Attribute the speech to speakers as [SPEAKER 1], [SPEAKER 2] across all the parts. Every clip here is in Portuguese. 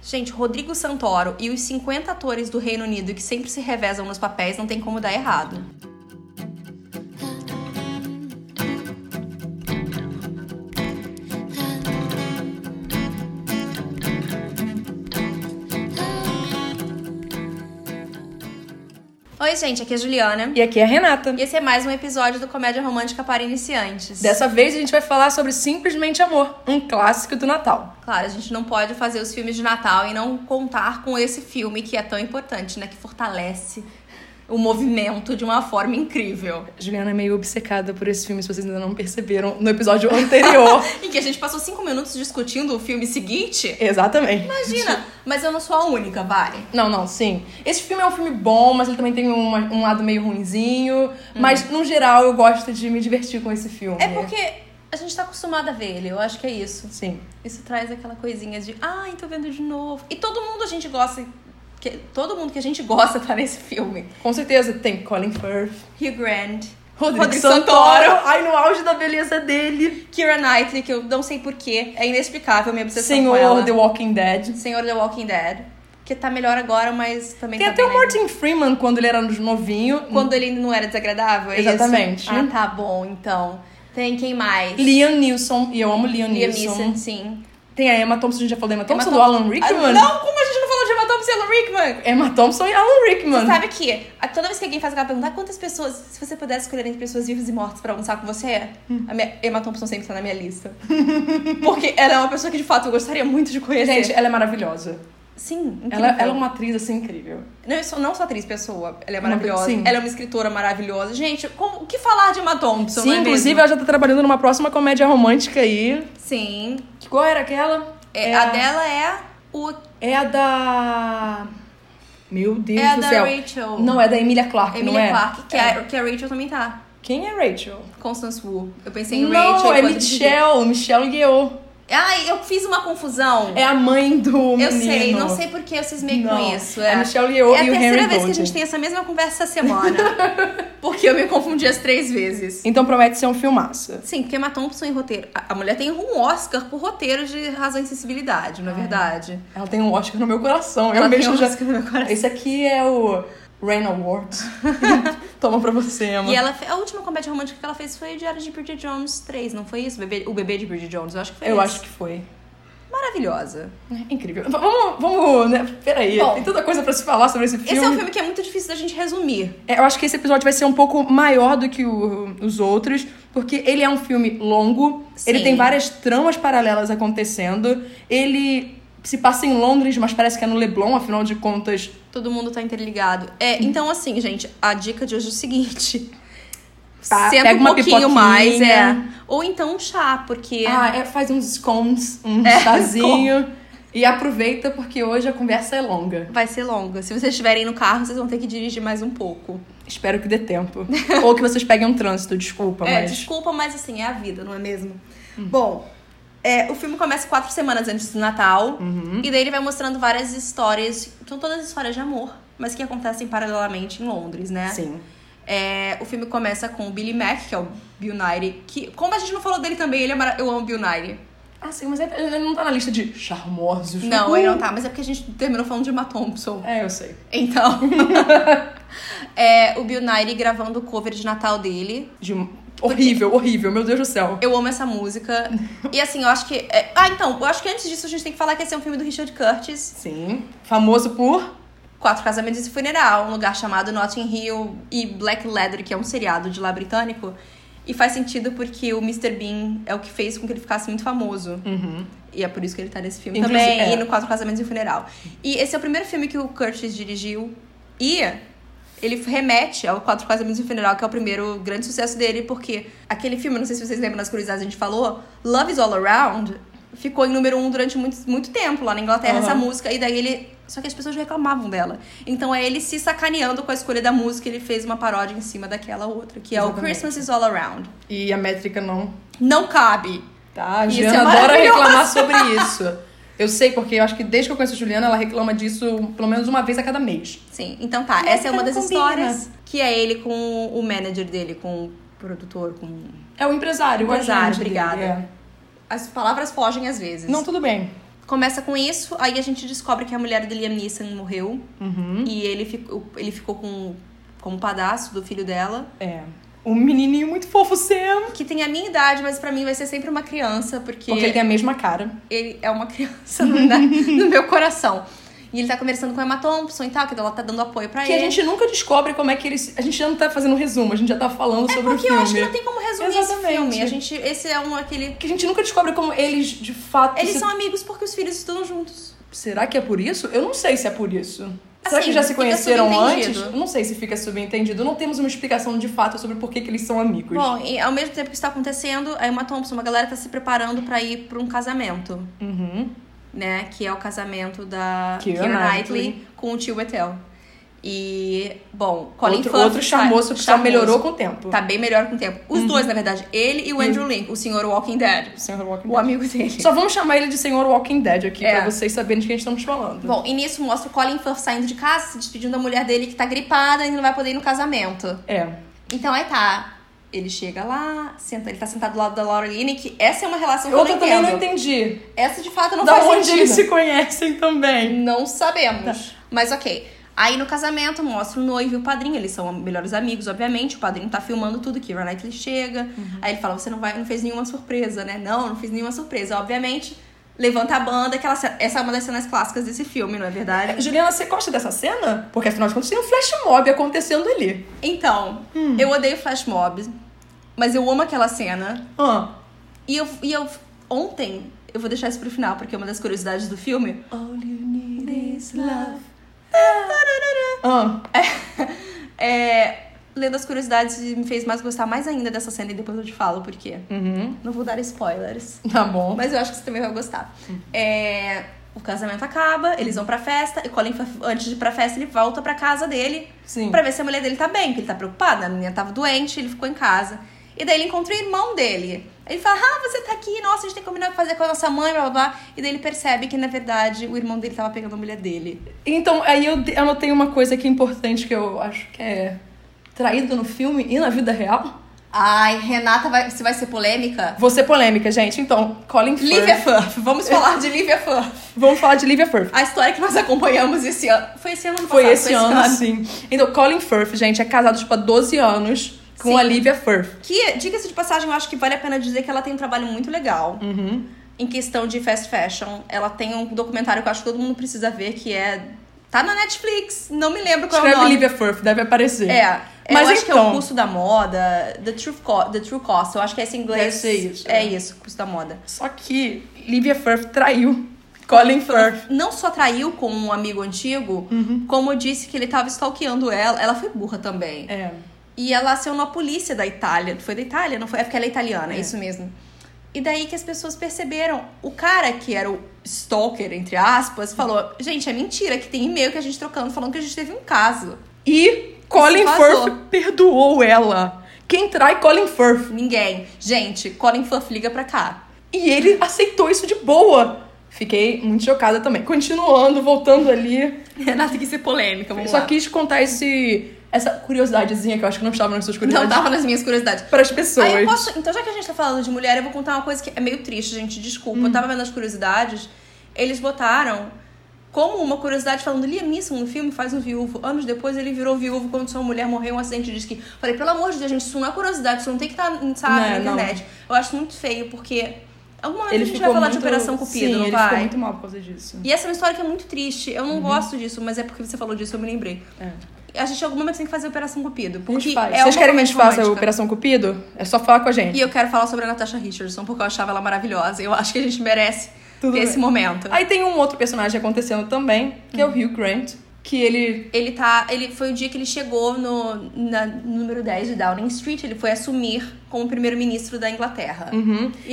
[SPEAKER 1] Gente, Rodrigo Santoro e os 50 atores do Reino Unido que sempre se revezam nos papéis não tem como dar errado. Oi, gente, aqui é a Juliana.
[SPEAKER 2] E aqui é a Renata.
[SPEAKER 1] E esse é mais um episódio do Comédia Romântica para Iniciantes.
[SPEAKER 2] Dessa vez a gente vai falar sobre Simplesmente Amor, um clássico do Natal.
[SPEAKER 1] Claro, a gente não pode fazer os filmes de Natal e não contar com esse filme que é tão importante, né? Que fortalece o movimento de uma forma incrível.
[SPEAKER 2] Juliana é meio obcecada por esse filme, se vocês ainda não perceberam, no episódio anterior.
[SPEAKER 1] em que a gente passou cinco minutos discutindo o filme seguinte.
[SPEAKER 2] Exatamente.
[SPEAKER 1] Imagina! Mas eu não sou a única, vai.
[SPEAKER 2] Não, não, sim. Esse filme é um filme bom, mas ele também tem uma- um, lado meio ruinzinho. Mas, no geral, eu gosto de me divertir com esse filme.
[SPEAKER 1] É porque a gente tá acostumada a ver ele, eu acho que é isso.
[SPEAKER 2] Sim.
[SPEAKER 1] Isso traz aquela coisinha de, ai, tô vendo de novo. E todo mundo a gente gosta, que, todo mundo que a gente gosta tá nesse filme.
[SPEAKER 2] Com certeza tem Colin Firth,
[SPEAKER 1] Hugh Grant,
[SPEAKER 2] Rodrigo,
[SPEAKER 1] Rodrigo
[SPEAKER 2] Santoro.
[SPEAKER 1] Santoro.
[SPEAKER 2] Ai, no auge da beleza dele.
[SPEAKER 1] Kira Knightley, que eu não sei porquê, é inexplicável minha obsessão com
[SPEAKER 2] Senhor
[SPEAKER 1] ela.
[SPEAKER 2] The Walking Dead.
[SPEAKER 1] Senhor The Walking Dead, que tá melhor agora, mas também
[SPEAKER 2] Tem
[SPEAKER 1] tá
[SPEAKER 2] até um
[SPEAKER 1] bem
[SPEAKER 2] o
[SPEAKER 1] legal.
[SPEAKER 2] Martin Freeman quando ele era novinho.
[SPEAKER 1] Quando ele ainda não era desagradável, é isso?
[SPEAKER 2] Exatamente.
[SPEAKER 1] Ah, tá bom, então. Tem quem mais?
[SPEAKER 2] Liam Neeson, e eu amo Liam,
[SPEAKER 1] Liam
[SPEAKER 2] Neeson.
[SPEAKER 1] Neeson, sim.
[SPEAKER 2] Tem a Emma Thompson, a gente já falou da Emma Thompson,
[SPEAKER 1] Emma
[SPEAKER 2] do
[SPEAKER 1] Thompson.
[SPEAKER 2] Alan Rickman.
[SPEAKER 1] Ah, não, como a gente não falou de Emma Thompson e Alan Rickman?
[SPEAKER 2] Emma Thompson e Alan Rickman.
[SPEAKER 1] Sabe que a- toda vez que alguém faz aquela pergunta, "Ah, quantas pessoas, se você pudesse escolher entre pessoas vivas e mortas pra almoçar com você,
[SPEAKER 2] Hum.
[SPEAKER 1] a minha Emma Thompson sempre tá na minha lista. Porque ela é uma pessoa que de fato eu gostaria muito de conhecer.
[SPEAKER 2] Gente, ela é maravilhosa.
[SPEAKER 1] sim, incrível.
[SPEAKER 2] Ela, ela é uma atriz, assim, incrível.
[SPEAKER 1] Não, eu sou, não sou atriz pessoa. Ela é maravilhosa.
[SPEAKER 2] Sim.
[SPEAKER 1] Ela é uma escritora maravilhosa. Gente, como, o que falar de Emma Thompson?
[SPEAKER 2] Sim,
[SPEAKER 1] não é
[SPEAKER 2] inclusive
[SPEAKER 1] mesmo?
[SPEAKER 2] ela já tá trabalhando numa próxima comédia romântica aí.
[SPEAKER 1] Sim.
[SPEAKER 2] Que Qual era aquela?
[SPEAKER 1] É, A dela é o.
[SPEAKER 2] É a da... Meu Deus
[SPEAKER 1] É a
[SPEAKER 2] do
[SPEAKER 1] da
[SPEAKER 2] céu.
[SPEAKER 1] Rachel.
[SPEAKER 2] Não, é da Emilia Clarke, não
[SPEAKER 1] Emilia
[SPEAKER 2] é?
[SPEAKER 1] Clarke, que, a, que a Rachel também tá.
[SPEAKER 2] Quem é Rachel?
[SPEAKER 1] Constance Wu. Eu pensei em
[SPEAKER 2] não,
[SPEAKER 1] Rachel.
[SPEAKER 2] é
[SPEAKER 1] quando-
[SPEAKER 2] Michelle, Michelle Yeoh.
[SPEAKER 1] Ai, eu fiz uma confusão.
[SPEAKER 2] É a mem do menino.
[SPEAKER 1] eu sei, não sei por que eu cismei com
[SPEAKER 2] Não,
[SPEAKER 1] isso.
[SPEAKER 2] é
[SPEAKER 1] É,
[SPEAKER 2] a Michelle Yeoh
[SPEAKER 1] é a
[SPEAKER 2] e o
[SPEAKER 1] terceira
[SPEAKER 2] Henry
[SPEAKER 1] vez que a
[SPEAKER 2] Golding.
[SPEAKER 1] gente tem essa mesma conversa essa semana. porque eu me confundi as três vezes.
[SPEAKER 2] Então promete ser um filmaço.
[SPEAKER 1] Sim, porque Emma Thompson em roteiro. A a mulher tem um Oscar por roteiro de razão e sensibilidade, não é verdade?
[SPEAKER 2] Ela tem um Oscar no meu coração. eu
[SPEAKER 1] Ela tem
[SPEAKER 2] mesmo
[SPEAKER 1] um
[SPEAKER 2] já...
[SPEAKER 1] Oscar no meu coração.
[SPEAKER 2] Esse aqui é o Rain Awards. Toma pra você, Emma.
[SPEAKER 1] E ela fe- a última comédia romântica que ela fez foi o Diário de Bridget Jones 3, não foi isso? O bebê, o bebê de Bridget Jones, eu acho que foi
[SPEAKER 2] Eu
[SPEAKER 1] esse.
[SPEAKER 2] acho que foi.
[SPEAKER 1] Maravilhosa.
[SPEAKER 2] É Incrível. V- Vamos, vamos, né? Peraí,
[SPEAKER 1] Bom.
[SPEAKER 2] tem tanta coisa pra se falar sobre esse filme.
[SPEAKER 1] Esse é um filme que é muito difícil da gente resumir.
[SPEAKER 2] É, eu acho que esse episódio vai ser um pouco maior do que o- os outros, porque ele é um filme longo,
[SPEAKER 1] Sim.
[SPEAKER 2] ele tem várias tramas paralelas acontecendo, ele se passa em Londres, mas parece que é no Leblon, afinal de contas.
[SPEAKER 1] Todo mundo tá interligado. É, então, assim, gente, a dica de hoje é o seguinte.
[SPEAKER 2] Tá,
[SPEAKER 1] Senta
[SPEAKER 2] pega
[SPEAKER 1] um
[SPEAKER 2] uma
[SPEAKER 1] pouquinho mais, é.
[SPEAKER 2] pipoquinha.
[SPEAKER 1] Ou então um chá, porque.
[SPEAKER 2] Ah, é, faz uns scones, um
[SPEAKER 1] É,
[SPEAKER 2] chazinho. E aproveita, porque hoje a conversa é longa.
[SPEAKER 1] Vai ser longa. Se vocês estiverem no carro, vocês vão ter que dirigir mais um pouco.
[SPEAKER 2] Espero que dê tempo. Ou que vocês peguem um trânsito, desculpa,
[SPEAKER 1] É,
[SPEAKER 2] mas.
[SPEAKER 1] desculpa, mas assim, é a vida, não é mesmo? Bom, é, o filme começa quatro semanas antes do Natal.
[SPEAKER 2] Uhum.
[SPEAKER 1] E daí ele vai mostrando várias histórias. São todas histórias de amor, mas que acontecem paralelamente em Londres, né?
[SPEAKER 2] Sim.
[SPEAKER 1] É, o filme começa com o Billy Mack, que é o Bill Nighy. Que, como a gente não falou dele também, ele é mara- eu amo Bill Nighy.
[SPEAKER 2] Ah, sim, mas ele ele não tá na lista de charmosos.
[SPEAKER 1] Não, ele não tá, mas é porque a gente terminou falando de Emma Thompson.
[SPEAKER 2] É, eu sei.
[SPEAKER 1] Então. é, o Bill Nighy gravando o cover de Natal dele.
[SPEAKER 2] De um- Horrível, horrível, meu Deus do céu.
[SPEAKER 1] Eu amo essa música. E assim, eu acho que. é- Ah, então, eu acho que antes disso a gente tem que falar que esse é um filme do Richard Curtis.
[SPEAKER 2] Sim. Famoso por.
[SPEAKER 1] Quatro Casamentos e Funeral, um lugar chamado Notting Hill e Black Leather, que é um seriado de lá britânico. E faz sentido porque o Mr. Bean é o que fez com que ele ficasse muito famoso.
[SPEAKER 2] Uhum.
[SPEAKER 1] E é por isso que ele tá nesse filme
[SPEAKER 2] Inclusive,
[SPEAKER 1] também.
[SPEAKER 2] é.
[SPEAKER 1] E no Quatro Casamentos e Funeral. E esse é o primeiro filme que o Curtis dirigiu. E ele remete ao Quatro Casamentos e Funeral, que é o primeiro grande sucesso dele. Porque aquele filme, não sei se vocês lembram das curiosidades que a gente falou, Love is All Around, ficou em número um durante muito, muito tempo lá na Inglaterra,
[SPEAKER 2] Aham.
[SPEAKER 1] essa música. E daí ele... Só que as pessoas reclamavam dela. Então é ele se sacaneando com a escolha da música. Ele fez uma paródia em cima daquela outra, que é o
[SPEAKER 2] Exatamente.
[SPEAKER 1] Christmas is All Around.
[SPEAKER 2] E a métrica não.
[SPEAKER 1] Não cabe.
[SPEAKER 2] Tá, a
[SPEAKER 1] Isso
[SPEAKER 2] Juliana
[SPEAKER 1] é
[SPEAKER 2] adora
[SPEAKER 1] maravilhoso.
[SPEAKER 2] reclamar sobre isso. Eu sei, porque eu acho que desde que eu conheço a Juliana, ela reclama disso pelo menos uma vez a cada mês.
[SPEAKER 1] Sim, então tá.
[SPEAKER 2] Mas
[SPEAKER 1] essa é
[SPEAKER 2] não
[SPEAKER 1] uma das
[SPEAKER 2] combina.
[SPEAKER 1] histórias que é ele com o manager dele, com o produtor, com.
[SPEAKER 2] É o empresário, o
[SPEAKER 1] Empresário,
[SPEAKER 2] agente dele,
[SPEAKER 1] obrigada.
[SPEAKER 2] é.
[SPEAKER 1] As palavras fogem às vezes.
[SPEAKER 2] Não, tudo bem.
[SPEAKER 1] Começa com isso, aí a gente descobre que a mulher do Liam Neeson morreu.
[SPEAKER 2] Hum?
[SPEAKER 1] E ele ficou, ele ficou com, como padastro do filho dela.
[SPEAKER 2] É. Um menininho muito fofo, Sam.
[SPEAKER 1] Que tem a minha idade, mas pra mim vai ser sempre uma criança, porque,
[SPEAKER 2] Porque ele tem a mesma cara.
[SPEAKER 1] ele é uma criança no, na- no meu coração. E ele tá conversando com a Emma Thompson e tal, que ela tá dando apoio pra
[SPEAKER 2] Que a
[SPEAKER 1] ele.
[SPEAKER 2] gente nunca descobre como é que eles. A gente já não tá fazendo um resumo, a gente já tá falando sobre
[SPEAKER 1] É
[SPEAKER 2] o
[SPEAKER 1] Porque
[SPEAKER 2] filme.
[SPEAKER 1] eu acho que não tem como resumir esse
[SPEAKER 2] Exatamente.
[SPEAKER 1] filme. A gente, esse é um aquele.
[SPEAKER 2] Que a gente nunca descobre como eles, de fato.
[SPEAKER 1] Eles
[SPEAKER 2] se-
[SPEAKER 1] são amigos porque os filhos estudam juntos.
[SPEAKER 2] Será que é por isso? Eu não sei se é por isso. Será
[SPEAKER 1] Assim,
[SPEAKER 2] que já se
[SPEAKER 1] fica
[SPEAKER 2] conheceram antes?
[SPEAKER 1] subentendido.
[SPEAKER 2] Eu não sei se fica subentendido. Não temos uma explicação de fato sobre por que, que eles são amigos.
[SPEAKER 1] Bom, e ao mesmo tempo que isso tá acontecendo, a Emma Thompson, uma galera tá se preparando pra ir pra um casamento,
[SPEAKER 2] Uhum.
[SPEAKER 1] né? Que é o casamento da
[SPEAKER 2] Keira
[SPEAKER 1] Keira Knightley, com o tio Etel. E, bom, Colin
[SPEAKER 2] outro,
[SPEAKER 1] Firth
[SPEAKER 2] outro
[SPEAKER 1] tá-
[SPEAKER 2] charmoso que só
[SPEAKER 1] charmoso.
[SPEAKER 2] melhorou Uhum. com o tempo.
[SPEAKER 1] Tá bem melhor com o tempo. Os dois, na verdade. Ele e o Andrew Link, o senhor Walking Dead.
[SPEAKER 2] O Senhor Walking
[SPEAKER 1] O
[SPEAKER 2] Dead.
[SPEAKER 1] amigo dele.
[SPEAKER 2] Uhum. Só vamos chamar ele de Senhor Walking Dead aqui,
[SPEAKER 1] É.
[SPEAKER 2] pra vocês saberem de quem estamos falando.
[SPEAKER 1] Bom, e nisso mostra o Colin Firth saindo de casa, se despedindo da mulher dele que tá gripada e não vai poder ir no casamento.
[SPEAKER 2] É.
[SPEAKER 1] Então aí tá. Ele chega lá, senta, ele tá sentado do lado da Laura Linney, que essa é uma relação que eu,
[SPEAKER 2] Outra
[SPEAKER 1] não
[SPEAKER 2] também
[SPEAKER 1] entendo.
[SPEAKER 2] não entendi.
[SPEAKER 1] Essa de fato não
[SPEAKER 2] da
[SPEAKER 1] faz
[SPEAKER 2] onde Tá.
[SPEAKER 1] sentido.
[SPEAKER 2] eles se conhecem também.
[SPEAKER 1] Não sabemos. Mas ok. Aí no casamento mostra o noivo e o padrinho. Eles são melhores amigos, obviamente. O padrinho tá filmando tudo, que Keira Knightley chega.
[SPEAKER 2] Uhum.
[SPEAKER 1] Aí ele fala: você não, vai, não fez nenhuma surpresa, né? Não, não fiz nenhuma surpresa. Obviamente, levanta a banda, aquela cena- essa é uma das cenas clássicas desse filme, não é verdade?
[SPEAKER 2] Juliana, você gosta dessa cena? Porque afinal de contas tem um flash mob acontecendo ali.
[SPEAKER 1] Então,
[SPEAKER 2] Hum.
[SPEAKER 1] eu odeio flash mobs, mas eu amo aquela cena.
[SPEAKER 2] Ah.
[SPEAKER 1] E eu, e eu ontem, eu vou deixar isso pro final, porque é uma das curiosidades do filme.
[SPEAKER 2] All you need is love. Ah.
[SPEAKER 1] É, lendo as curiosidades me fez mais gostar mais ainda dessa cena e depois eu te falo por quê.
[SPEAKER 2] Uhum.
[SPEAKER 1] Não vou dar spoilers.
[SPEAKER 2] Tá bom.
[SPEAKER 1] Mas eu acho que você também vai gostar. É, o casamento acaba, eles vão pra festa, e Colin, fa- antes de ir pra festa, ele volta pra casa dele
[SPEAKER 2] Sim.
[SPEAKER 1] pra ver se a mulher dele tá bem, porque ele tá preocupado, a menina tava doente, ele ficou em casa. E daí ele encontra o irmão dele. Ele fala: Ah, você tá aqui, nossa, a gente tem que combinar o que fazer com a nossa mãe, blá blá blá. E daí ele percebe que, na verdade, o irmão dele tava pegando a mulher dele.
[SPEAKER 2] Então, aí eu de- anotei uma coisa que é importante que eu acho que é traído no filme e na vida real.
[SPEAKER 1] Ai, Renata, vai, você vai ser polêmica?
[SPEAKER 2] Vou ser polêmica, gente. Então, Colin Firth.
[SPEAKER 1] Lívia Furf, vamos falar de Lívia Furf.
[SPEAKER 2] Vamos falar de Livia Firth.
[SPEAKER 1] A história que nós acompanhamos esse ano. Foi esse ano ou ano
[SPEAKER 2] Foi
[SPEAKER 1] passado?
[SPEAKER 2] esse ano, sim. Então, Colin Firth, gente, é casado, tipo, há 12 anos com
[SPEAKER 1] Sim.
[SPEAKER 2] a Livia Firth.
[SPEAKER 1] Que, diga-se de passagem, eu acho que vale a pena dizer que ela tem um trabalho muito legal.
[SPEAKER 2] Uhum.
[SPEAKER 1] Em questão de fast fashion. Ela tem um documentário que eu acho que todo mundo precisa ver, que é. Tá na Netflix, não me lembro qual é o
[SPEAKER 2] Escreve
[SPEAKER 1] nome.
[SPEAKER 2] Livia Firth, deve aparecer.
[SPEAKER 1] É.
[SPEAKER 2] Mas
[SPEAKER 1] eu acho que é
[SPEAKER 2] então-
[SPEAKER 1] o custo da moda, The True, Co- The True Cost. Eu acho que é esse em inglês.
[SPEAKER 2] Deve ser isso,
[SPEAKER 1] É,
[SPEAKER 2] é.
[SPEAKER 1] isso, custo da moda.
[SPEAKER 2] Só que Livia Firth traiu Colin Firth.
[SPEAKER 1] Não só traiu com um amigo antigo, como disse que ele tava stalkeando ela. Ela foi burra também.
[SPEAKER 2] Uhum. É.
[SPEAKER 1] E ela acionou a polícia da Itália. Foi da Itália, não foi? É porque ela é italiana, é
[SPEAKER 2] É.
[SPEAKER 1] isso mesmo. E daí que as pessoas perceberam. O cara que era o stalker, entre aspas, falou: Gente, é mentira que tem e-mail que a gente trocando falando que a gente teve um caso.
[SPEAKER 2] E Colin
[SPEAKER 1] Isso vazou.
[SPEAKER 2] Firth perdoou ela. Quem trai Colin Firth?
[SPEAKER 1] Ninguém. Gente, Colin Fluff liga pra cá.
[SPEAKER 2] E ele aceitou isso de boa. Fiquei muito chocada também. Continuando, voltando ali.
[SPEAKER 1] Renata, que ser polêmica, vamos
[SPEAKER 2] só
[SPEAKER 1] lá.
[SPEAKER 2] quis contar esse, essa curiosidadezinha que eu acho que não estava nas suas
[SPEAKER 1] Não
[SPEAKER 2] curiosidades.
[SPEAKER 1] tava nas minhas curiosidades.
[SPEAKER 2] Para as pessoas.
[SPEAKER 1] Aí eu posso, então, já que a gente tá falando de mulher, eu vou contar uma coisa que é meio triste, gente. Desculpa,
[SPEAKER 2] Hum.
[SPEAKER 1] eu tava vendo as curiosidades. Eles botaram como uma curiosidade falando Liam Neeson no filme faz um viúvo. Anos depois ele virou viúvo quando sua mulher morreu em um acidente de esqui. Falei, pelo amor de Deus, gente, isso não é curiosidade, isso não tem que estar
[SPEAKER 2] Não, é,
[SPEAKER 1] sabe, na
[SPEAKER 2] não.
[SPEAKER 1] internet. Eu acho muito feio, porque algum momento
[SPEAKER 2] Ele
[SPEAKER 1] a gente vai
[SPEAKER 2] ficou
[SPEAKER 1] falar
[SPEAKER 2] muito-
[SPEAKER 1] de Operação Cupido,
[SPEAKER 2] Sim,
[SPEAKER 1] não
[SPEAKER 2] ele
[SPEAKER 1] vai?
[SPEAKER 2] ficou muito mal por causa disso.
[SPEAKER 1] E essa é uma história que é muito triste. Eu não gosto disso, mas é porque você falou disso, eu me lembrei.
[SPEAKER 2] É.
[SPEAKER 1] A gente em algum momento tem que fazer Operação Cupido.
[SPEAKER 2] A gente
[SPEAKER 1] Porque
[SPEAKER 2] faz.
[SPEAKER 1] é
[SPEAKER 2] Vocês
[SPEAKER 1] uma
[SPEAKER 2] querem que a
[SPEAKER 1] comédia
[SPEAKER 2] gente faça a
[SPEAKER 1] romântica.
[SPEAKER 2] Operação Cupido? É só falar com a gente.
[SPEAKER 1] E eu quero falar sobre a Natasha Richardson, porque eu achava ela maravilhosa. Eu acho que a gente merece
[SPEAKER 2] Tudo
[SPEAKER 1] ter
[SPEAKER 2] bem.
[SPEAKER 1] esse momento.
[SPEAKER 2] Aí tem um outro personagem acontecendo também, que é o
[SPEAKER 1] Hum.
[SPEAKER 2] Hugh Grant, que ele.
[SPEAKER 1] Ele tá. Ele foi o dia que ele chegou no, na- no número 10 de Downing Street. Ele foi assumir como primeiro-ministro da Inglaterra. E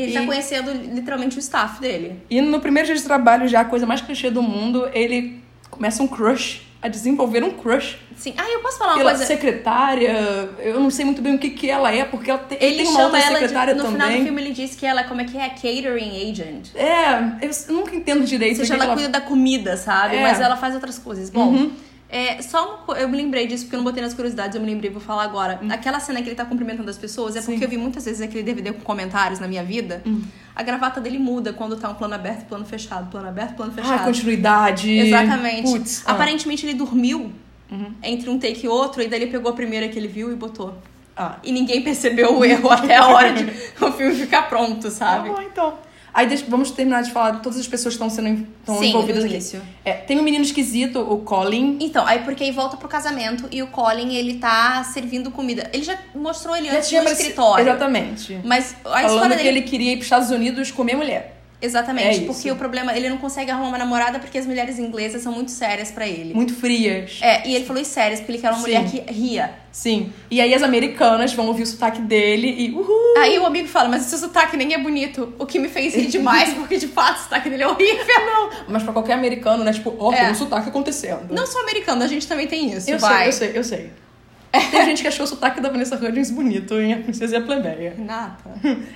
[SPEAKER 1] ele tá
[SPEAKER 2] Hum. E-
[SPEAKER 1] conhecendo literalmente o staff dele.
[SPEAKER 2] uhum, E no primeiro dia de trabalho, já a coisa mais clichê do mundo, ele começa um crush, a desenvolver um crush
[SPEAKER 1] Sim. Ah, eu posso falar uma
[SPEAKER 2] pela
[SPEAKER 1] coisa?
[SPEAKER 2] secretária. Eu não sei muito bem o que, que ela é, porque ela tem,
[SPEAKER 1] Ele
[SPEAKER 2] tem uma
[SPEAKER 1] chama
[SPEAKER 2] outra
[SPEAKER 1] ela de.
[SPEAKER 2] secretária
[SPEAKER 1] No final do
[SPEAKER 2] também.
[SPEAKER 1] filme, ele diz que ela, como é que é? Catering agent.
[SPEAKER 2] É, eu s- nunca entendo direito.
[SPEAKER 1] Ou seja,
[SPEAKER 2] o que
[SPEAKER 1] ela
[SPEAKER 2] que
[SPEAKER 1] cuida da comida, sabe?
[SPEAKER 2] É. Uhum.
[SPEAKER 1] Mas ela faz outras coisas. Bom, É, só uma co- eu me lembrei disso porque eu não botei nas curiosidades, eu me lembrei, vou falar agora.
[SPEAKER 2] Uhum.
[SPEAKER 1] Aquela cena que ele tá cumprimentando as pessoas é porque eu vi muitas vezes aquele DVD com comentários na minha vida.
[SPEAKER 2] Uhum.
[SPEAKER 1] A gravata dele muda quando tá um plano aberto, plano fechado, plano aberto, plano
[SPEAKER 2] Ah,
[SPEAKER 1] fechado.
[SPEAKER 2] continuidade.
[SPEAKER 1] Exatamente.
[SPEAKER 2] Putz. ah. Uhum.
[SPEAKER 1] Aparentemente ele dormiu entre um take e outro, e daí ele pegou a primeira que ele viu e botou.
[SPEAKER 2] Ah.
[SPEAKER 1] E ninguém percebeu o erro até a hora de o filme ficar pronto,
[SPEAKER 2] Tá
[SPEAKER 1] sabe?
[SPEAKER 2] bom, então. Aí deixa- vamos terminar de falar de todas as pessoas que estão sendo en- estão
[SPEAKER 1] Sim,
[SPEAKER 2] envolvidas
[SPEAKER 1] no
[SPEAKER 2] aqui.
[SPEAKER 1] início.
[SPEAKER 2] É, tem um menino esquisito, o Colin.
[SPEAKER 1] Então, aí porque aí volta pro casamento e o Colin, ele tá servindo comida. Ele já mostrou ele antes no
[SPEAKER 2] aparecido-
[SPEAKER 1] escritório.
[SPEAKER 2] Exatamente.
[SPEAKER 1] Mas a
[SPEAKER 2] Falando
[SPEAKER 1] história
[SPEAKER 2] que
[SPEAKER 1] dele.
[SPEAKER 2] ele queria ir para os Estados Unidos comer mulher. É
[SPEAKER 1] Exatamente,
[SPEAKER 2] isso.
[SPEAKER 1] porque o problema. Ele não consegue arrumar uma namorada porque as mulheres inglesas são muito sérias pra ele.
[SPEAKER 2] Muito frias.
[SPEAKER 1] É, e ele falou isso sérias, porque ele quer uma
[SPEAKER 2] Sim.
[SPEAKER 1] mulher que ria.
[SPEAKER 2] Sim. E aí as americanas vão ouvir o sotaque dele e uhul!
[SPEAKER 1] Aí o amigo fala, mas esse sotaque nem é bonito. O que me fez rir demais, porque de fato o sotaque dele é horrível.
[SPEAKER 2] Mas pra qualquer americano, né? Tipo, ó,
[SPEAKER 1] É.
[SPEAKER 2] tem um sotaque acontecendo.
[SPEAKER 1] Não só americano, a gente também tem isso.
[SPEAKER 2] eu
[SPEAKER 1] vai.
[SPEAKER 2] sei, eu sei, eu sei. Tem gente que achou o sotaque da Vanessa Hudgens bonito em A Princesa e a Plebeia.
[SPEAKER 1] Renata.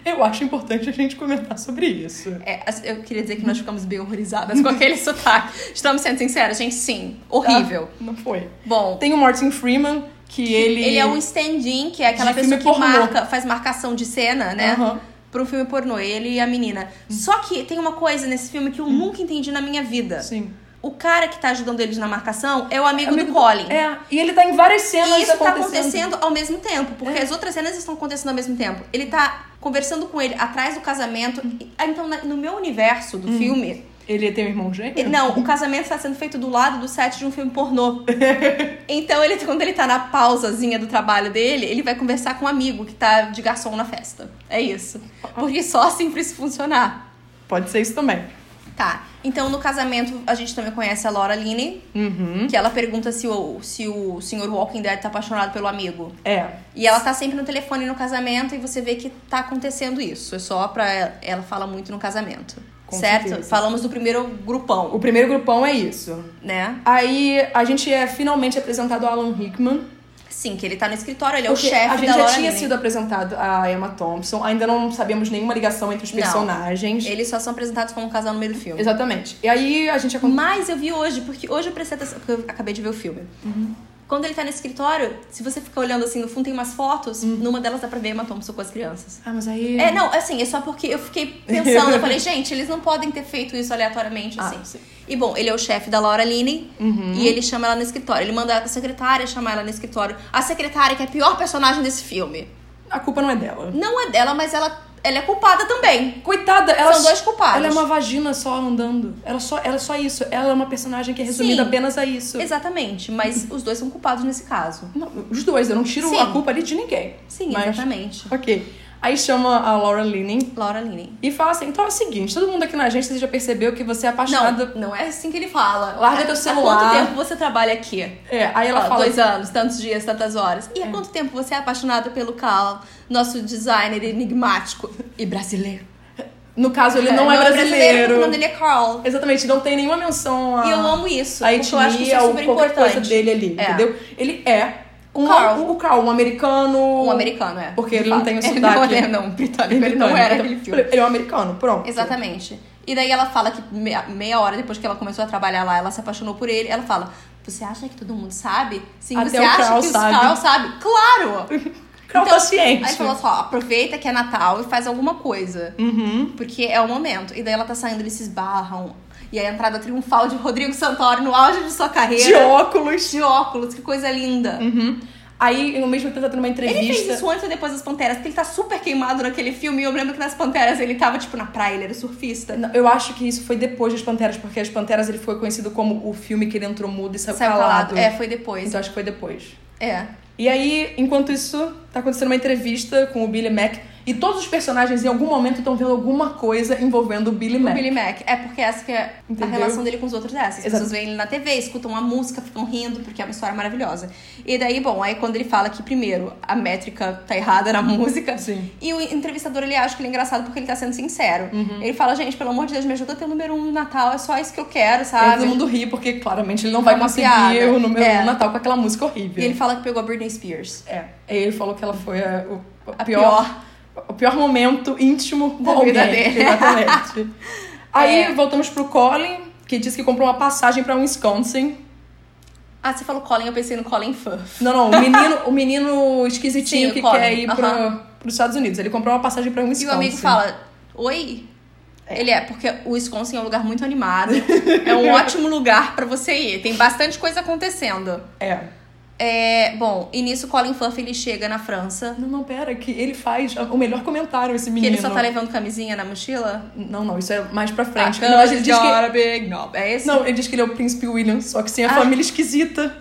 [SPEAKER 2] Eu acho importante a gente comentar sobre isso.
[SPEAKER 1] É, as- eu queria dizer que nós ficamos bem horrorizadas com aquele sotaque. Estamos sendo sinceras, gente, sim. Horrível.
[SPEAKER 2] Ah, não foi.
[SPEAKER 1] Bom,
[SPEAKER 2] Tem o Martin Freeman, que ele.
[SPEAKER 1] ele é um stand-in, que é aquela
[SPEAKER 2] De
[SPEAKER 1] pessoa
[SPEAKER 2] filme
[SPEAKER 1] que
[SPEAKER 2] pornô.
[SPEAKER 1] marca, faz marcação de cena, né?
[SPEAKER 2] Aham.
[SPEAKER 1] Pra um filme pornô, ele e a menina. Só que tem uma coisa nesse filme que eu
[SPEAKER 2] Hum.
[SPEAKER 1] nunca entendi na minha vida.
[SPEAKER 2] Sim.
[SPEAKER 1] O cara que tá ajudando eles na marcação é o Tá. amigo,
[SPEAKER 2] Amigo
[SPEAKER 1] do Colin.
[SPEAKER 2] É, e ele tá em várias cenas
[SPEAKER 1] E isso tá
[SPEAKER 2] acontecendo. É.
[SPEAKER 1] acontecendo ao mesmo tempo, porque as outras cenas estão acontecendo ao mesmo tempo. Ele tá conversando com ele atrás do casamento. E- ah, Então, na- no meu universo
[SPEAKER 2] Hum.
[SPEAKER 1] do filme,
[SPEAKER 2] Ele tem um irmão gêmeo?
[SPEAKER 1] e- não, o casamento está sendo feito do lado do set de um filme pornô. então, ele, quando ele tá na pausazinha do trabalho dele, ele vai conversar com um amigo que tá de garçom na festa. É isso. Porque só assim pra isso funcionar.
[SPEAKER 2] Pode ser isso também.
[SPEAKER 1] Tá. Então, no casamento, a gente também conhece a Laura Linney,
[SPEAKER 2] Uhum.
[SPEAKER 1] que ela pergunta se o, se o senhor Walking Dead tá apaixonado pelo amigo.
[SPEAKER 2] É.
[SPEAKER 1] E ela tá sempre no telefone no casamento e você vê que tá acontecendo isso. É só pra ela, ela fala muito no casamento.
[SPEAKER 2] Com
[SPEAKER 1] certo?
[SPEAKER 2] certeza.
[SPEAKER 1] Falamos do primeiro grupão,
[SPEAKER 2] O primeiro grupão é isso.
[SPEAKER 1] né?
[SPEAKER 2] Aí a gente é finalmente apresentado ao Alan Rickman.
[SPEAKER 1] Sim, que ele tá no escritório, ele é
[SPEAKER 2] Porque
[SPEAKER 1] o
[SPEAKER 2] A
[SPEAKER 1] chefe
[SPEAKER 2] gente
[SPEAKER 1] da
[SPEAKER 2] já
[SPEAKER 1] Laura
[SPEAKER 2] tinha
[SPEAKER 1] Linney.
[SPEAKER 2] sido apresentado a Emma Thompson. Ainda não sabíamos nenhuma ligação entre os
[SPEAKER 1] Não.
[SPEAKER 2] personagens.
[SPEAKER 1] Eles só são apresentados como um casal no meio do filme.
[SPEAKER 2] Exatamente. E aí a gente acon-
[SPEAKER 1] Mas eu vi hoje, porque hoje eu prestei atenção, porque eu acabei de ver o filme.
[SPEAKER 2] Uhum.
[SPEAKER 1] Quando ele tá no escritório, se você ficar olhando assim, no fundo tem umas fotos,
[SPEAKER 2] Uhum.
[SPEAKER 1] numa delas dá pra ver Emma Thompson com as crianças.
[SPEAKER 2] Ah, mas aí...
[SPEAKER 1] É, não, assim, é só porque eu fiquei pensando, eu falei, gente, eles não podem ter feito isso aleatoriamente,
[SPEAKER 2] Ah,
[SPEAKER 1] assim.
[SPEAKER 2] sim. Uhum.
[SPEAKER 1] E bom, ele é o chefe da Laura Linney e ele chama ela no escritório. Ele manda a secretária chamar ela no escritório. A secretária, que é a pior personagem desse filme.
[SPEAKER 2] A culpa não é dela.
[SPEAKER 1] Não é dela, mas ela, ela é culpada também.
[SPEAKER 2] Coitada, ela...
[SPEAKER 1] São dois culpados.
[SPEAKER 2] Ela é uma vagina só andando. Ela só, ela é só isso. Ela é uma personagem que é resumida
[SPEAKER 1] Sim.
[SPEAKER 2] apenas a isso.
[SPEAKER 1] Exatamente, mas os dois são culpados nesse caso.
[SPEAKER 2] Não, os dois, eu não tiro
[SPEAKER 1] Sim.
[SPEAKER 2] a culpa ali de ninguém.
[SPEAKER 1] Sim,
[SPEAKER 2] Mas-
[SPEAKER 1] exatamente.
[SPEAKER 2] Ok. Aí chama a Laura Linney
[SPEAKER 1] Laura Linney.
[SPEAKER 2] e fala assim: então é o seguinte, todo mundo aqui na agência já percebeu que você é apaixonada.
[SPEAKER 1] Não, não é assim que ele fala.
[SPEAKER 2] Larga teu
[SPEAKER 1] Há
[SPEAKER 2] celular.
[SPEAKER 1] quanto tempo você trabalha aqui?
[SPEAKER 2] É, aí ela
[SPEAKER 1] Ó,
[SPEAKER 2] fala.
[SPEAKER 1] Dois anos, tantos dias, tantas horas. E há quanto tempo você é apaixonado pelo Cal, nosso designer enigmático e brasileiro?
[SPEAKER 2] No caso, ele não é,
[SPEAKER 1] porque
[SPEAKER 2] brasileiro.
[SPEAKER 1] O nome dele é Carl.
[SPEAKER 2] Exatamente, não tem nenhuma menção a.
[SPEAKER 1] E eu amo isso,
[SPEAKER 2] a
[SPEAKER 1] porque eu acho que isso é
[SPEAKER 2] etnia ou
[SPEAKER 1] super
[SPEAKER 2] qualquer coisa
[SPEAKER 1] importante.
[SPEAKER 2] dele ali,
[SPEAKER 1] É.
[SPEAKER 2] entendeu? Ele é um
[SPEAKER 1] Carl.
[SPEAKER 2] Um, Carl, um americano.
[SPEAKER 1] Um americano, é.
[SPEAKER 2] Porque ele não tem o
[SPEAKER 1] Ele
[SPEAKER 2] sotaque.
[SPEAKER 1] não é, não, britânico. Ele não era aquele filme.
[SPEAKER 2] Ele é um americano, pronto.
[SPEAKER 1] Exatamente. E daí ela fala que meia, meia hora depois que ela começou a trabalhar lá, ela se apaixonou por ele. Ela fala, você acha que todo mundo sabe? Sim,
[SPEAKER 2] Até
[SPEAKER 1] você
[SPEAKER 2] o
[SPEAKER 1] acha
[SPEAKER 2] Carl
[SPEAKER 1] que
[SPEAKER 2] sabe."
[SPEAKER 1] o Carl sabe? Claro!
[SPEAKER 2] Carl
[SPEAKER 1] Então,
[SPEAKER 2] tá ciente.
[SPEAKER 1] Aí falou só, aproveita que é Natal e faz alguma coisa.
[SPEAKER 2] Uhum.
[SPEAKER 1] Porque é o momento. E daí ela tá saindo, eles se esbarram. E aí a entrada triunfal de Rodrigo Santoro no auge de sua
[SPEAKER 2] De
[SPEAKER 1] carreira.
[SPEAKER 2] óculos.
[SPEAKER 1] De óculos, que coisa linda.
[SPEAKER 2] Uhum. Aí, no mesmo tempo, tá tendo uma entrevista.
[SPEAKER 1] Ele fez isso antes ou depois das Panteras? Porque ele tá super queimado naquele filme. E eu lembro que nas Panteras ele tava, tipo, na praia, ele era surfista.
[SPEAKER 2] Não, Eu acho que isso foi depois das Panteras, porque as Panteras ele foi conhecido como o filme que ele entrou mudo e saiu,
[SPEAKER 1] Saiu
[SPEAKER 2] calado.
[SPEAKER 1] calado. É, foi depois.
[SPEAKER 2] Então acho que foi depois.
[SPEAKER 1] É.
[SPEAKER 2] E aí, enquanto isso, tá acontecendo uma entrevista com o Billy Mac e todos os personagens em algum momento estão vendo alguma coisa envolvendo o Billy
[SPEAKER 1] O
[SPEAKER 2] Mac.
[SPEAKER 1] Billy Mac. É porque essa que é
[SPEAKER 2] Entendeu?
[SPEAKER 1] a relação dele com os outros é essa. As
[SPEAKER 2] Exato.
[SPEAKER 1] pessoas veem ele na TV, escutam a música, ficam rindo, porque é uma história maravilhosa. E daí, bom, aí quando ele fala que, primeiro, a métrica tá errada na música.
[SPEAKER 2] Sim.
[SPEAKER 1] E o entrevistador, ele acha que ele é engraçado porque ele tá sendo sincero.
[SPEAKER 2] Uhum.
[SPEAKER 1] Ele fala, gente, pelo amor de Deus, me ajuda a ter o número um no Natal, é só isso que eu quero,
[SPEAKER 2] E aí
[SPEAKER 1] sabe?
[SPEAKER 2] todo mundo ri, porque claramente ele não vai
[SPEAKER 1] É uma
[SPEAKER 2] conseguir
[SPEAKER 1] piada.
[SPEAKER 2] o número
[SPEAKER 1] É.
[SPEAKER 2] do Natal com aquela música
[SPEAKER 1] E
[SPEAKER 2] horrível.
[SPEAKER 1] ele fala que pegou a Britney Spears.
[SPEAKER 2] É. Aí ele falou que ela foi a, o, o
[SPEAKER 1] A
[SPEAKER 2] pior, O pior momento íntimo
[SPEAKER 1] Da
[SPEAKER 2] alguém.
[SPEAKER 1] vida dele. É.
[SPEAKER 2] Exatamente. Aí voltamos pro Colin, que disse que comprou uma passagem pra Wisconsin.
[SPEAKER 1] Ah, você falou Colin, eu pensei no Colin Firth.
[SPEAKER 2] Não, não, o menino, o menino esquisitinho
[SPEAKER 1] Sim, o
[SPEAKER 2] que
[SPEAKER 1] Colin.
[SPEAKER 2] quer ir pro,
[SPEAKER 1] Aham.
[SPEAKER 2] pros Estados Unidos. Ele comprou uma passagem pra
[SPEAKER 1] E
[SPEAKER 2] Wisconsin.
[SPEAKER 1] o amigo fala, oi? Ele é, porque o Wisconsin é um lugar muito animado. é um ótimo lugar pra você ir. Tem bastante coisa acontecendo.
[SPEAKER 2] É.
[SPEAKER 1] É, bom, e nisso Colin Firth ele chega na França.
[SPEAKER 2] Não, não, pera, que ele faz o melhor comentário, esse
[SPEAKER 1] Que
[SPEAKER 2] menino.
[SPEAKER 1] ele só tá levando camisinha na mochila.
[SPEAKER 2] Não, não, isso é mais pra
[SPEAKER 1] Ah,
[SPEAKER 2] frente. não, ele diz que...
[SPEAKER 1] big knob. É esse?
[SPEAKER 2] não, ele diz que ele é o príncipe William, só que sem a
[SPEAKER 1] Ah.
[SPEAKER 2] família esquisita.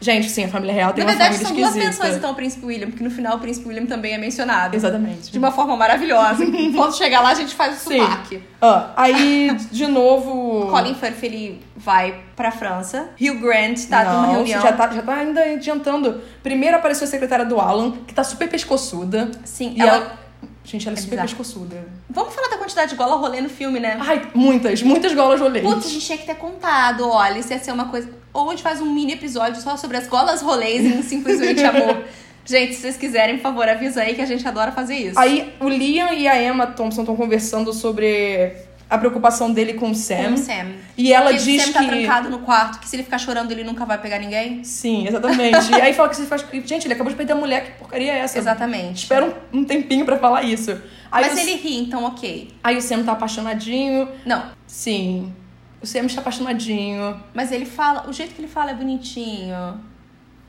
[SPEAKER 2] Gente, sim, a família real tem
[SPEAKER 1] Na
[SPEAKER 2] uma
[SPEAKER 1] verdade,
[SPEAKER 2] família
[SPEAKER 1] são
[SPEAKER 2] esquisita.
[SPEAKER 1] duas menções, então, ao Príncipe William, porque no final o Príncipe William também é mencionado.
[SPEAKER 2] Exatamente.
[SPEAKER 1] De uma forma maravilhosa. Quando chegar lá, a gente faz o
[SPEAKER 2] Sim.
[SPEAKER 1] sotaque.
[SPEAKER 2] Ah, aí, de novo...
[SPEAKER 1] Colin Firth, ele vai pra França. Hugh Grant tá
[SPEAKER 2] não,
[SPEAKER 1] numa reunião.
[SPEAKER 2] Já tá, já tá ainda adiantando. Primeiro apareceu a secretária do Alan, que tá super pescoçuda.
[SPEAKER 1] Sim,
[SPEAKER 2] E é
[SPEAKER 1] ela...
[SPEAKER 2] ela... Gente, ela é,
[SPEAKER 1] É
[SPEAKER 2] super
[SPEAKER 1] bizarro.
[SPEAKER 2] pescoçuda.
[SPEAKER 1] Vamos falar da quantidade de gola rolê no filme, né?
[SPEAKER 2] Ai, muitas, muitas golas rolês.
[SPEAKER 1] Putz, a gente tinha que ter contado, olha, isso ia ser uma coisa... Ou a gente faz um mini episódio só sobre as golas rolês em Simplesmente Amor. Gente, se vocês quiserem, por favor, avisa aí que a gente adora fazer isso.
[SPEAKER 2] Aí o Liam e a Emma Thompson estão conversando sobre a preocupação dele com o
[SPEAKER 1] Com
[SPEAKER 2] Sam.
[SPEAKER 1] o um Sam.
[SPEAKER 2] E né? ela
[SPEAKER 1] que
[SPEAKER 2] diz
[SPEAKER 1] o Sam tá
[SPEAKER 2] que.
[SPEAKER 1] trancado no quarto, que se ele ficar chorando, ele nunca vai pegar ninguém.
[SPEAKER 2] Sim, exatamente. e aí fala que você faz. Gente, ele acabou de perder a mulher, que porcaria é essa?
[SPEAKER 1] Exatamente.
[SPEAKER 2] Espera um, um tempinho pra falar isso. Aí,
[SPEAKER 1] Mas
[SPEAKER 2] o...
[SPEAKER 1] ele ri, então ok.
[SPEAKER 2] aí o Sam tá apaixonadinho.
[SPEAKER 1] Não,
[SPEAKER 2] Sim. O Sam está apaixonadinho.
[SPEAKER 1] mas ele fala, o jeito que ele fala é bonitinho.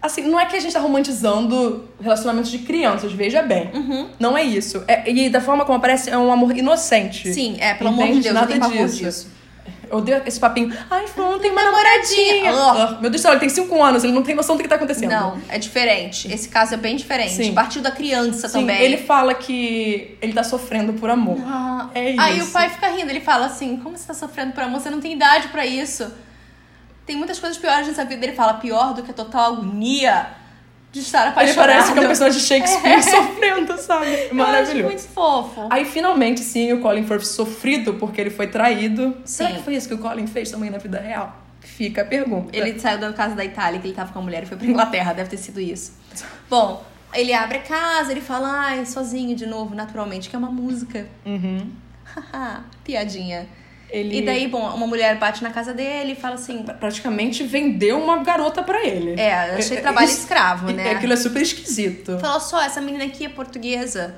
[SPEAKER 2] Assim, não é que a gente tá romantizando relacionamentos de crianças, veja bem.
[SPEAKER 1] Uhum.
[SPEAKER 2] Não é isso. É- e da forma como aparece, é um amor inocente.
[SPEAKER 1] Sim, é, pelo amor de
[SPEAKER 2] Entende?
[SPEAKER 1] Deus,
[SPEAKER 2] Nada
[SPEAKER 1] eu tenho pavor
[SPEAKER 2] disso.
[SPEAKER 1] disso.
[SPEAKER 2] Eu odeio esse papinho. Ai, Fran, tem uma
[SPEAKER 1] Namoradinha.
[SPEAKER 2] namoradinha. Ah, Meu Deus do céu, ele tem 5 anos, ele não tem noção do que tá acontecendo.
[SPEAKER 1] Não, é diferente. Esse caso é bem diferente.
[SPEAKER 2] Sim.
[SPEAKER 1] Partiu da criança
[SPEAKER 2] Sim,
[SPEAKER 1] também.
[SPEAKER 2] ele fala que ele tá sofrendo por amor.
[SPEAKER 1] Ah,
[SPEAKER 2] É isso.
[SPEAKER 1] Aí o pai fica rindo, ele fala assim: como você tá sofrendo por amor? Você não tem idade pra isso. Tem muitas coisas piores nessa vida. Ele fala: pior do que a total agonia de estar
[SPEAKER 2] Ele
[SPEAKER 1] apaixonado.
[SPEAKER 2] parece que é um personagem de Shakespeare sofrendo, sabe?
[SPEAKER 1] Eu acho
[SPEAKER 2] Maravilhoso.
[SPEAKER 1] muito fofo.
[SPEAKER 2] Aí, finalmente, sim, o Colin Firth sofrido porque ele foi traído. Será
[SPEAKER 1] Sim.
[SPEAKER 2] que foi isso que o Colin fez também na vida real? Fica a pergunta.
[SPEAKER 1] Ele saiu da casa da Itália, que ele tava com a mulher e foi pra Inglaterra, deve ter sido isso. Bom, ele abre a casa, ele fala, ai, sozinho de novo, naturalmente, que é uma música.
[SPEAKER 2] Uhum.
[SPEAKER 1] Haha, Piadinha.
[SPEAKER 2] Ele
[SPEAKER 1] E daí, bom, uma mulher bate na casa dele e fala assim:
[SPEAKER 2] praticamente vendeu uma garota pra ele.
[SPEAKER 1] É, achei trabalho
[SPEAKER 2] Isso-
[SPEAKER 1] escravo,
[SPEAKER 2] E-
[SPEAKER 1] né?
[SPEAKER 2] Aquilo é super esquisito.
[SPEAKER 1] Falou só, essa menina aqui é portuguesa,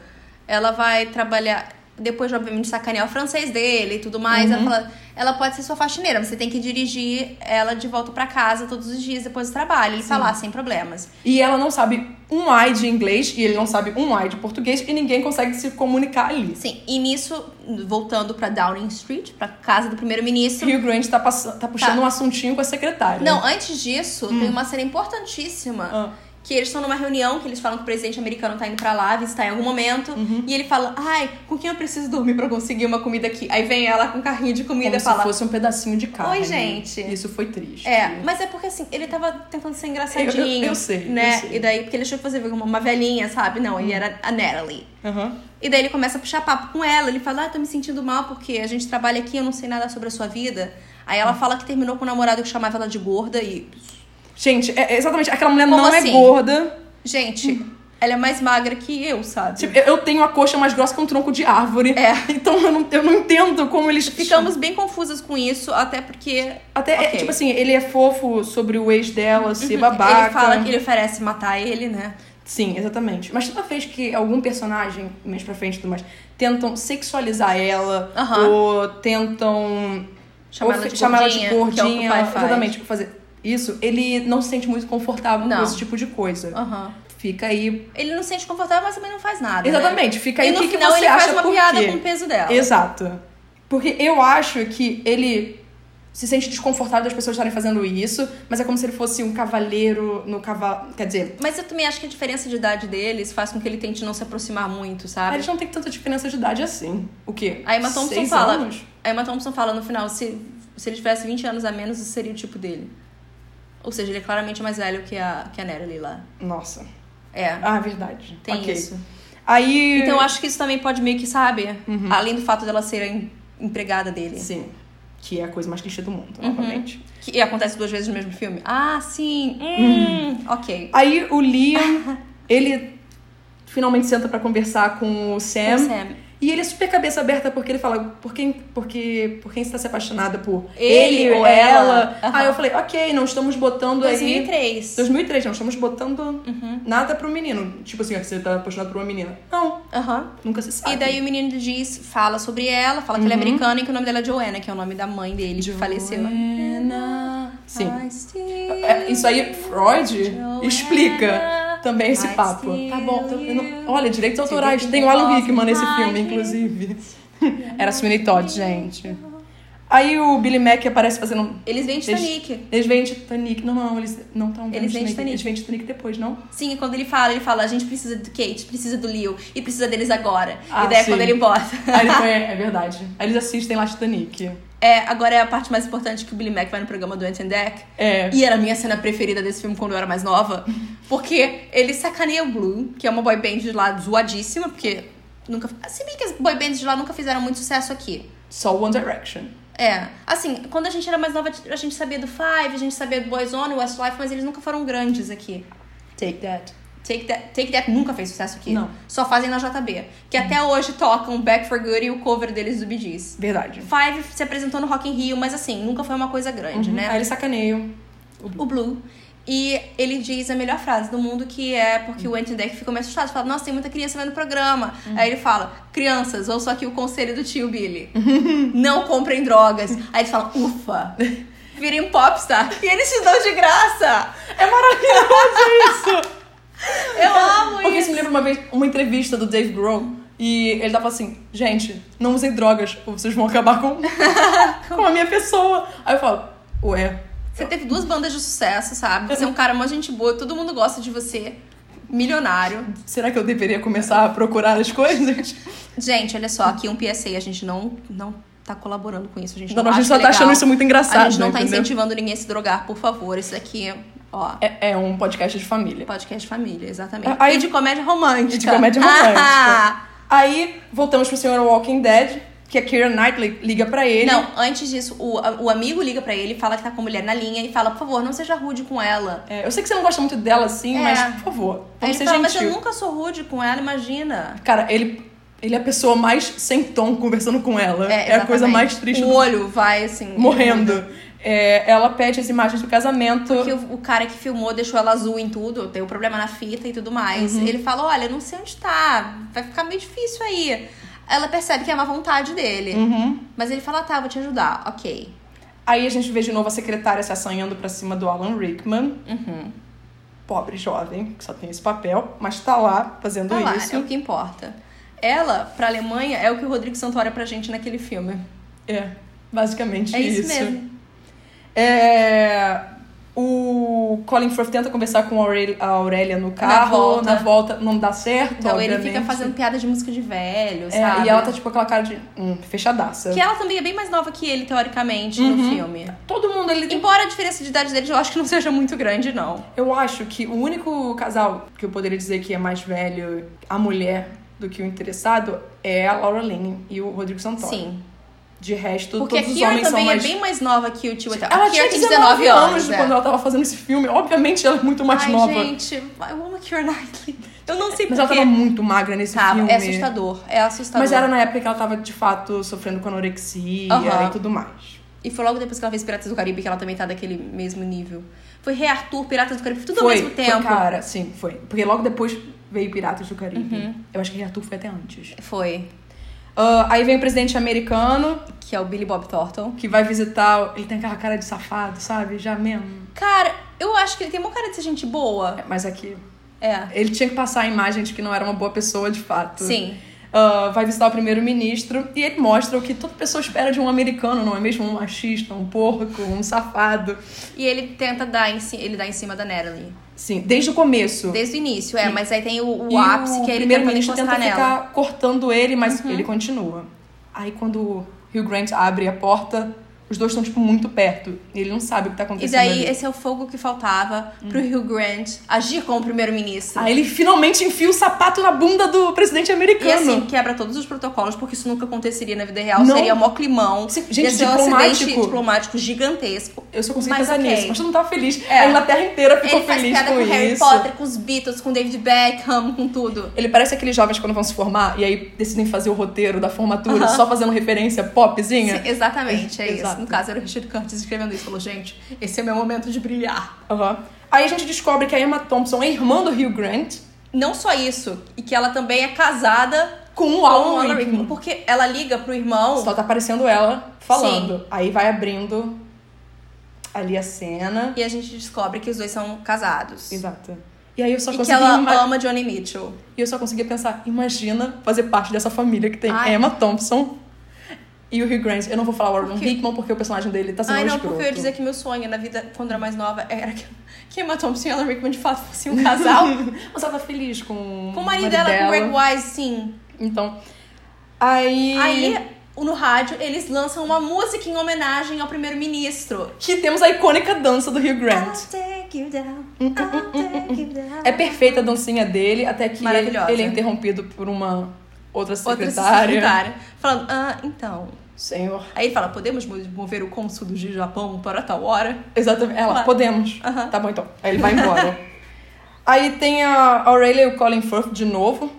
[SPEAKER 1] ela vai trabalhar. Depois, de, obviamente, sacanear o francês dele e tudo mais. Ela fala, ela pode ser sua faxineira, mas você tem que dirigir ela de volta pra casa todos os dias depois do trabalho. Ele fala, "Ah, sem problemas.
[SPEAKER 2] E ela não sabe um ai de inglês e ele não sabe um ai de português e ninguém consegue se comunicar ali.
[SPEAKER 1] Sim, e nisso, voltando pra Downing Street, pra casa do primeiro-ministro.
[SPEAKER 2] Rio Grande tá, pass- tá puxando
[SPEAKER 1] Tá.
[SPEAKER 2] um assuntinho com a secretária.
[SPEAKER 1] Não, antes disso, tem uma cena importantíssima.
[SPEAKER 2] Ah.
[SPEAKER 1] Que eles estão numa reunião, que eles falam que o presidente americano tá indo pra lá, visitar em algum momento. E ele fala, ai, com quem eu preciso dormir pra eu conseguir uma comida aqui? Aí vem ela com um carrinho de
[SPEAKER 2] Como
[SPEAKER 1] comida
[SPEAKER 2] se
[SPEAKER 1] e fala...
[SPEAKER 2] fosse um pedacinho de carne.
[SPEAKER 1] Oi, gente.
[SPEAKER 2] Isso foi triste.
[SPEAKER 1] É, mas é porque assim, ele tava tentando ser engraçadinho.
[SPEAKER 2] Eu- eu- eu sei, eu
[SPEAKER 1] Né?
[SPEAKER 2] sei.
[SPEAKER 1] E daí, porque ele achou que fazer uma, uma velhinha, sabe? Não, ele era a Natalie.
[SPEAKER 2] Aham.
[SPEAKER 1] E daí ele começa a puxar papo com ela. Ele fala, ah, tô me sentindo mal porque a gente trabalha aqui, eu não sei nada sobre a sua vida. Aí ela fala que terminou com um namorado que chamava ela de gorda e.
[SPEAKER 2] Gente, é- é exatamente. Aquela mulher
[SPEAKER 1] Como
[SPEAKER 2] não
[SPEAKER 1] assim?
[SPEAKER 2] é gorda.
[SPEAKER 1] Gente, ela é mais magra que eu, sabe?
[SPEAKER 2] Uhum. Tipo, eu- eu tenho a coxa mais grossa que um tronco de árvore.
[SPEAKER 1] É.
[SPEAKER 2] Então eu não, eu não entendo como eles
[SPEAKER 1] Ficamos bem confusas com isso, até porque
[SPEAKER 2] Até, é,
[SPEAKER 1] Ok. Uhum.
[SPEAKER 2] tipo assim, ele é fofo sobre o ex dela, ser babaca.
[SPEAKER 1] ele fala que ele oferece matar ele, né?
[SPEAKER 2] Sim, exatamente. Mas toda vez que algum personagem, mais pra frente e tudo mais, tentam sexualizar ela,
[SPEAKER 1] Aham.
[SPEAKER 2] ou tentam
[SPEAKER 1] Chamar
[SPEAKER 2] ofe-
[SPEAKER 1] ela de
[SPEAKER 2] chamar
[SPEAKER 1] gordinha, que é o que o
[SPEAKER 2] gordinha,
[SPEAKER 1] pai faz.
[SPEAKER 2] exatamente, fazer isso, ele não se sente muito confortável
[SPEAKER 1] Não.
[SPEAKER 2] com esse tipo de coisa.
[SPEAKER 1] Aham.
[SPEAKER 2] Fica aí.
[SPEAKER 1] Ele não se sente confortável, mas também não faz nada. né?
[SPEAKER 2] Exatamente, fica aí
[SPEAKER 1] E
[SPEAKER 2] o
[SPEAKER 1] no
[SPEAKER 2] que, que
[SPEAKER 1] final
[SPEAKER 2] você
[SPEAKER 1] ele
[SPEAKER 2] acha
[SPEAKER 1] faz uma
[SPEAKER 2] por
[SPEAKER 1] piada
[SPEAKER 2] quê?
[SPEAKER 1] com o peso dela.
[SPEAKER 2] Exato. Porque eu acho que ele se sente desconfortável das pessoas estarem fazendo isso, mas é como se ele fosse um cavaleiro no cavalo. Quer dizer,
[SPEAKER 1] Mas eu também acho que a diferença de idade deles faz com que ele tente não se aproximar muito,
[SPEAKER 2] Ah,
[SPEAKER 1] sabe?
[SPEAKER 2] eles não têm tanta diferença de idade assim. O quê?
[SPEAKER 1] A Emma Thompson
[SPEAKER 2] Seis
[SPEAKER 1] fala.
[SPEAKER 2] anos?
[SPEAKER 1] A Emma Thompson fala no final, se, se ele tivesse 20 anos a menos, esse seria o tipo dele. Ou seja, ele é claramente mais velho que a, que a Natalie lá.
[SPEAKER 2] Nossa.
[SPEAKER 1] É,
[SPEAKER 2] Ah, verdade.
[SPEAKER 1] tem
[SPEAKER 2] Ok.
[SPEAKER 1] isso.
[SPEAKER 2] Aí.
[SPEAKER 1] Então eu acho que isso também pode meio que, sabe?
[SPEAKER 2] Uhum.
[SPEAKER 1] Além do fato dela ser a em- empregada dele.
[SPEAKER 2] Sim. Que é a coisa mais clichê do mundo,
[SPEAKER 1] Uhum.
[SPEAKER 2] novamente.
[SPEAKER 1] Que, e acontece duas vezes no mesmo filme. Ah, sim.
[SPEAKER 2] Uhum.
[SPEAKER 1] Hum, Ok.
[SPEAKER 2] Aí o Liam, ele finalmente senta pra conversar com o Sam.
[SPEAKER 1] Com o Sam.
[SPEAKER 2] E ele é super cabeça aberta porque ele fala por quem, porque, por quem você tá se apaixonada por
[SPEAKER 1] Ele ou ela? Aham.
[SPEAKER 2] Aí eu falei, ok, não estamos botando aí...
[SPEAKER 1] 2003.
[SPEAKER 2] 2003, não estamos botando
[SPEAKER 1] Uhum.
[SPEAKER 2] nada pro menino. Tipo assim, ó, você tá apaixonado por uma menina. Não,
[SPEAKER 1] Aham.
[SPEAKER 2] nunca se sabe.
[SPEAKER 1] E daí o menino diz, fala sobre ela, fala que
[SPEAKER 2] Uhum.
[SPEAKER 1] ela é americana e que o nome dela é Joanna, que é o nome da mãe dele, que faleceu.
[SPEAKER 2] Joanna. Sim.
[SPEAKER 1] I still-
[SPEAKER 2] É, Isso aí, Freud explica também esse
[SPEAKER 1] I
[SPEAKER 2] papo.
[SPEAKER 1] still
[SPEAKER 2] Tá bom. eu não- olha, direitos autorais. Tem o Alan Rickman nesse filme, inclusive. Era Sweeney Todd, gente. Aí o Billy Mac aparece fazendo...
[SPEAKER 1] Eles vêm de
[SPEAKER 2] Eles-
[SPEAKER 1] Titanic.
[SPEAKER 2] Eles vêm de Titanic. Não, não, eles não estão
[SPEAKER 1] Eles vêm de Titanic.
[SPEAKER 2] Eles vêm de Titanic depois, não?
[SPEAKER 1] Sim, e quando ele fala, ele fala, a gente precisa do Kate, precisa do Leo e precisa deles agora.
[SPEAKER 2] Ah,
[SPEAKER 1] e daí é
[SPEAKER 2] sim.
[SPEAKER 1] quando ele bota.
[SPEAKER 2] Aí ele foi, é verdade. Aí eles assistem lá Titanic.
[SPEAKER 1] É, agora é a parte mais importante que o Billy Mack vai no programa do Ant and Deck.
[SPEAKER 2] É.
[SPEAKER 1] E era a minha cena preferida desse filme quando eu era mais nova. Porque ele sacaneia o Blue, que é uma boy band de lá zoadíssima, porque nunca. Se bem que as boy bands de lá nunca fizeram muito sucesso aqui.
[SPEAKER 2] Só One Direction.
[SPEAKER 1] É, assim, quando a gente era mais nova, a gente sabia do Five, a gente sabia do Boyzone, Westlife, mas eles nunca foram grandes aqui.
[SPEAKER 2] Take that.
[SPEAKER 1] Take That, Take That nunca fez sucesso aqui.
[SPEAKER 2] Não.
[SPEAKER 1] Só fazem na JB. Que até hoje tocam Back for Good e o cover deles do Bee Gees.
[SPEAKER 2] Verdade.
[SPEAKER 1] Five se apresentou no Rock in Rio, mas assim, nunca foi uma coisa grande, né?
[SPEAKER 2] Aí eles sacaneiam.
[SPEAKER 1] o Blue. E ele diz a melhor frase do mundo, que é
[SPEAKER 2] Hum.
[SPEAKER 1] porque o Ant Deck ficou meio assustado. Fala, nossa, tem muita criança vendo o programa. Aí ele fala, crianças, ouçam aqui o conselho do tio Billy. Não comprem drogas. Aí ele fala, ufa, virem popstar. E eles te dão de graça.
[SPEAKER 2] É maravilhoso isso!
[SPEAKER 1] Eu amo
[SPEAKER 2] Porque isso
[SPEAKER 1] isso.
[SPEAKER 2] me lembra uma vez uma entrevista do Dave Grohl e ele tava assim, gente, não usem drogas, ou vocês vão acabar com, com a minha pessoa. Aí eu falo, ué,
[SPEAKER 1] Você teve duas bandas de sucesso, sabe? Você é um cara mó gente boa, todo mundo gosta de você. Milionário.
[SPEAKER 2] será que eu deveria começar a procurar as coisas?
[SPEAKER 1] Gente, olha só, aqui um PSA, a gente não, não tá colaborando com isso. A gente não,
[SPEAKER 2] Não, a gente
[SPEAKER 1] acha
[SPEAKER 2] só tá
[SPEAKER 1] legal.
[SPEAKER 2] achando isso muito engraçado.
[SPEAKER 1] A gente não tá
[SPEAKER 2] entendeu?
[SPEAKER 1] incentivando ninguém a se drogar, por favor. Isso aqui, ó,
[SPEAKER 2] é, é um podcast de
[SPEAKER 1] é
[SPEAKER 2] família.
[SPEAKER 1] podcast família, exatamente.
[SPEAKER 2] Ah, Aí-
[SPEAKER 1] e de comédia romântica.
[SPEAKER 2] E de comédia romântica.
[SPEAKER 1] Ah!
[SPEAKER 2] Aí voltamos pro Senhor Walking Dead, que a Keira Knightley liga pra ele.
[SPEAKER 1] Não, antes disso, o, o amigo liga pra ele, fala que tá com a mulher na linha e fala, por favor, não seja rude com ela.
[SPEAKER 2] É, eu sei que você não gosta muito dela assim,
[SPEAKER 1] É.
[SPEAKER 2] mas por favor,
[SPEAKER 1] Aí
[SPEAKER 2] vamos
[SPEAKER 1] ele
[SPEAKER 2] ser
[SPEAKER 1] fala, mas
[SPEAKER 2] gentil.
[SPEAKER 1] eu nunca sou rude com ela, imagina.
[SPEAKER 2] Cara, ele, ele é a pessoa mais sem tom conversando com ela. É, a coisa
[SPEAKER 1] exatamente.
[SPEAKER 2] mais triste
[SPEAKER 1] O
[SPEAKER 2] do
[SPEAKER 1] olho vai assim.
[SPEAKER 2] morrendo. É, ela pede as imagens do casamento.
[SPEAKER 1] Que o, o cara que filmou deixou ela azul em tudo, tem um problema na fita e tudo mais.
[SPEAKER 2] Uhum.
[SPEAKER 1] Ele fala: Olha, eu não sei onde tá, vai ficar meio difícil aí. Ela percebe que é uma vontade dele.
[SPEAKER 2] Uhum.
[SPEAKER 1] Mas ele fala: Tá, vou te ajudar, ok.
[SPEAKER 2] Aí a gente vê de novo a secretária se assanhando pra cima do Alan Rickman.
[SPEAKER 1] Uhum.
[SPEAKER 2] Pobre jovem, que só tem esse papel, mas tá lá fazendo
[SPEAKER 1] Tá lá,
[SPEAKER 2] isso.
[SPEAKER 1] é o que importa. Ela, pra Alemanha, é o que o Rodrigo Santoro é pra gente naquele filme.
[SPEAKER 2] É, basicamente
[SPEAKER 1] É isso, mesmo.
[SPEAKER 2] É, O Colin Firth tenta conversar com a Aurel- a Aurélia no carro,
[SPEAKER 1] volta.
[SPEAKER 2] na volta, não dá certo.
[SPEAKER 1] Então ele
[SPEAKER 2] obviamente.
[SPEAKER 1] fica fazendo piada de música de velho,
[SPEAKER 2] É,
[SPEAKER 1] sabe?
[SPEAKER 2] e ela tá tipo com aquela cara de hum, fechadaça.
[SPEAKER 1] Que ela também é bem mais nova que ele, teoricamente,
[SPEAKER 2] Uhum.
[SPEAKER 1] no filme.
[SPEAKER 2] Todo mundo ali tem.
[SPEAKER 1] Embora a diferença de idade deles eu acho que não seja muito grande, não.
[SPEAKER 2] Eu acho que o único casal que eu poderia dizer que é mais velho, a mulher, do que o interessado, é a Laura Lynn e o Rodrigo Santoro.
[SPEAKER 1] Sim.
[SPEAKER 2] De resto,
[SPEAKER 1] Porque a
[SPEAKER 2] todos os
[SPEAKER 1] Kiara
[SPEAKER 2] homens são
[SPEAKER 1] também
[SPEAKER 2] mais...
[SPEAKER 1] é bem mais nova que o tio Ethan.
[SPEAKER 2] Ela
[SPEAKER 1] a Kiara
[SPEAKER 2] tinha
[SPEAKER 1] tem
[SPEAKER 2] 19, anos
[SPEAKER 1] é.
[SPEAKER 2] quando ela tava fazendo esse filme. Obviamente, ela é muito mais
[SPEAKER 1] Ai,
[SPEAKER 2] nova.
[SPEAKER 1] gente, eu amo a Kiara Knightley. Eu não sei
[SPEAKER 2] Mas ela
[SPEAKER 1] porquê.
[SPEAKER 2] tava muito magra nesse filme.
[SPEAKER 1] é assustador. É assustador.
[SPEAKER 2] Mas era na época que ela tava, de fato, sofrendo com anorexia
[SPEAKER 1] Aham.
[SPEAKER 2] e tudo mais.
[SPEAKER 1] E foi logo depois que ela fez Piratas do Caribe que ela também tá daquele mesmo nível. Foi Rei Arthur, Piratas do Caribe, tudo
[SPEAKER 2] foi,
[SPEAKER 1] ao mesmo tempo.
[SPEAKER 2] Foi, cara, sim, foi. Porque logo depois veio Piratas do Caribe.
[SPEAKER 1] Uhum.
[SPEAKER 2] Eu acho que Arthur foi até antes.
[SPEAKER 1] Foi.
[SPEAKER 2] Ah, aí vem o presidente americano,
[SPEAKER 1] Que é o Billy Bob Thornton.
[SPEAKER 2] que vai visitar... Ele tem aquela cara de safado, sabe? Já mesmo.
[SPEAKER 1] Cara, eu acho que ele tem uma cara de ser gente boa.
[SPEAKER 2] É, Mas aqui...
[SPEAKER 1] É.
[SPEAKER 2] Ele tinha que passar a imagem de que não era uma boa pessoa, de fato.
[SPEAKER 1] Sim.
[SPEAKER 2] Ah, vai visitar o primeiro-ministro e ele mostra o que toda pessoa espera de um americano, não é mesmo? Um machista, um porco, um safado.
[SPEAKER 1] E ele tenta dar em, ci- ele dá em cima da Natalie.
[SPEAKER 2] Sim, desde o começo.
[SPEAKER 1] Desde o início, é. mas aí tem o,
[SPEAKER 2] E
[SPEAKER 1] o ápice que é ele tentando
[SPEAKER 2] primeiro-ministro
[SPEAKER 1] encostar
[SPEAKER 2] tenta
[SPEAKER 1] nela. Uhum.
[SPEAKER 2] ficar cortando ele, mas ele continua. Aí quando o Hugh Grant abre a porta, Os dois estão, tipo, muito perto. E ele não sabe o que tá
[SPEAKER 1] E
[SPEAKER 2] acontecendo.
[SPEAKER 1] daí,
[SPEAKER 2] ali.
[SPEAKER 1] esse é o fogo que faltava pro
[SPEAKER 2] Hum.
[SPEAKER 1] Hugh Grant agir como primeiro-ministro.
[SPEAKER 2] Aí ele finalmente enfia o sapato na bunda do presidente
[SPEAKER 1] E
[SPEAKER 2] americano.
[SPEAKER 1] assim, quebra todos os protocolos, porque isso nunca aconteceria na vida real.
[SPEAKER 2] Não.
[SPEAKER 1] Seria mó climão.
[SPEAKER 2] Sim,
[SPEAKER 1] ia
[SPEAKER 2] gente,
[SPEAKER 1] ser um
[SPEAKER 2] diplomático.
[SPEAKER 1] acidente diplomático gigigantesco.
[SPEAKER 2] eu só consegui
[SPEAKER 1] mas
[SPEAKER 2] pensar
[SPEAKER 1] ok.
[SPEAKER 2] nisso. Mas eu não tava feliz.
[SPEAKER 1] É.
[SPEAKER 2] A Inglaterra inteira ficou
[SPEAKER 1] Ele faz
[SPEAKER 2] feliz
[SPEAKER 1] piada
[SPEAKER 2] com,
[SPEAKER 1] com, Harry
[SPEAKER 2] isso.
[SPEAKER 1] Potter, com os Beatles, com David Beckham, com tudo.
[SPEAKER 2] Ele parece aqueles jovens quando vão se formar e aí decidem fazer o roteiro da formatura só fazendo referência popzinha.
[SPEAKER 1] Sim, exatamente, é isso.
[SPEAKER 2] Exato.
[SPEAKER 1] No caso, era o Richard Curtis escrevendo isso. Falou, gente, esse é meu momento de brilhar.
[SPEAKER 2] Aham. Aí a gente descobre que a Emma Thompson é irmã do Hugh Grant
[SPEAKER 1] Não só isso, e que ela também é casada
[SPEAKER 2] com o
[SPEAKER 1] com
[SPEAKER 2] Alan
[SPEAKER 1] o Alan Rickman.
[SPEAKER 2] Rickman.
[SPEAKER 1] Porque ela liga pro irmão...
[SPEAKER 2] Só tá aparecendo ela falando. Aí vai abrindo ali a cena.
[SPEAKER 1] E a gente descobre que os dois são casados.
[SPEAKER 2] Exato. E aí eu
[SPEAKER 1] E
[SPEAKER 2] só
[SPEAKER 1] que
[SPEAKER 2] consegui
[SPEAKER 1] ela
[SPEAKER 2] ima-
[SPEAKER 1] ama Johnny Mitchell.
[SPEAKER 2] E eu só conseguia pensar, imagina fazer parte dessa família que tem
[SPEAKER 1] Ai.
[SPEAKER 2] Emma Thompson e o Hugh Grant. Eu não vou falar o Alan
[SPEAKER 1] quê?
[SPEAKER 2] Rickman porque o personagem dele tá sendo
[SPEAKER 1] Ai,
[SPEAKER 2] um
[SPEAKER 1] não,
[SPEAKER 2] escroto.
[SPEAKER 1] porque eu ia dizer que meu sonho na vida, quando era mais nova, era que, que Emma Thompson e Alan Rickman de fato fossem um casal.
[SPEAKER 2] Mas ela tá feliz com,
[SPEAKER 1] com o marido dela, com o Greg Wise, sim.
[SPEAKER 2] Então, aí...
[SPEAKER 1] Aí, é- no rádio, eles lançam uma música em homenagem ao primeiro-ministro.
[SPEAKER 2] Que temos a icônica dança do Hugh Grant.
[SPEAKER 1] I'll take you down, I'll take you down.
[SPEAKER 2] É perfeita a dancinha dele, até que ele,
[SPEAKER 1] Ah. Maravilhosa.
[SPEAKER 2] ele é interrompido por uma
[SPEAKER 1] Outra
[SPEAKER 2] outra secretária.
[SPEAKER 1] secretária. Falando, ah, então.
[SPEAKER 2] Senhor.
[SPEAKER 1] Aí ele fala, podemos mo- mover o cônsul do Japão para tal hora?
[SPEAKER 2] Exatamente. Ela,
[SPEAKER 1] Claro.
[SPEAKER 2] podemos.
[SPEAKER 1] Aham.
[SPEAKER 2] Tá bom então. Aí ele vai embora. Aí tem a Aurelia e o Colin Firth de novo,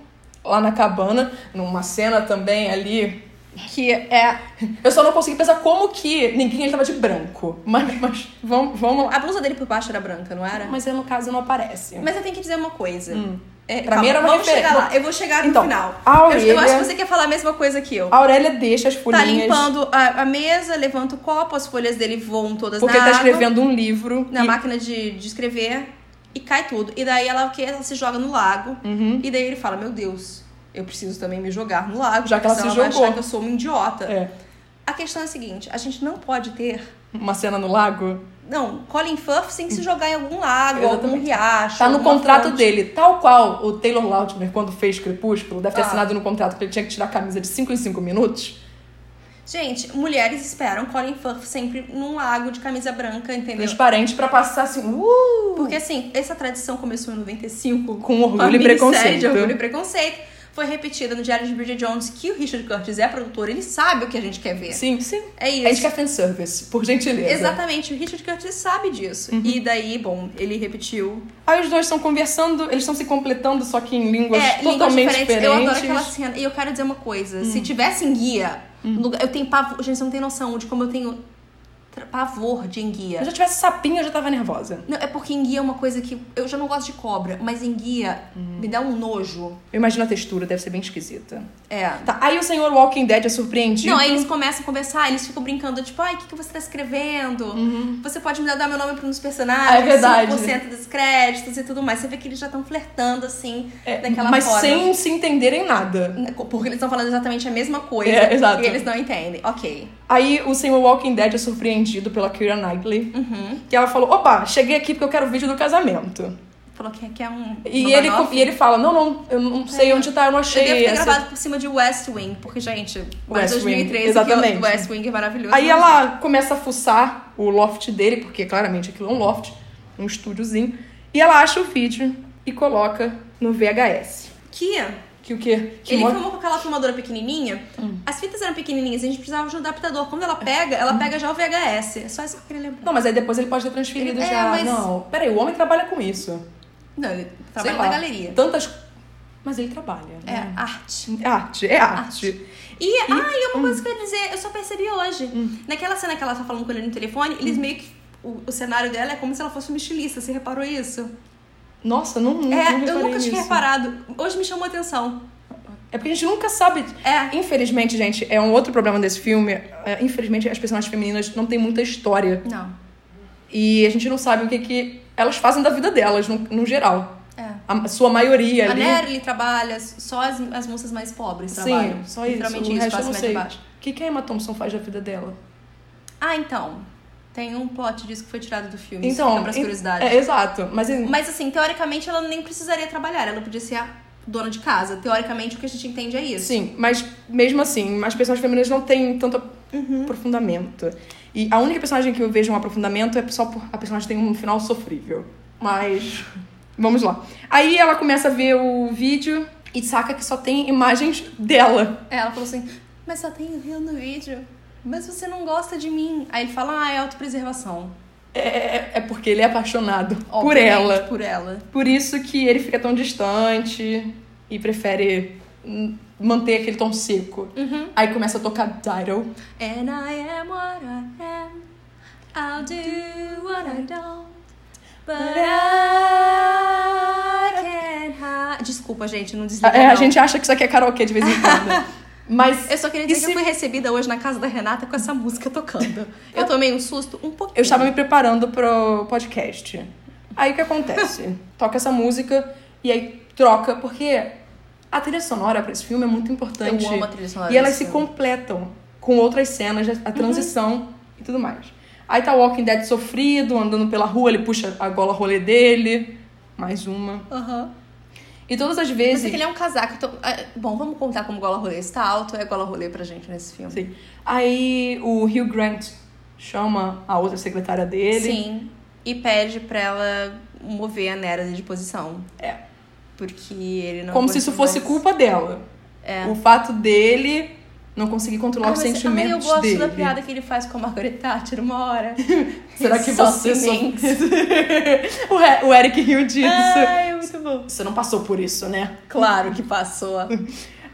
[SPEAKER 2] lá na cabana, numa cena também ali. Que é. Eu só não consegui pensar como que ninguém ele tava de branco. Mas, mas vamos, vamos lá.
[SPEAKER 1] A blusa dele por baixo era branca, não era?
[SPEAKER 2] Mas aí, no caso não aparece.
[SPEAKER 1] Mas eu tenho que dizer uma coisa. É,
[SPEAKER 2] Hum. Pra mim era uma
[SPEAKER 1] vamos
[SPEAKER 2] referência.
[SPEAKER 1] chegar lá. Eu vou chegar no
[SPEAKER 2] Então,
[SPEAKER 1] final.
[SPEAKER 2] a
[SPEAKER 1] Eu- Eu, acho
[SPEAKER 2] Aurélia-
[SPEAKER 1] que você quer falar a mesma coisa que eu.
[SPEAKER 2] A Aurélia deixa as
[SPEAKER 1] Tá
[SPEAKER 2] folhinhas.
[SPEAKER 1] limpando a, a mesa, levanta o copo, as folhas dele voam todas
[SPEAKER 2] porque
[SPEAKER 1] na
[SPEAKER 2] ele tá
[SPEAKER 1] água,
[SPEAKER 2] escrevendo um livro.
[SPEAKER 1] na
[SPEAKER 2] e-
[SPEAKER 1] máquina de, de escrever e cai tudo. E daí ela, o quê? ela se joga no lago.
[SPEAKER 2] Uhum.
[SPEAKER 1] E daí ele fala: Meu Deus, eu preciso também me jogar no lago.
[SPEAKER 2] Já que
[SPEAKER 1] porque
[SPEAKER 2] ela
[SPEAKER 1] senão
[SPEAKER 2] se
[SPEAKER 1] vai
[SPEAKER 2] jogou.
[SPEAKER 1] achar que eu sou uma idiota.
[SPEAKER 2] É.
[SPEAKER 1] A questão é a seguinte: a gente não pode ter.
[SPEAKER 2] Uma cena no lago.
[SPEAKER 1] Não, Colin Firth tem que se jogar em algum lago,
[SPEAKER 2] Hum. Exatamente.
[SPEAKER 1] algum riacho.
[SPEAKER 2] Tá no
[SPEAKER 1] alguma
[SPEAKER 2] contrato
[SPEAKER 1] fonte.
[SPEAKER 2] dele, tal qual o Taylor Lautner, quando fez Crepúsculo, deve ter
[SPEAKER 1] Ah.
[SPEAKER 2] assinado no contrato que ele tinha que tirar a camisa de 5 em 5 minutos.
[SPEAKER 1] Gente, mulheres esperam Colin Firth sempre num lago de camisa branca, entendeu?
[SPEAKER 2] Transparente pra passar assim, uh,
[SPEAKER 1] Porque assim, essa tradição começou em 95
[SPEAKER 2] com
[SPEAKER 1] com a
[SPEAKER 2] orgulho e
[SPEAKER 1] minissérie
[SPEAKER 2] preconceito.
[SPEAKER 1] de Orgulho e Preconceito. Foi repetida no Diário de Bridget Jones que o Richard Curtis é produtor, ele sabe o que a gente quer ver.
[SPEAKER 2] Sim, sim.
[SPEAKER 1] É
[SPEAKER 2] A
[SPEAKER 1] isso.
[SPEAKER 2] gente quer fanservice, por gentileza.
[SPEAKER 1] Exatamente, o Richard Curtis sabe disso.
[SPEAKER 2] Uhum.
[SPEAKER 1] E daí, bom, ele repetiu.
[SPEAKER 2] Aí os dois estão conversando, eles estão se completando, só que em línguas
[SPEAKER 1] É, línguas
[SPEAKER 2] totalmente
[SPEAKER 1] diferentes. Eu adoro
[SPEAKER 2] diferentes. Hum.
[SPEAKER 1] aquela cena. E eu quero dizer uma coisa: se tivesse enguia, no lugar- eu tenho pavor. Gente, você não tem noção de como eu tenho tra- pavor de enguia.
[SPEAKER 2] Se eu já tivesse sapinho, eu já tava nervosa.
[SPEAKER 1] Não, é porque enguia é uma coisa que. Eu já não gosto de cobra, mas enguia
[SPEAKER 2] Uhum.
[SPEAKER 1] me dá um nojo.
[SPEAKER 2] Eu imagino a textura, deve ser bem esquisita.
[SPEAKER 1] É.
[SPEAKER 2] Tá, aí o senhor Walking Dead é surpreendido.
[SPEAKER 1] Não, aí eles começam a conversar, eles ficam brincando, tipo, ai, o que, que você tá escrevendo? Você pode me dar meu nome para uns personagens?
[SPEAKER 2] Uhum. Ah, é verdade.
[SPEAKER 1] 5% dos créditos e tudo mais. Você vê que eles já estão flertando, assim,
[SPEAKER 2] É,
[SPEAKER 1] daquela
[SPEAKER 2] mas
[SPEAKER 1] forma.
[SPEAKER 2] sem se entenderem nada.
[SPEAKER 1] Porque eles estão falando exatamente a mesma coisa.
[SPEAKER 2] É, exato.
[SPEAKER 1] E eles não entendem. Ok.
[SPEAKER 2] Aí o Senhor Walking Dead é surpreendido pela Keira Knightley.
[SPEAKER 1] Uhum.
[SPEAKER 2] Que ela falou: opa, cheguei aqui porque eu quero o vídeo do casamento.
[SPEAKER 1] Falou que aqui é um.
[SPEAKER 2] E ele,
[SPEAKER 1] Romanoff.
[SPEAKER 2] e ele fala: não, não, eu não sei onde tá, eu não
[SPEAKER 1] É. Eu
[SPEAKER 2] achei.
[SPEAKER 1] devo ter
[SPEAKER 2] essa."
[SPEAKER 1] gravado por cima de West Wing, porque, gente, vai
[SPEAKER 2] West Wing,
[SPEAKER 1] 2013,
[SPEAKER 2] exatamente.
[SPEAKER 1] aquilo do West Wing é maravilhoso.
[SPEAKER 2] Aí
[SPEAKER 1] mas-
[SPEAKER 2] ela começa a fuçar o loft dele, porque claramente aquilo é um loft, um estúdiozinho. E ela acha o vídeo e coloca no VHS.
[SPEAKER 1] Que
[SPEAKER 2] Que o quê? Que
[SPEAKER 1] ele
[SPEAKER 2] mo-
[SPEAKER 1] filmou com aquela filmadora pequenininha.
[SPEAKER 2] Hum.
[SPEAKER 1] As fitas eram pequenininhas, a gente precisava de um adaptador. Quando ela pega, ela pega já o VHS. É só isso que eu queria lembrar.
[SPEAKER 2] Não, mas aí depois ele pode ter transferido
[SPEAKER 1] Ele- é,
[SPEAKER 2] já.
[SPEAKER 1] mas-
[SPEAKER 2] Não, peraí, o homem trabalha com isso.
[SPEAKER 1] Não, ele
[SPEAKER 2] Sei
[SPEAKER 1] trabalha
[SPEAKER 2] lá,
[SPEAKER 1] na galeria.
[SPEAKER 2] Tantas. Mas ele trabalha.
[SPEAKER 1] É, arte.
[SPEAKER 2] É arte, hum. é arte.
[SPEAKER 1] E, ah, e uma coisa que eu ia dizer, eu só percebi hoje.
[SPEAKER 2] Hum.
[SPEAKER 1] Naquela cena que ela tá falando com ele no telefone, eles meio que. O, o cenário dela é como se ela fosse uma estilista, você reparou isso?
[SPEAKER 2] Nossa, não, não, não
[SPEAKER 1] é, eu
[SPEAKER 2] Hum, reparei
[SPEAKER 1] nunca tinha
[SPEAKER 2] nisso.
[SPEAKER 1] reparado. Hoje me chamou a atenção.
[SPEAKER 2] É porque a gente nunca sabe.
[SPEAKER 1] É.
[SPEAKER 2] Infelizmente, gente, é um outro problema desse filme. É, infelizmente, as personagens femininas não têm muita história.
[SPEAKER 1] Não.
[SPEAKER 2] E a gente não sabe o que, que elas fazem da vida delas, no, no geral.
[SPEAKER 1] É.
[SPEAKER 2] A sua maioria
[SPEAKER 1] A
[SPEAKER 2] ali.
[SPEAKER 1] Nerly trabalha, só as, as moças mais pobres trabalham.
[SPEAKER 2] Sim, só isso.
[SPEAKER 1] Literalmente
[SPEAKER 2] O
[SPEAKER 1] isso,
[SPEAKER 2] resto eu
[SPEAKER 1] classe
[SPEAKER 2] não
[SPEAKER 1] média
[SPEAKER 2] sei.
[SPEAKER 1] baixa.
[SPEAKER 2] O que, que a Emma Thompson faz da vida dela?
[SPEAKER 1] Ah, então. Tem um plot disso que foi tirado do filme. Então.
[SPEAKER 2] Então.
[SPEAKER 1] Fica pras
[SPEAKER 2] en-
[SPEAKER 1] curiosidades.
[SPEAKER 2] É, exato. Mas, em-
[SPEAKER 1] Mas assim, teoricamente ela nem precisaria trabalhar, ela podia ser a dona de casa. Teoricamente o que a gente entende é isso.
[SPEAKER 2] sim, mas mesmo assim, as pessoas femininas não têm tanta
[SPEAKER 1] Uhum.
[SPEAKER 2] Aprofundamento. E a única personagem que eu vejo um aprofundamento é só por a personagem tem um final sofrível. Mas vamos lá. Aí ela começa a ver o vídeo e saca que só tem imagens dela.
[SPEAKER 1] É, ela falou assim, mas só tem rio no vídeo. Mas você não gosta de mim. Aí ele fala, ah, é autopreservação.
[SPEAKER 2] É, é porque ele é apaixonado por
[SPEAKER 1] Obviamente,
[SPEAKER 2] ela.
[SPEAKER 1] Por ela.
[SPEAKER 2] Por isso que ele fica tão distante e prefere hum, manter aquele tom seco.
[SPEAKER 1] Uhum.
[SPEAKER 2] Aí começa a tocar Tidal.
[SPEAKER 1] And I am what I am. I'll do what I don't. But I can't hide. Desculpa, gente, não desliga.
[SPEAKER 2] É, a
[SPEAKER 1] não.
[SPEAKER 2] gente acha que isso aqui é karaokê de vez em quando. Mas
[SPEAKER 1] Eu só queria dizer
[SPEAKER 2] E
[SPEAKER 1] que
[SPEAKER 2] se-
[SPEAKER 1] eu fui recebida hoje na casa da Renata com essa música tocando. Eu tomei um susto um pouquinho.
[SPEAKER 2] Ah. eu estava me preparando pro podcast. Aí o que acontece? Toca essa música e aí troca, porque a trilha sonora pra esse filme é muito importante.
[SPEAKER 1] Eu amo a trilha sonora
[SPEAKER 2] E elas
[SPEAKER 1] desse
[SPEAKER 2] se
[SPEAKER 1] filme. Uhum.
[SPEAKER 2] completam com outras cenas, a transição e tudo mais. Aí tá o Walking Dead sofrido, andando pela rua, ele puxa a gola rolê dele. Mais uma.
[SPEAKER 1] Aham.
[SPEAKER 2] E todas as
[SPEAKER 1] Eu sei
[SPEAKER 2] vezes.
[SPEAKER 1] que ele é um casaco. Então... ah, Bom, vamos contar como gola rolê está alto. É gola rolê pra gente nesse filme.
[SPEAKER 2] Sim. Aí o Hugh Grant chama a outra secretária dele.
[SPEAKER 1] Sim. E pede pra ela mover a Nera de posição.
[SPEAKER 2] É.
[SPEAKER 1] Porque ele não.
[SPEAKER 2] Como se isso
[SPEAKER 1] aguentou
[SPEAKER 2] fosse
[SPEAKER 1] mais. É.
[SPEAKER 2] culpa dela. O fato dele não conseguir controlar
[SPEAKER 1] Ah,
[SPEAKER 2] os
[SPEAKER 1] mas- ah, mas
[SPEAKER 2] sentimentos
[SPEAKER 1] eu gosto
[SPEAKER 2] dele.
[SPEAKER 1] da piada que ele faz com a Margaret Thatcher uma hora.
[SPEAKER 2] Será que
[SPEAKER 1] Só
[SPEAKER 2] você só...
[SPEAKER 1] cimentos.
[SPEAKER 2] o, He- o Eric riu disso.
[SPEAKER 1] Ai, é muito bom.
[SPEAKER 2] Você não passou por isso, né?
[SPEAKER 1] Claro que passou.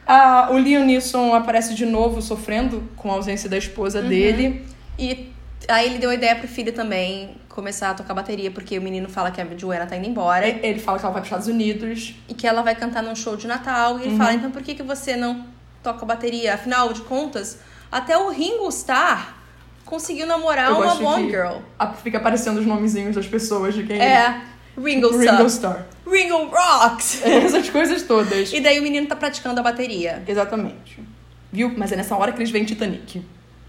[SPEAKER 2] Ah, o Liam Neeson aparece de novo sofrendo com a ausência da esposa
[SPEAKER 1] Uhum.
[SPEAKER 2] dele.
[SPEAKER 1] E aí ele deu a ideia pro filho também começar a tocar bateria, porque o menino fala que a Joana tá indo embora
[SPEAKER 2] Aí Ele fala que ela vai para os Estados Unidos.
[SPEAKER 1] e que ela vai cantar num show de Natal.
[SPEAKER 2] Uhum.
[SPEAKER 1] E ele fala, então por que, que você não toca bateria? Afinal de contas, até o Ringo Starr conseguiu namorar
[SPEAKER 2] Eu
[SPEAKER 1] uma
[SPEAKER 2] gosto
[SPEAKER 1] Bond
[SPEAKER 2] que
[SPEAKER 1] Girl.
[SPEAKER 2] a- Fica aparecendo os nomezinhos das pessoas de quem
[SPEAKER 1] É, Ringo
[SPEAKER 2] Ringo
[SPEAKER 1] Starr.
[SPEAKER 2] Starr.
[SPEAKER 1] Ringo Rocks!
[SPEAKER 2] É, Essas coisas todas.
[SPEAKER 1] E daí o menino tá praticando a bateria.
[SPEAKER 2] Exatamente. Viu? Mas é nessa hora que eles veem Titanic.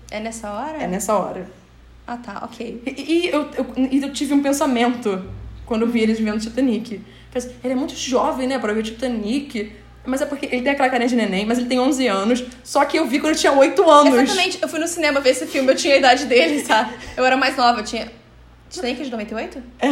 [SPEAKER 1] É nessa hora?
[SPEAKER 2] É nessa hora.
[SPEAKER 1] Ah tá, ok.
[SPEAKER 2] E, e eu, eu, e eu tive um pensamento quando eu vi eles vendo Titanic. Falei assim, ele é muito jovem, né, pra ver Titanic. Mas é porque ele tem aquela carinha de neném, mas ele tem 11 anos. Só que eu vi quando eu tinha 8 anos.
[SPEAKER 1] Exatamente, eu fui no cinema ver esse filme, eu tinha a idade dele, sabe? Eu era mais nova, eu tinha. Titanic é de 98?
[SPEAKER 2] É.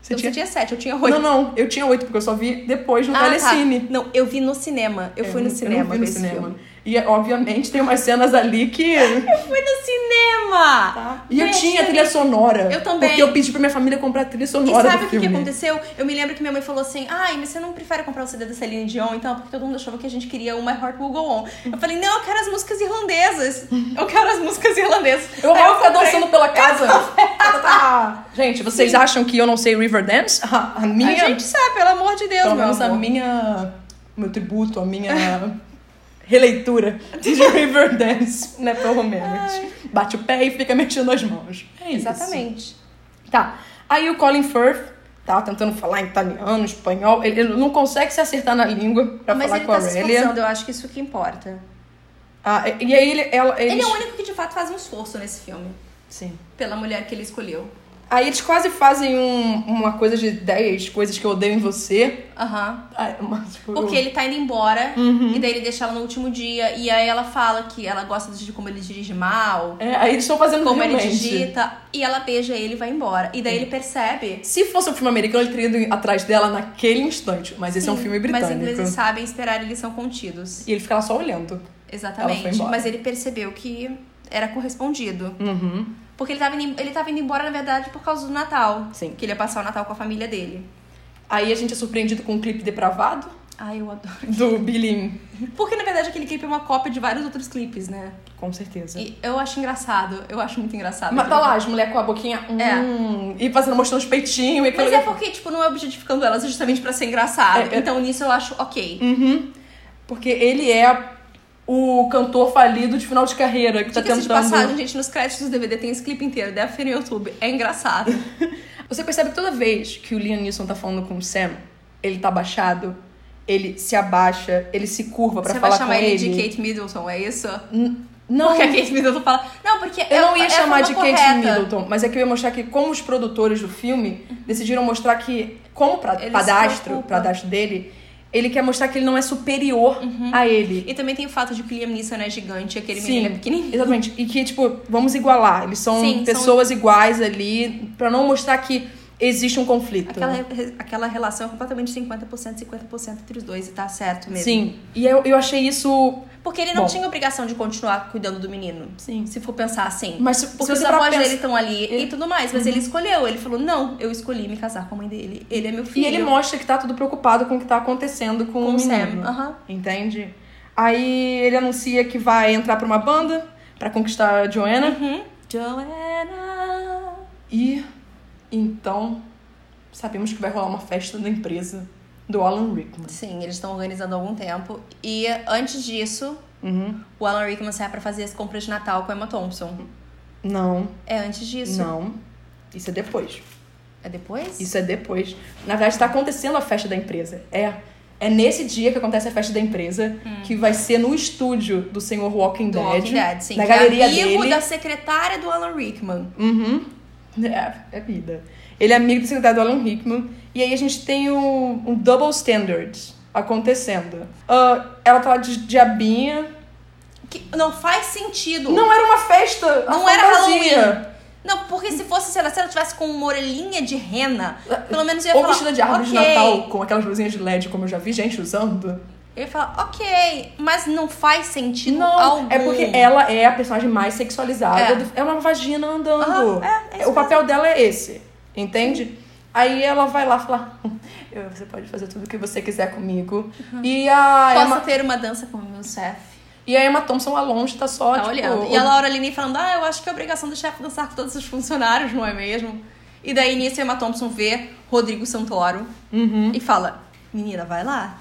[SPEAKER 2] Você
[SPEAKER 1] Então
[SPEAKER 2] tinha...
[SPEAKER 1] você tinha 7, eu tinha 8.
[SPEAKER 2] Não, não, eu tinha 8, porque eu só vi depois no
[SPEAKER 1] Ah,
[SPEAKER 2] Telecine.
[SPEAKER 1] tá. Não, eu vi no cinema. Eu
[SPEAKER 2] É,
[SPEAKER 1] fui no
[SPEAKER 2] não
[SPEAKER 1] cinema
[SPEAKER 2] vi
[SPEAKER 1] ver esse filme.
[SPEAKER 2] E, obviamente, tem umas cenas ali que.
[SPEAKER 1] Eu fui no cinema!
[SPEAKER 2] Tá. E eu
[SPEAKER 1] Gente,
[SPEAKER 2] tinha trilha sonora.
[SPEAKER 1] Eu também.
[SPEAKER 2] Porque eu pedi pra minha família comprar trilha
[SPEAKER 1] E
[SPEAKER 2] sonora.
[SPEAKER 1] sabe
[SPEAKER 2] do
[SPEAKER 1] o que, que
[SPEAKER 2] filme.
[SPEAKER 1] aconteceu? Eu me lembro que minha mãe falou assim: Ai, mas você não prefere comprar o CD da Celine Dion, então? Porque todo mundo achava que a gente queria o My Heart Will Go On. Eu falei: Não, eu quero as músicas irlandesas. Eu quero as músicas irlandesas.
[SPEAKER 2] Eu
[SPEAKER 1] Aí
[SPEAKER 2] vou ficar
[SPEAKER 1] comprei-
[SPEAKER 2] dançando pela casa. Gente, vocês acham que eu não sei Riverdance? A, a minha. Então
[SPEAKER 1] A gente sabe, pelo amor de Deus,
[SPEAKER 2] pelo
[SPEAKER 1] meu
[SPEAKER 2] menos a
[SPEAKER 1] amor.
[SPEAKER 2] minha. Meu tributo, a minha. Releitura de Riverdance, né? Pelo menos. Bate o pé e fica mexendo as mãos. É isso.
[SPEAKER 1] Exatamente.
[SPEAKER 2] Tá. Aí o Colin Firth tá tentando falar em italiano, espanhol. Ele, ele não consegue se acertar na língua pra
[SPEAKER 1] Mas
[SPEAKER 2] falar
[SPEAKER 1] ele
[SPEAKER 2] com a
[SPEAKER 1] tá se
[SPEAKER 2] Aurelia.
[SPEAKER 1] esforçando, eu acho que isso que importa.
[SPEAKER 2] Ah, e, e aí ele. Ela, eles...
[SPEAKER 1] Ele é o único que de fato faz um esforço nesse filme.
[SPEAKER 2] Sim.
[SPEAKER 1] Pela mulher que ele escolheu.
[SPEAKER 2] Aí eles quase fazem um- uma coisa de 10 coisas que eu odeio em você.
[SPEAKER 1] Aham.
[SPEAKER 2] Ai, mas, tipo,
[SPEAKER 1] Porque ele tá indo embora,
[SPEAKER 2] Uhum.
[SPEAKER 1] e daí ele deixa ela no último dia, e aí ela fala que ela gosta de como ele dirige mal,
[SPEAKER 2] É, aí eles estão fazendo
[SPEAKER 1] como ele
[SPEAKER 2] realmente.
[SPEAKER 1] digita, e ela beija ele e vai embora. E daí ele percebe.
[SPEAKER 2] Se fosse um filme americano, ele teria ido atrás dela naquele instante. Mas esse é um filme
[SPEAKER 1] Mas
[SPEAKER 2] britânico.
[SPEAKER 1] ingleses sabem esperar, eles são contidos.
[SPEAKER 2] E ele fica lá só olhando. Ela foi
[SPEAKER 1] Exatamente.
[SPEAKER 2] embora.
[SPEAKER 1] Mas ele percebeu que era correspondido.
[SPEAKER 2] Uhum.
[SPEAKER 1] Porque ele tava, indo, ele tava indo embora, na verdade, por causa do Natal.
[SPEAKER 2] Sim.
[SPEAKER 1] Que ele ia passar o Natal com a família dele.
[SPEAKER 2] Aí a gente é surpreendido com um clipe depravado
[SPEAKER 1] Ai, eu adoro.
[SPEAKER 2] do Billy.
[SPEAKER 1] Porque, na verdade, aquele clipe é uma cópia de vários outros clipes, né?
[SPEAKER 2] Com certeza.
[SPEAKER 1] E eu acho engraçado. Eu acho muito engraçado.
[SPEAKER 2] Mas tá lá, as mulheres com a boquinha.
[SPEAKER 1] É.
[SPEAKER 2] Hum, E fazendo, mostrando os peitinhos. E aquilo
[SPEAKER 1] Mas
[SPEAKER 2] ali.
[SPEAKER 1] é porque, tipo, não é objetificando elas justamente pra ser engraçado.
[SPEAKER 2] É, Hum, é.
[SPEAKER 1] Então nisso eu acho ok.
[SPEAKER 2] Porque ele é o cantor falido de final de carreira que tá
[SPEAKER 1] Diga-se
[SPEAKER 2] tentando.
[SPEAKER 1] de passagem, gente, nos créditos do DVD tem esse clipe inteiro. Deve ter no YouTube. É engraçado.
[SPEAKER 2] Você percebe que toda vez que o Liam Neeson tá falando com o Sam, ele tá baixado, ele se abaixa, ele se curva pra
[SPEAKER 1] Você vai
[SPEAKER 2] falar
[SPEAKER 1] chamar
[SPEAKER 2] com
[SPEAKER 1] ele
[SPEAKER 2] ele.
[SPEAKER 1] de Kate Middleton, é isso?
[SPEAKER 2] N- Não,
[SPEAKER 1] Porque a Kate Middleton fala. Não, porque
[SPEAKER 2] eu não ia
[SPEAKER 1] é a forma
[SPEAKER 2] chamar de
[SPEAKER 1] correta.
[SPEAKER 2] Kate Middleton, mas é que eu ia mostrar que como os produtores do filme decidiram mostrar que como pra,
[SPEAKER 1] Ele se
[SPEAKER 2] padastro,
[SPEAKER 1] preocupa.
[SPEAKER 2] padastro dele, Ele quer mostrar que ele não é superior a ele.
[SPEAKER 1] E também tem o fato de que o Liam Neeson Uhum. é gigante, aquele
[SPEAKER 2] Sim,
[SPEAKER 1] menino é pequenininho.
[SPEAKER 2] exatamente. E que, tipo, vamos igualar. Eles são
[SPEAKER 1] Sim, são-
[SPEAKER 2] pessoas iguais ali, pra não mostrar que existe um conflito.
[SPEAKER 1] Aquela,
[SPEAKER 2] né?
[SPEAKER 1] aquela relação é completamente 50%, 50% entre os dois e tá certo mesmo.
[SPEAKER 2] Sim. E eu, eu achei isso.
[SPEAKER 1] Porque ele não
[SPEAKER 2] Bom.
[SPEAKER 1] tinha obrigação de continuar cuidando do menino.
[SPEAKER 2] Sim.
[SPEAKER 1] Se for pensar assim.
[SPEAKER 2] Mas se, se
[SPEAKER 1] Porque os
[SPEAKER 2] você parar pra
[SPEAKER 1] avós dele
[SPEAKER 2] pensar-
[SPEAKER 1] estão ali e
[SPEAKER 2] Ele- Uhum.
[SPEAKER 1] tudo mais. Mas ele escolheu. Ele falou, não, eu escolhi me casar com a mãe dele. Ele é meu
[SPEAKER 2] E
[SPEAKER 1] filho.
[SPEAKER 2] ele mostra que tá tudo preocupado com o que tá acontecendo com,
[SPEAKER 1] com
[SPEAKER 2] o
[SPEAKER 1] o Sam.
[SPEAKER 2] menino.
[SPEAKER 1] Aham.
[SPEAKER 2] Entende? Aí ele anuncia que vai entrar pra uma banda pra conquistar a Joanna.
[SPEAKER 1] Uhum. Joanna.
[SPEAKER 2] E então sabemos que vai rolar uma festa na empresa do Alan Rickman.
[SPEAKER 1] Sim, eles estão organizando há algum tempo. E antes disso,
[SPEAKER 2] Uhum.
[SPEAKER 1] o Alan Rickman sai pra fazer as compras de Natal com a Emma Thompson.
[SPEAKER 2] Não,
[SPEAKER 1] É antes disso?
[SPEAKER 2] não. Isso é depois.
[SPEAKER 1] É depois?
[SPEAKER 2] Isso é depois. Na verdade, tá acontecendo a festa da empresa. É. É nesse dia que acontece a festa da empresa, que vai ser no estúdio Hum. do senhor Walking
[SPEAKER 1] Do
[SPEAKER 2] Dead.
[SPEAKER 1] Walking Dead, sim.
[SPEAKER 2] Na
[SPEAKER 1] que é
[SPEAKER 2] galeria
[SPEAKER 1] amigo
[SPEAKER 2] dele.
[SPEAKER 1] da secretária do Alan Rickman.
[SPEAKER 2] Uhum. É, é vida. Ele é amigo do secretário do Alan Rickman. E aí a gente tem um, um double standard acontecendo. Ah, ela tá lá de diabinha.
[SPEAKER 1] Que não faz sentido.
[SPEAKER 2] Não era uma festa! a
[SPEAKER 1] Não era
[SPEAKER 2] fantasia.
[SPEAKER 1] Halloween. Não, porque se fosse, sei lá, se ela tivesse com uma orelhinha de rena, pelo menos eu ia
[SPEAKER 2] Ou
[SPEAKER 1] falar.
[SPEAKER 2] vestida de árvore de
[SPEAKER 1] "Ok."
[SPEAKER 2] Natal, com aquelas luzinhas de LED, como eu já vi gente usando.
[SPEAKER 1] Eu ia falar, ok, mas não faz sentido
[SPEAKER 2] Não,
[SPEAKER 1] algum.
[SPEAKER 2] é porque ela é a personagem mais sexualizada.
[SPEAKER 1] É.
[SPEAKER 2] do- É, uma vagina andando.
[SPEAKER 1] Aham, é, é isso
[SPEAKER 2] o papel dela é esse, entende? Aí ela vai lá falar: "Hum, "Eu- Você pode fazer tudo o que você quiser comigo. E, a
[SPEAKER 1] Uhum. Posso
[SPEAKER 2] Emma,
[SPEAKER 1] ter uma dança com o meu chefe.
[SPEAKER 2] e a Emma Thompson lá longe tá só.
[SPEAKER 1] Tá
[SPEAKER 2] tipo,
[SPEAKER 1] olhando. E a Laura Linney falando, ah, eu acho que é obrigação do chefe dançar com todos os funcionários, não é mesmo? E daí nisso a Emma Thompson vê Rodrigo Santoro
[SPEAKER 2] Uhum.
[SPEAKER 1] e fala, menina, vai lá.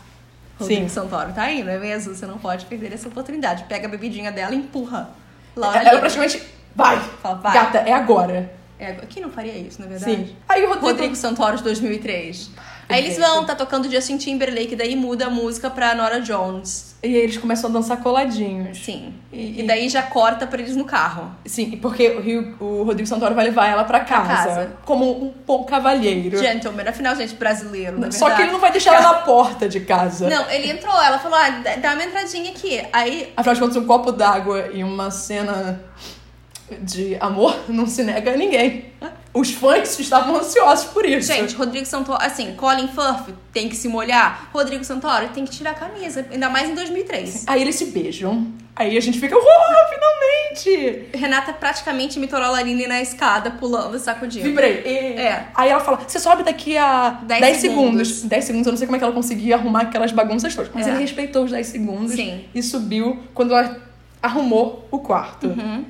[SPEAKER 1] Rodrigo
[SPEAKER 2] Sim.
[SPEAKER 1] Santoro tá aí, não é mesmo? Você não pode perder essa oportunidade. Pega a bebidinha dela e empurra. Laura
[SPEAKER 2] Ela é
[SPEAKER 1] Linney.
[SPEAKER 2] praticamente. Vai!
[SPEAKER 1] Fala, vai.
[SPEAKER 2] Gata, é agora.
[SPEAKER 1] É, quem não faria isso, na verdade?
[SPEAKER 2] Sim. Aí o Rodrigo.
[SPEAKER 1] Rodrigo Santoro de 2003. Aí eles vão, tá tocando Justin Timberlake, daí muda a música pra Nora Jones.
[SPEAKER 2] E aí eles começam a dançar coladinhos.
[SPEAKER 1] Sim. E daí já corta pra eles no carro.
[SPEAKER 2] Sim, porque o, Rio- o Rodrigo Santoro vai levar ela pra casa,
[SPEAKER 1] casa.
[SPEAKER 2] Como um bom cavalheiro.
[SPEAKER 1] Gentleman, afinal, gente, brasileiro, na
[SPEAKER 2] Só que ele
[SPEAKER 1] verdade.
[SPEAKER 2] não vai deixar ela na porta de casa.
[SPEAKER 1] Não, ele entrou, ela falou, ah, dá- dá uma entradinha aqui. Aí,
[SPEAKER 2] Afinal de contas, um copo d'água e uma cena de amor não se nega a ninguém. Os fãs estavam ansiosos por isso.
[SPEAKER 1] gente, Rodrigo Santoro, assim, Colin Firth tem que se molhar, Rodrigo Santoro tem que tirar a camisa, ainda mais em 2003.
[SPEAKER 2] Aí eles se beijam. Aí a gente fica, uau, finalmente!
[SPEAKER 1] Renata é praticamente imitou a Laline na escada, pulando, e sacudindo.
[SPEAKER 2] Vibrei. E-
[SPEAKER 1] É.
[SPEAKER 2] Aí ela fala, você sobe daqui a 10,
[SPEAKER 1] Dez
[SPEAKER 2] segundos.
[SPEAKER 1] segundos.
[SPEAKER 2] 10 segundos, eu não sei como é que ela conseguia arrumar aquelas bagunças todas. Mas
[SPEAKER 1] É.
[SPEAKER 2] ele respeitou os 10 segundos
[SPEAKER 1] Sim.
[SPEAKER 2] e subiu quando ela arrumou o quarto.
[SPEAKER 1] Uhum.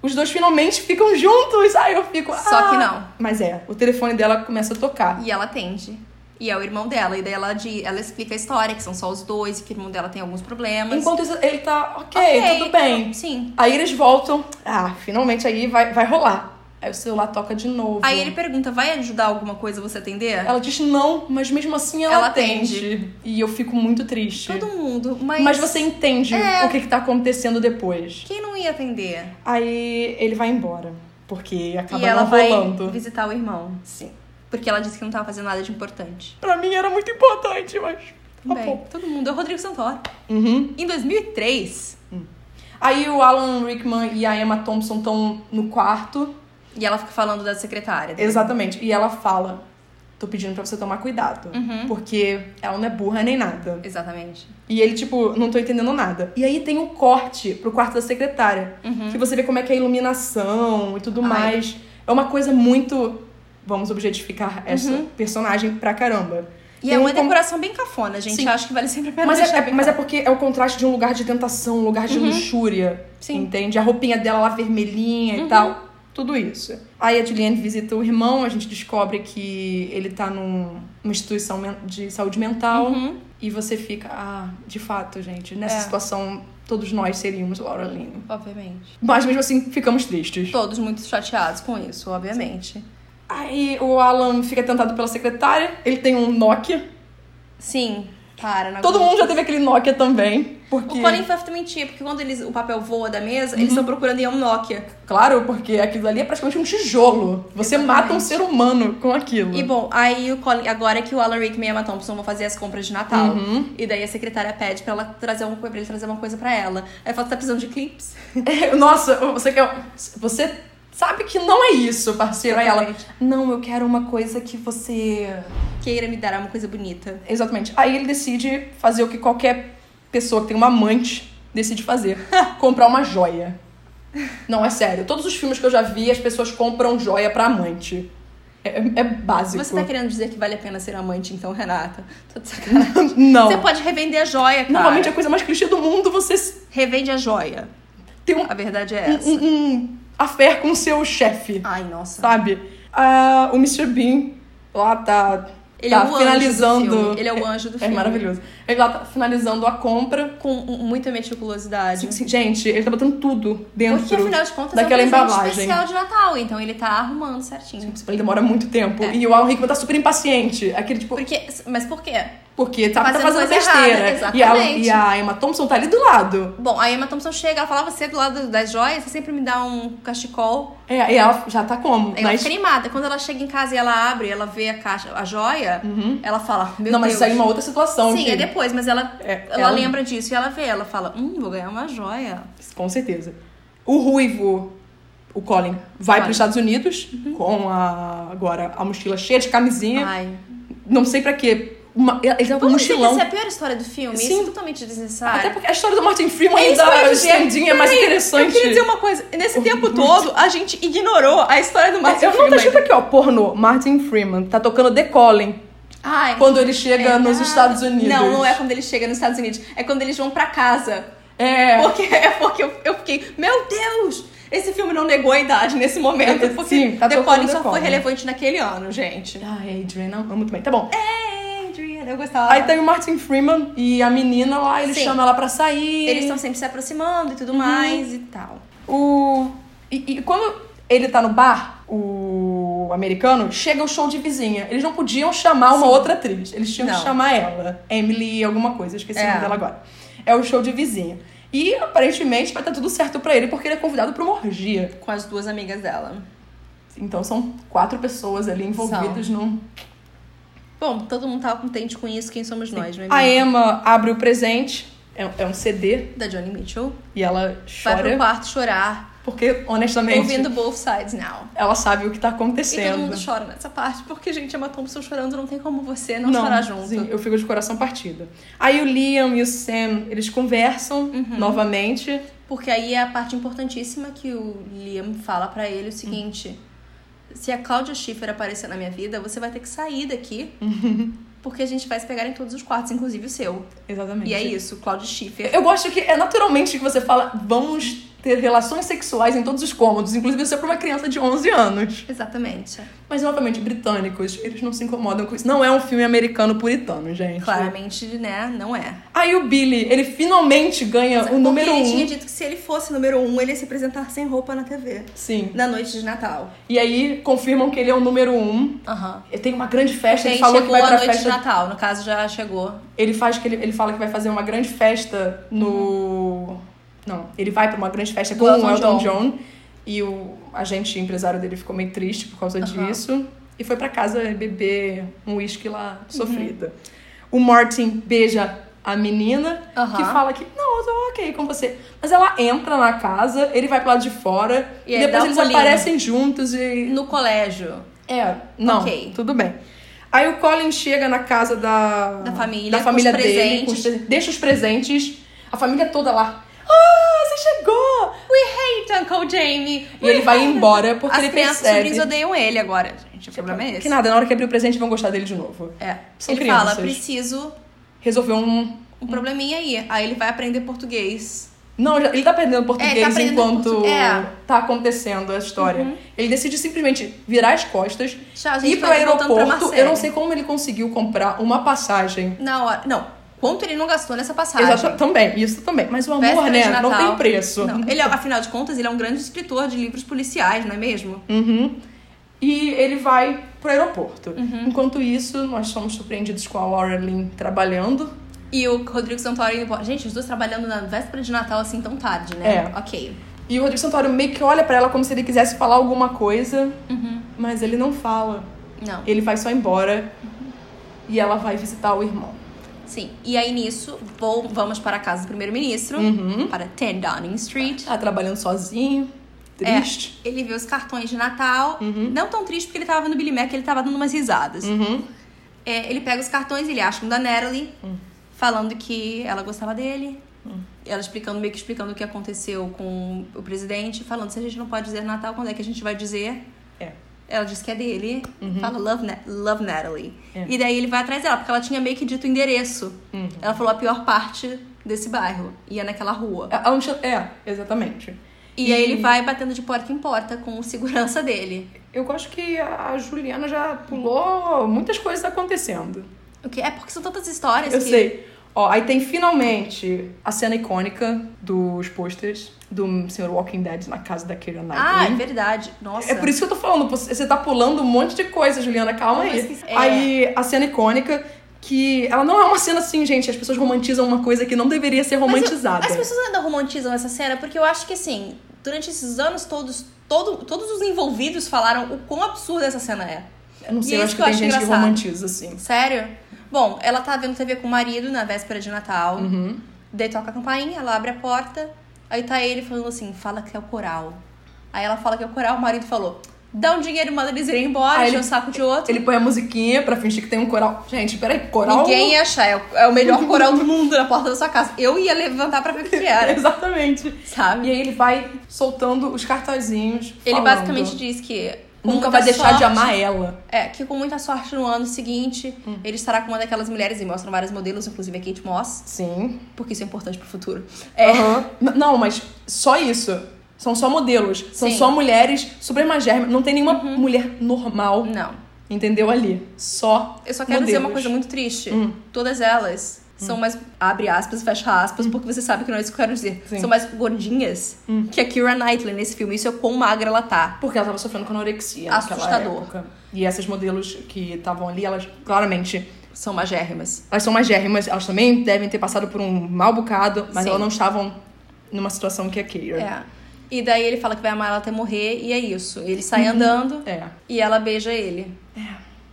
[SPEAKER 2] Os dois finalmente ficam juntos. Aí eu fico.
[SPEAKER 1] Só que
[SPEAKER 2] "Ah".
[SPEAKER 1] não.
[SPEAKER 2] Mas é, o telefone dela começa a tocar.
[SPEAKER 1] E ela atende. E é o irmão dela. E daí ela, di- ela explica a história, que são só os dois, e que o irmão dela tem alguns problemas.
[SPEAKER 2] Enquanto isso, ele tá, ok,
[SPEAKER 1] Ok, então,
[SPEAKER 2] tudo bem.
[SPEAKER 1] Sim.
[SPEAKER 2] Aí eles voltam. Ah, finalmente aí vai, vai rolar. Aí o celular toca de novo.
[SPEAKER 1] Aí ele pergunta, vai ajudar alguma coisa você atender?
[SPEAKER 2] Ela diz não, mas mesmo assim ela,
[SPEAKER 1] Ela
[SPEAKER 2] atende. E eu fico muito triste.
[SPEAKER 1] Todo mundo, mas... É.
[SPEAKER 2] Mas você entende o que, que tá acontecendo depois.
[SPEAKER 1] Quem não ia atender?
[SPEAKER 2] Aí ele vai embora. Porque acaba
[SPEAKER 1] e ela
[SPEAKER 2] não
[SPEAKER 1] vai
[SPEAKER 2] rolando.
[SPEAKER 1] visitar o irmão.
[SPEAKER 2] Sim.
[SPEAKER 1] Porque ela disse que não tava fazendo nada de importante.
[SPEAKER 2] Pra mim era muito importante, mas. tá
[SPEAKER 1] Também.
[SPEAKER 2] bom.
[SPEAKER 1] Todo mundo. É o Rodrigo Santoro.
[SPEAKER 2] Uhum.
[SPEAKER 1] Em 2003.
[SPEAKER 2] Aí o Alan Rickman e a Emma Thompson estão no quarto.
[SPEAKER 1] E ela fica falando da secretária. dele.
[SPEAKER 2] Exatamente. E ela fala: tô pedindo pra você tomar cuidado.
[SPEAKER 1] Uhum.
[SPEAKER 2] Porque ela não é burra nem nada.
[SPEAKER 1] Exatamente.
[SPEAKER 2] E ele, tipo, não tô entendendo nada. E aí tem o corte pro quarto da secretária. Que você vê como é que é a iluminação e tudo
[SPEAKER 1] Uhum. Ai.
[SPEAKER 2] mais. É uma coisa muito. Vamos objetificar essa
[SPEAKER 1] Uhum.
[SPEAKER 2] personagem pra caramba.
[SPEAKER 1] E
[SPEAKER 2] Tem
[SPEAKER 1] é uma
[SPEAKER 2] um com-
[SPEAKER 1] decoração bem cafona, gente.
[SPEAKER 2] Sim.
[SPEAKER 1] Eu acho que vale sempre a pena
[SPEAKER 2] Mas
[SPEAKER 1] deixar
[SPEAKER 2] é, é-
[SPEAKER 1] bem Uhum.
[SPEAKER 2] mas é porque é o contraste de um lugar de tentação, um lugar de luxúria.
[SPEAKER 1] Sim. Uhum.
[SPEAKER 2] Entende? A roupinha dela lá vermelhinha e tal. Tudo isso. Aí a Julianne visita o irmão, a gente descobre que ele tá num- numa instituição men- de saúde mental.
[SPEAKER 1] Uhum.
[SPEAKER 2] E você fica, ah, de fato, gente, nessa
[SPEAKER 1] É.
[SPEAKER 2] situação todos nós seríamos Laura Lynn.
[SPEAKER 1] Obviamente.
[SPEAKER 2] Mas mesmo assim, ficamos tristes.
[SPEAKER 1] Todos muito chateados com isso, obviamente.
[SPEAKER 2] Aí o Alan fica tentado pela secretária, ele tem um Nokia.
[SPEAKER 1] Sim. Para, não
[SPEAKER 2] Todo
[SPEAKER 1] aguento.
[SPEAKER 2] mundo já teve aquele Nokia também. Porque.
[SPEAKER 1] é O Colin Firth também tinha, porque quando eles, o papel voa da mesa, eles
[SPEAKER 2] Uhum.
[SPEAKER 1] estão procurando em um Nokia.
[SPEAKER 2] Claro, porque aquilo ali é praticamente um tijolo. Você
[SPEAKER 1] Exatamente.
[SPEAKER 2] mata um ser humano com aquilo.
[SPEAKER 1] E bom, aí o Colin, agora que o Alan Rickman e a Emma Thompson vão fazer as compras de Natal.
[SPEAKER 2] Uhum.
[SPEAKER 1] E daí a secretária pede pra ela trazer uma, pra ele trazer uma coisa pra ela. Aí fala, tá precisando de clips?
[SPEAKER 2] Nossa, você quer. Você sabe que não é isso, parceiro. Aí ela.
[SPEAKER 1] Exatamente.
[SPEAKER 2] Não, eu quero uma coisa que você.
[SPEAKER 1] Queira me dar uma coisa bonita.
[SPEAKER 2] Exatamente. Aí ele decide fazer o que qualquer pessoa que tem uma amante decide fazer: comprar uma joia. Não, é sério. Todos os filmes que eu já vi, as pessoas compram joia pra amante. É, é básico.
[SPEAKER 1] Você tá querendo dizer que vale a pena ser amante, então, Renata? Tô de sacanagem.
[SPEAKER 2] Não.
[SPEAKER 1] Você pode revender a joia, cara.
[SPEAKER 2] Normalmente a coisa mais clichê do mundo você s-
[SPEAKER 1] Revende a joia.
[SPEAKER 2] tem um,
[SPEAKER 1] A verdade é
[SPEAKER 2] um,
[SPEAKER 1] essa.
[SPEAKER 2] um, um affair com o seu chefe,
[SPEAKER 1] Ai, nossa.
[SPEAKER 2] sabe? Ah, o Mr. Bean lá tá,
[SPEAKER 1] Ele
[SPEAKER 2] tá
[SPEAKER 1] é o anjo
[SPEAKER 2] finalizando.
[SPEAKER 1] do filme. Ele é o anjo do
[SPEAKER 2] é,
[SPEAKER 1] filme.
[SPEAKER 2] É maravilhoso. Ele lá tá finalizando a compra.
[SPEAKER 1] Com um, muita meticulosidade.
[SPEAKER 2] Assim, Gente, ele tá botando tudo dentro
[SPEAKER 1] Porque, afinal de contas,
[SPEAKER 2] daquela
[SPEAKER 1] é um presente
[SPEAKER 2] embalagem.
[SPEAKER 1] especial de Natal. Então, ele tá arrumando certinho.
[SPEAKER 2] Tipo, Ele demora muito tempo.
[SPEAKER 1] É.
[SPEAKER 2] E o Alan Rickman tá super impaciente. Aquele tipo,
[SPEAKER 1] Porque, mas por quê?
[SPEAKER 2] porque tá
[SPEAKER 1] Fazendo
[SPEAKER 2] tá fazendo
[SPEAKER 1] coisa
[SPEAKER 2] besteira.
[SPEAKER 1] errada,
[SPEAKER 2] e, a,
[SPEAKER 1] exatamente.
[SPEAKER 2] e a Emma Thompson tá ali do lado.
[SPEAKER 1] Bom, a Emma Thompson chega, ela fala, você é do lado das joias, você sempre me dá um cachecol.
[SPEAKER 2] É, e ela já tá como?
[SPEAKER 1] Ela
[SPEAKER 2] Mas-
[SPEAKER 1] fica animada. Quando ela chega em casa e ela abre, ela vê a caixa, a joia, ela fala, meu
[SPEAKER 2] Uhum. Não, mas
[SPEAKER 1] Deus.
[SPEAKER 2] isso aí é uma outra situação.
[SPEAKER 1] Sim,
[SPEAKER 2] que-
[SPEAKER 1] é depois, mas ela,
[SPEAKER 2] É,
[SPEAKER 1] ela,
[SPEAKER 2] ela-
[SPEAKER 1] lembra disso e ela vê, ela fala, hum, vou ganhar uma joia.
[SPEAKER 2] Com certeza. O ruivo, o Colin, vai
[SPEAKER 1] Colin.
[SPEAKER 2] para os Estados Unidos com a agora a mochila cheia de camisinha.
[SPEAKER 1] Ai.
[SPEAKER 2] Não sei pra quê. Uma, ele tava com um
[SPEAKER 1] Vamos dizer que
[SPEAKER 2] mochilão.
[SPEAKER 1] essa é a pior história do filme? Isso
[SPEAKER 2] Sim.
[SPEAKER 1] é totalmente
[SPEAKER 2] Até
[SPEAKER 1] desnecessário.
[SPEAKER 2] porque a história do Martin Freeman
[SPEAKER 1] É isso que eu
[SPEAKER 2] ainda
[SPEAKER 1] ia dizer.
[SPEAKER 2] estendinha é mais
[SPEAKER 1] Peraí,
[SPEAKER 2] interessante. Uhum.
[SPEAKER 1] uma coisa. Nesse tempo todo, a gente ignorou a história do
[SPEAKER 2] eu não tá escrito aqui, ó, pornô, Martin Freeman, tá tocando The Colin,
[SPEAKER 1] Ai,
[SPEAKER 2] quando ele chega
[SPEAKER 1] É,
[SPEAKER 2] nos
[SPEAKER 1] ah,
[SPEAKER 2] Estados Unidos.
[SPEAKER 1] Não, não é quando ele chega nos Estados Unidos. É quando eles vão pra casa.
[SPEAKER 2] É,
[SPEAKER 1] Porque, é porque eu, eu fiquei, meu Deus! Esse filme não negou a idade nesse momento.
[SPEAKER 2] É,
[SPEAKER 1] porque
[SPEAKER 2] sim, tá
[SPEAKER 1] The
[SPEAKER 2] tocando
[SPEAKER 1] Calling
[SPEAKER 2] The
[SPEAKER 1] só foi
[SPEAKER 2] Calling.
[SPEAKER 1] relevante naquele ano, gente.
[SPEAKER 2] Ah, Adrian, não, amo também. Tá bom.
[SPEAKER 1] Adrian, eu gostava.
[SPEAKER 2] Aí tem o Martin Freeman e a menina lá, ele
[SPEAKER 1] Sim.
[SPEAKER 2] chama ela pra sair.
[SPEAKER 1] Eles estão sempre se aproximando e
[SPEAKER 2] Uhum.
[SPEAKER 1] tudo mais e tal.
[SPEAKER 2] O. E, e quando ele tá no bar, o americano, chega o show de vizinha. Eles não podiam chamar uma outra atriz. Eles tinham
[SPEAKER 1] Não.
[SPEAKER 2] que chamar ela. Emily, alguma coisa, eu esqueci
[SPEAKER 1] É.
[SPEAKER 2] o nome dela agora. É o show de vizinha. E aparentemente vai estar tudo certo pra ele, porque ele é convidado pra uma orgia.
[SPEAKER 1] Com as duas amigas dela.
[SPEAKER 2] Então são quatro pessoas ali envolvidas num.
[SPEAKER 1] Bom, todo mundo tava contente com isso, quem somos nós, não é
[SPEAKER 2] A
[SPEAKER 1] mesmo?
[SPEAKER 2] Emma abre o presente, é, é um CD,
[SPEAKER 1] Da Johnny Mitchell.
[SPEAKER 2] e ela
[SPEAKER 1] Vai pro
[SPEAKER 2] chora.
[SPEAKER 1] quarto chorar,
[SPEAKER 2] Porque, honestamente,
[SPEAKER 1] ouvindo Both Sides Now.
[SPEAKER 2] ela sabe o que tá
[SPEAKER 1] E todo
[SPEAKER 2] acontecendo.
[SPEAKER 1] mundo chora nessa parte, porque, gente, Emma Thompson chorando, não tem como você não, chorar junto.
[SPEAKER 2] Sim, eu fico de coração partido. Aí o Liam e o Sam, eles conversam
[SPEAKER 1] Uhum.
[SPEAKER 2] novamente.
[SPEAKER 1] Porque aí é a parte importantíssima que o Liam fala pra ele o seguinte: se a Cláudia Schiffer aparecer na minha vida, você vai ter que sair daqui, porque a gente vai se pegar em todos os quartos, inclusive o seu.
[SPEAKER 2] Exatamente.
[SPEAKER 1] E é isso, Cláudia Schiffer.
[SPEAKER 2] Eu gosto que é naturalmente que você fala, vamos ter relações sexuais em todos os cômodos, inclusive isso é pra uma criança de 11 anos.
[SPEAKER 1] Exatamente.
[SPEAKER 2] Mas novamente, britânicos, eles não se incomodam com isso. Não é um filme americano puritano, gente.
[SPEAKER 1] Claramente, né? Não é.
[SPEAKER 2] Aí o Billy, ele finalmente ganha o número
[SPEAKER 1] porque ele
[SPEAKER 2] 1.
[SPEAKER 1] tinha
[SPEAKER 2] Um.
[SPEAKER 1] dito que se ele fosse número um, ele ia se apresentar sem roupa na TV.
[SPEAKER 2] Sim.
[SPEAKER 1] Na noite de Natal.
[SPEAKER 2] E aí confirmam que ele é o número 1. Um.
[SPEAKER 1] Aham.
[SPEAKER 2] Tem uma grande festa, ele
[SPEAKER 1] Quem
[SPEAKER 2] falou
[SPEAKER 1] chegou
[SPEAKER 2] que vai
[SPEAKER 1] a
[SPEAKER 2] pra
[SPEAKER 1] noite de
[SPEAKER 2] festa
[SPEAKER 1] Natal, no caso já chegou.
[SPEAKER 2] Ele faz que ele, ele fala que vai fazer uma grande festa no. Não, ele vai pra uma grande festa
[SPEAKER 1] Do
[SPEAKER 2] com
[SPEAKER 1] Elton
[SPEAKER 2] o Elton
[SPEAKER 1] John.
[SPEAKER 2] John. E o agente empresário dele ficou meio triste por causa
[SPEAKER 1] Aham.
[SPEAKER 2] disso. E foi pra casa beber um uísque
[SPEAKER 1] Uhum.
[SPEAKER 2] lá sofrida. O Martin beija a menina
[SPEAKER 1] Aham.
[SPEAKER 2] que fala que não, eu tô ok com você. Mas ela entra na casa, ele vai pro lado de fora
[SPEAKER 1] E
[SPEAKER 2] e,
[SPEAKER 1] aí dá
[SPEAKER 2] depois
[SPEAKER 1] um
[SPEAKER 2] eles
[SPEAKER 1] pulinho.
[SPEAKER 2] aparecem juntos e
[SPEAKER 1] No colégio.
[SPEAKER 2] é, não,
[SPEAKER 1] Ok.
[SPEAKER 2] tudo bem. Aí o Colin chega na casa da,
[SPEAKER 1] Da família,
[SPEAKER 2] da
[SPEAKER 1] com
[SPEAKER 2] família
[SPEAKER 1] os
[SPEAKER 2] dele, com os
[SPEAKER 1] presentes.
[SPEAKER 2] pre- deixa os presentes, a família toda lá. Ah, você chegou!
[SPEAKER 1] We hate Uncle Jamie.
[SPEAKER 2] E ele vai embora porque
[SPEAKER 1] As
[SPEAKER 2] ele
[SPEAKER 1] crianças os sobrinhos
[SPEAKER 2] percebe. Tipo,
[SPEAKER 1] odeiam ele agora, gente. O problema é esse.
[SPEAKER 2] Que nada, na hora que abrir o presente vão gostar dele de novo.
[SPEAKER 1] É.
[SPEAKER 2] São
[SPEAKER 1] ele
[SPEAKER 2] crianças.
[SPEAKER 1] fala, preciso
[SPEAKER 2] Resolveu um.
[SPEAKER 1] um probleminha aí. Aí ele vai aprender português.
[SPEAKER 2] Não, já- ele tá
[SPEAKER 1] É,
[SPEAKER 2] aprendendo português
[SPEAKER 1] aprendendo
[SPEAKER 2] enquanto
[SPEAKER 1] portu- é. Uhum.
[SPEAKER 2] tá acontecendo a história. Ele decide simplesmente virar as costas,
[SPEAKER 1] Tchau, gente,
[SPEAKER 2] ir
[SPEAKER 1] tô
[SPEAKER 2] pro
[SPEAKER 1] voltando pra
[SPEAKER 2] aeroporto.
[SPEAKER 1] Marselha.
[SPEAKER 2] Eu não sei como ele conseguiu comprar uma passagem
[SPEAKER 1] Na hora. Não. Quanto ele não gastou nessa passagem?
[SPEAKER 2] Exato, também, isso também. Mas o amor,
[SPEAKER 1] Véspera de
[SPEAKER 2] né,
[SPEAKER 1] Natal.
[SPEAKER 2] não tem preço.
[SPEAKER 1] Não. Ele, é- afinal de contas, ele é um grande escritor de livros policiais, não é mesmo?
[SPEAKER 2] Uhum. E ele vai pro aeroporto. Enquanto isso, nós somos surpreendidos com a Lauren Lynn trabalhando.
[SPEAKER 1] E o Rodrigo Santoro indo embora. Gente, os dois trabalhando na véspera de Natal assim tão tarde, né?
[SPEAKER 2] É.
[SPEAKER 1] Ok.
[SPEAKER 2] E o Rodrigo Santoro meio que olha pra ela como se ele quisesse falar alguma coisa, mas ele não fala.
[SPEAKER 1] Não.
[SPEAKER 2] Ele vai só embora e ela vai visitar o irmão.
[SPEAKER 1] Sim. E aí nisso, vou- vamos para a casa do primeiro-ministro, para 10 Downing Street.
[SPEAKER 2] Tá trabalhando sozinho, triste.
[SPEAKER 1] Ele vê os cartões de Natal. Não tão triste porque ele tava no Billy Mac, ele tava dando umas risadas. É, ele pega os cartões, ele acha um da Natalie, falando que ela gostava dele. Ela explicando, meio que explicando o que aconteceu com o presidente, falando se a gente não pode dizer Natal, quando é que a gente vai dizer?
[SPEAKER 2] É.
[SPEAKER 1] Ela diz que é dele. Fala Love, Na- Love Natalie.
[SPEAKER 2] Uhum. É. Uhum.
[SPEAKER 1] E daí ele vai atrás dela, porque ela tinha meio que dito o endereço. Ela falou a pior parte desse bairro. E é naquela rua.
[SPEAKER 2] É, onde- é, exatamente.
[SPEAKER 1] E aí ele vai batendo de porta em porta com o segurança dele.
[SPEAKER 2] Eu gosto que a Juliana já pulou muitas coisas acontecendo.
[SPEAKER 1] O que é porque são tantas histórias
[SPEAKER 2] Eu
[SPEAKER 1] que
[SPEAKER 2] sei. Ó, aí tem finalmente a cena icônica dos posters do Sr. Walking Dead na casa da Keira
[SPEAKER 1] Ah, é
[SPEAKER 2] Knightley.
[SPEAKER 1] verdade. Nossa.
[SPEAKER 2] é por isso que eu tô falando, você você tá pulando um monte de coisa, Juliana, calma
[SPEAKER 1] Não, eu
[SPEAKER 2] aí.
[SPEAKER 1] esqueci. É.
[SPEAKER 2] Aí a cena icônica, que ela não é uma cena assim, gente, as pessoas romantizam uma coisa que não deveria ser
[SPEAKER 1] Mas eu-
[SPEAKER 2] romantizada.
[SPEAKER 1] as pessoas ainda romantizam essa cena porque eu acho que assim, durante esses anos todos, todo, todos os envolvidos falaram o quão absurda essa cena é.
[SPEAKER 2] Eu não
[SPEAKER 1] E
[SPEAKER 2] sei,
[SPEAKER 1] é isso
[SPEAKER 2] eu
[SPEAKER 1] que
[SPEAKER 2] acho que
[SPEAKER 1] eu
[SPEAKER 2] tem
[SPEAKER 1] acho
[SPEAKER 2] gente que
[SPEAKER 1] engraçado.
[SPEAKER 2] romantiza, assim.
[SPEAKER 1] Sério? Bom, ela tá vendo TV com o marido na véspera de Natal.
[SPEAKER 2] Uhum.
[SPEAKER 1] Daí toca a campainha, ela abre a porta. Aí tá ele falando assim: fala que é o coral. Aí ela fala que é o coral, o marido falou: dá um dinheiro, manda eles irem embora,
[SPEAKER 2] Aí
[SPEAKER 1] encher o
[SPEAKER 2] ele-
[SPEAKER 1] saco de outro.
[SPEAKER 2] Ele põe a musiquinha pra fingir que tem um coral. Gente, peraí, coral?
[SPEAKER 1] Ninguém ia achar, é o, é o melhor coral do mundo na porta da sua casa. Eu ia levantar pra ver o que que era,
[SPEAKER 2] Exatamente. E
[SPEAKER 1] sabe?
[SPEAKER 2] aí ele vai soltando os cartazinhos.
[SPEAKER 1] Ele
[SPEAKER 2] falando,
[SPEAKER 1] basicamente diz que. com muita
[SPEAKER 2] Nunca vai deixar
[SPEAKER 1] sorte-
[SPEAKER 2] de amar Hum. ela.
[SPEAKER 1] É, que com muita sorte no ano seguinte, ele estará com uma daquelas mulheres, e mostram vários modelos, inclusive a Kate Moss,
[SPEAKER 2] Sim.
[SPEAKER 1] porque isso é importante pro futuro. É.
[SPEAKER 2] Não, mas só isso. São só modelos. São
[SPEAKER 1] Sim. Uhum.
[SPEAKER 2] só mulheres supremagérrimas. Não tem nenhuma mulher normal,
[SPEAKER 1] Não.
[SPEAKER 2] entendeu? Ali. Só.
[SPEAKER 1] Eu só quero dizer uma coisa muito triste.
[SPEAKER 2] Hum.
[SPEAKER 1] Todas elas são mais. abre aspas, fecha aspas, porque você sabe que não é isso que eu quero dizer.
[SPEAKER 2] Hum. Sim. Hum.
[SPEAKER 1] São mais gordinhas que a Kira Knightley nesse filme. Isso é quão magra ela tá.
[SPEAKER 2] Porque ela tava sofrendo com anorexia.
[SPEAKER 1] Assustador.
[SPEAKER 2] Naquela época. E essas modelos que estavam ali, elas claramente.
[SPEAKER 1] São magérrimas.
[SPEAKER 2] Elas são magérrimas, elas também devem ter passado por um mau bocado, mas
[SPEAKER 1] Sim.
[SPEAKER 2] elas não estavam numa situação que a Keira.
[SPEAKER 1] É. E daí ele fala que vai amar ela até morrer, e é isso. Ele sai andando
[SPEAKER 2] é.
[SPEAKER 1] e ela beija ele.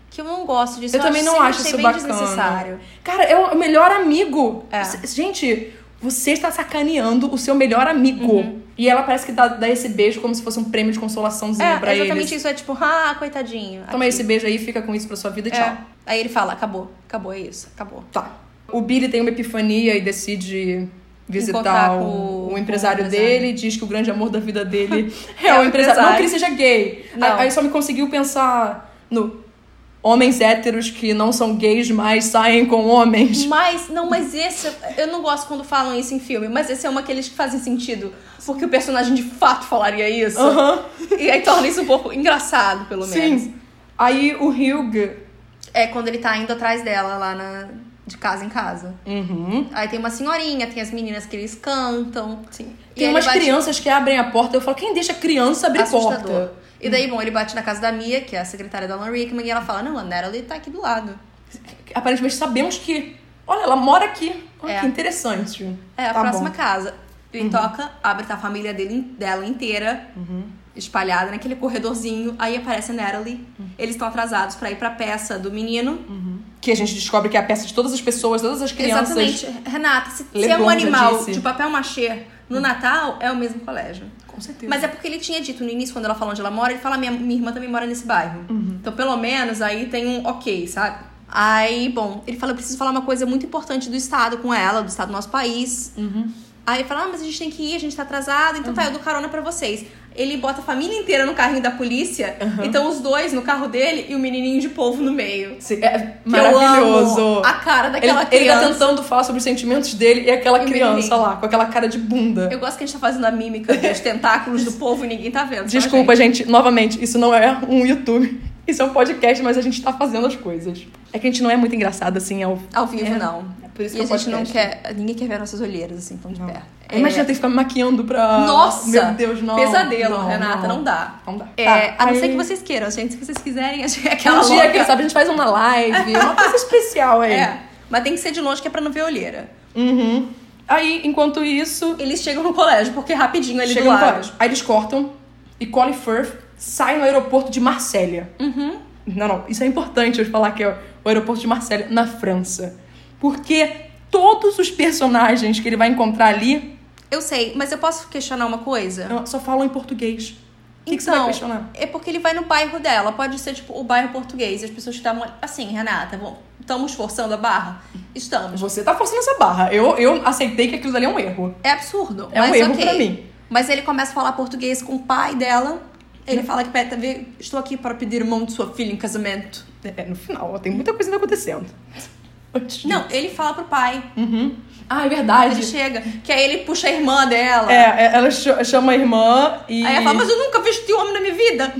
[SPEAKER 1] Que eu não gosto disso.
[SPEAKER 2] Eu, também
[SPEAKER 1] acho-
[SPEAKER 2] não
[SPEAKER 1] sempre
[SPEAKER 2] acho
[SPEAKER 1] achei
[SPEAKER 2] isso
[SPEAKER 1] bem
[SPEAKER 2] bacana.
[SPEAKER 1] desnecessário.
[SPEAKER 2] Cara, é o melhor amigo.
[SPEAKER 1] É.
[SPEAKER 2] C- Gente, você está sacaneando o seu melhor amigo.
[SPEAKER 1] Uhum.
[SPEAKER 2] E ela parece que dá, dá esse beijo como se fosse um prêmio de consolaçãozinho
[SPEAKER 1] É,
[SPEAKER 2] pra
[SPEAKER 1] exatamente
[SPEAKER 2] eles.
[SPEAKER 1] isso. É tipo, ah, coitadinho.
[SPEAKER 2] Toma
[SPEAKER 1] aqui."
[SPEAKER 2] esse beijo aí, fica com isso pra sua vida e
[SPEAKER 1] É.
[SPEAKER 2] tchau.
[SPEAKER 1] Aí ele fala, acabou, acabou, é isso, acabou.
[SPEAKER 2] Tá. O Billy tem uma epifania e decide visitar
[SPEAKER 1] Encontrar
[SPEAKER 2] o,
[SPEAKER 1] com
[SPEAKER 2] o
[SPEAKER 1] o- com o
[SPEAKER 2] empresário
[SPEAKER 1] empresário.
[SPEAKER 2] dele, diz que o grande amor da vida dele é,
[SPEAKER 1] É
[SPEAKER 2] o
[SPEAKER 1] o
[SPEAKER 2] empresário. Não
[SPEAKER 1] empresário.
[SPEAKER 2] que ele seja gay.
[SPEAKER 1] Não.
[SPEAKER 2] Aí- Aí só me conseguiu pensar no homens héteros que não são gays, mas saem com homens.
[SPEAKER 1] Mas, não, mas esse. Eu não gosto quando falam isso em filme, mas esse é uma aqueles que fazem sentido. Porque o personagem de fato falaria isso.
[SPEAKER 2] Aham.
[SPEAKER 1] E aí torna isso um pouco engraçado, pelo menos.
[SPEAKER 2] Sim. Aí o Hugh.
[SPEAKER 1] É quando ele tá indo atrás dela lá na. De casa em casa.
[SPEAKER 2] Uhum.
[SPEAKER 1] Aí tem uma senhorinha, tem as meninas que eles cantam. Sim.
[SPEAKER 2] Tem umas crianças que abrem a porta. Eu falo, quem deixa criança abrir
[SPEAKER 1] assustador.
[SPEAKER 2] porta? Hum.
[SPEAKER 1] E daí, bom, ele bate na casa da Mia, que é a secretária da Alan Rickman, e ela fala: Não, a Natalie tá aqui do lado.
[SPEAKER 2] Aparentemente sabemos que. Olha, ela mora aqui. Olha
[SPEAKER 1] É.
[SPEAKER 2] que interessante.
[SPEAKER 1] É a
[SPEAKER 2] Tá
[SPEAKER 1] próxima
[SPEAKER 2] bom. Uhum.
[SPEAKER 1] casa. Ele toca, abre tá a família dele, dela inteira, espalhada naquele corredorzinho. Aí aparece a Natalie.
[SPEAKER 2] Uhum.
[SPEAKER 1] Eles estão atrasados pra ir pra peça do menino.
[SPEAKER 2] Que a gente descobre que é a peça de todas as pessoas, todas as crianças.
[SPEAKER 1] Exatamente. Renata, se, se é
[SPEAKER 2] Leblon
[SPEAKER 1] um
[SPEAKER 2] já
[SPEAKER 1] animal
[SPEAKER 2] disse. Uhum.
[SPEAKER 1] de papel machê no Natal, é o mesmo colégio.
[SPEAKER 2] Com certeza.
[SPEAKER 1] Mas é porque ele tinha dito no início, quando ela fala onde ela mora, ele fala: minha, minha irmã também mora nesse bairro.
[SPEAKER 2] Uhum.
[SPEAKER 1] Então, pelo menos aí tem um ok, sabe? Aí, bom, ele fala: eu preciso falar uma coisa muito importante do Estado com ela, do Estado do nosso país.
[SPEAKER 2] Uhum.
[SPEAKER 1] Aí ele fala: ah, mas a gente tem que ir, a gente tá atrasado, então tá, eu dou carona pra vocês. Ele bota a família inteira no carrinho da polícia,
[SPEAKER 2] Uhum.
[SPEAKER 1] então os dois no carro dele e o menininho de polvo no meio.
[SPEAKER 2] Sim, é
[SPEAKER 1] Que eu
[SPEAKER 2] maravilhoso.
[SPEAKER 1] amo a cara
[SPEAKER 2] Ele,
[SPEAKER 1] daquela
[SPEAKER 2] ele tá
[SPEAKER 1] criança.
[SPEAKER 2] tentando falar sobre os sentimentos dele e aquela
[SPEAKER 1] E o
[SPEAKER 2] criança
[SPEAKER 1] menininho.
[SPEAKER 2] lá, com aquela cara de bunda.
[SPEAKER 1] Eu gosto que a gente tá fazendo a mímica dos tentáculos do povo e ninguém tá vendo. só a
[SPEAKER 2] Desculpa, gente. novamente, isso não é um YouTube. Isso é um podcast, mas a gente tá fazendo as coisas. É que a gente não é muito engraçado assim ao
[SPEAKER 1] gente. Ao vivo, não.
[SPEAKER 2] É por isso
[SPEAKER 1] e
[SPEAKER 2] que
[SPEAKER 1] a
[SPEAKER 2] é
[SPEAKER 1] gente não
[SPEAKER 2] podcast. um
[SPEAKER 1] quer. Ninguém quer ver nossas olheiras assim tão de perto. É,
[SPEAKER 2] Imagina ter que ficar me maquiando pra.
[SPEAKER 1] Nossa!
[SPEAKER 2] Meu Deus, não.
[SPEAKER 1] É um Pesadelo, Renata, não, dá.
[SPEAKER 2] Não dá.
[SPEAKER 1] É,
[SPEAKER 2] Tá,
[SPEAKER 1] a não
[SPEAKER 2] aí-
[SPEAKER 1] ser que vocês queiram, gente. Se vocês quiserem, a gente é
[SPEAKER 2] Um
[SPEAKER 1] aquela
[SPEAKER 2] dia,
[SPEAKER 1] louca.
[SPEAKER 2] quem sabe, a gente faz uma live, uma coisa especial aí.
[SPEAKER 1] É. Mas tem que ser de longe que é pra não ver a olheira.
[SPEAKER 2] Uhum. Aí, enquanto isso,
[SPEAKER 1] Eles chegam no colégio, porque é rapidinho ali do
[SPEAKER 2] chegam no
[SPEAKER 1] lado.
[SPEAKER 2] colégio. Aí eles cortam e Colin Firth sai no aeroporto de Marsella.
[SPEAKER 1] Uhum.
[SPEAKER 2] Não, não, isso é importante eu falar que é o aeroporto de Marsella, na França. Porque todos os personagens que ele vai encontrar ali
[SPEAKER 1] Eu sei, mas eu posso questionar uma coisa?
[SPEAKER 2] eh, só falam em português. O que, que você vai
[SPEAKER 1] Então,
[SPEAKER 2] questionar?
[SPEAKER 1] é porque ele vai no bairro dela. Pode ser, tipo, o bairro português. As pessoas estavam assim, Renata, bom, estamos forçando a barra? Estamos.
[SPEAKER 2] Você tá forçando essa barra. Eu, eu aceitei que aquilo ali é um erro.
[SPEAKER 1] É absurdo.
[SPEAKER 2] É um
[SPEAKER 1] mas
[SPEAKER 2] erro
[SPEAKER 1] ok.
[SPEAKER 2] pra mim.
[SPEAKER 1] Mas ele começa a falar português com o pai dela. Ele fala que "Pera, vê, estou aqui para pedir mão de sua filha em casamento.
[SPEAKER 2] É, no final, ó, tem muita coisa ainda acontecendo.
[SPEAKER 1] Não, ele fala pro pai.
[SPEAKER 2] Uhum. Ah, é
[SPEAKER 1] Ele
[SPEAKER 2] verdade.
[SPEAKER 1] chega, que aí ele puxa a irmã dela.
[SPEAKER 2] É, é, ela cho- chama a irmã e.
[SPEAKER 1] Aí ela fala, mas eu nunca vesti um homem na minha vida.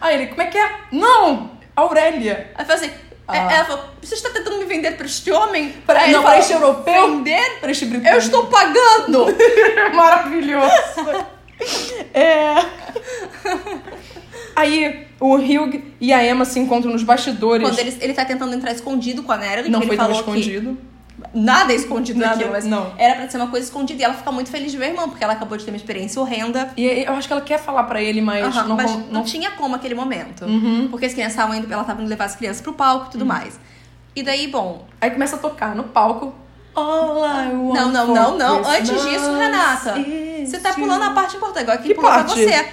[SPEAKER 2] Aí ele, como é que é? Não! Aurélia!
[SPEAKER 1] Aí fala assim,
[SPEAKER 2] Ah.
[SPEAKER 1] é- ela fala, você está tentando me vender para este homem?
[SPEAKER 2] Pra,
[SPEAKER 1] Aí ele
[SPEAKER 2] não, pra
[SPEAKER 1] fala,
[SPEAKER 2] este europeu?
[SPEAKER 1] vender?
[SPEAKER 2] Pra este britânico.
[SPEAKER 1] Eu estou pagando!
[SPEAKER 2] Maravilhoso. é. Aí o Hugh e a Emma se encontram nos bastidores.
[SPEAKER 1] Quando ele, ele tá tentando entrar escondido com a Nera,
[SPEAKER 2] Não
[SPEAKER 1] ele
[SPEAKER 2] foi tão
[SPEAKER 1] falou
[SPEAKER 2] escondido.
[SPEAKER 1] que nada é escondido
[SPEAKER 2] Nada,
[SPEAKER 1] naquilo, mas
[SPEAKER 2] não.
[SPEAKER 1] era pra ser uma coisa escondida. E ela fica muito feliz de ver a irmã, porque ela acabou de ter uma experiência horrenda.
[SPEAKER 2] E aí, eu acho que ela quer falar pra ele, mas
[SPEAKER 1] Aham,
[SPEAKER 2] não,
[SPEAKER 1] mas
[SPEAKER 2] con-
[SPEAKER 1] não Uhum.
[SPEAKER 2] não-
[SPEAKER 1] tinha como aquele momento. Porque as crianças estavam indo, ela tava indo levar as crianças pro palco e tudo mais. E daí, bom.
[SPEAKER 2] Aí começa a tocar no palco. All I want
[SPEAKER 1] Não, não,
[SPEAKER 2] for
[SPEAKER 1] não, não.
[SPEAKER 2] Christmas
[SPEAKER 1] Antes disso, Renata.
[SPEAKER 2] is
[SPEAKER 1] Você tá pulando a
[SPEAKER 2] you.
[SPEAKER 1] parte importante. Agora quem
[SPEAKER 2] Que
[SPEAKER 1] pulou
[SPEAKER 2] parte?
[SPEAKER 1] foi você.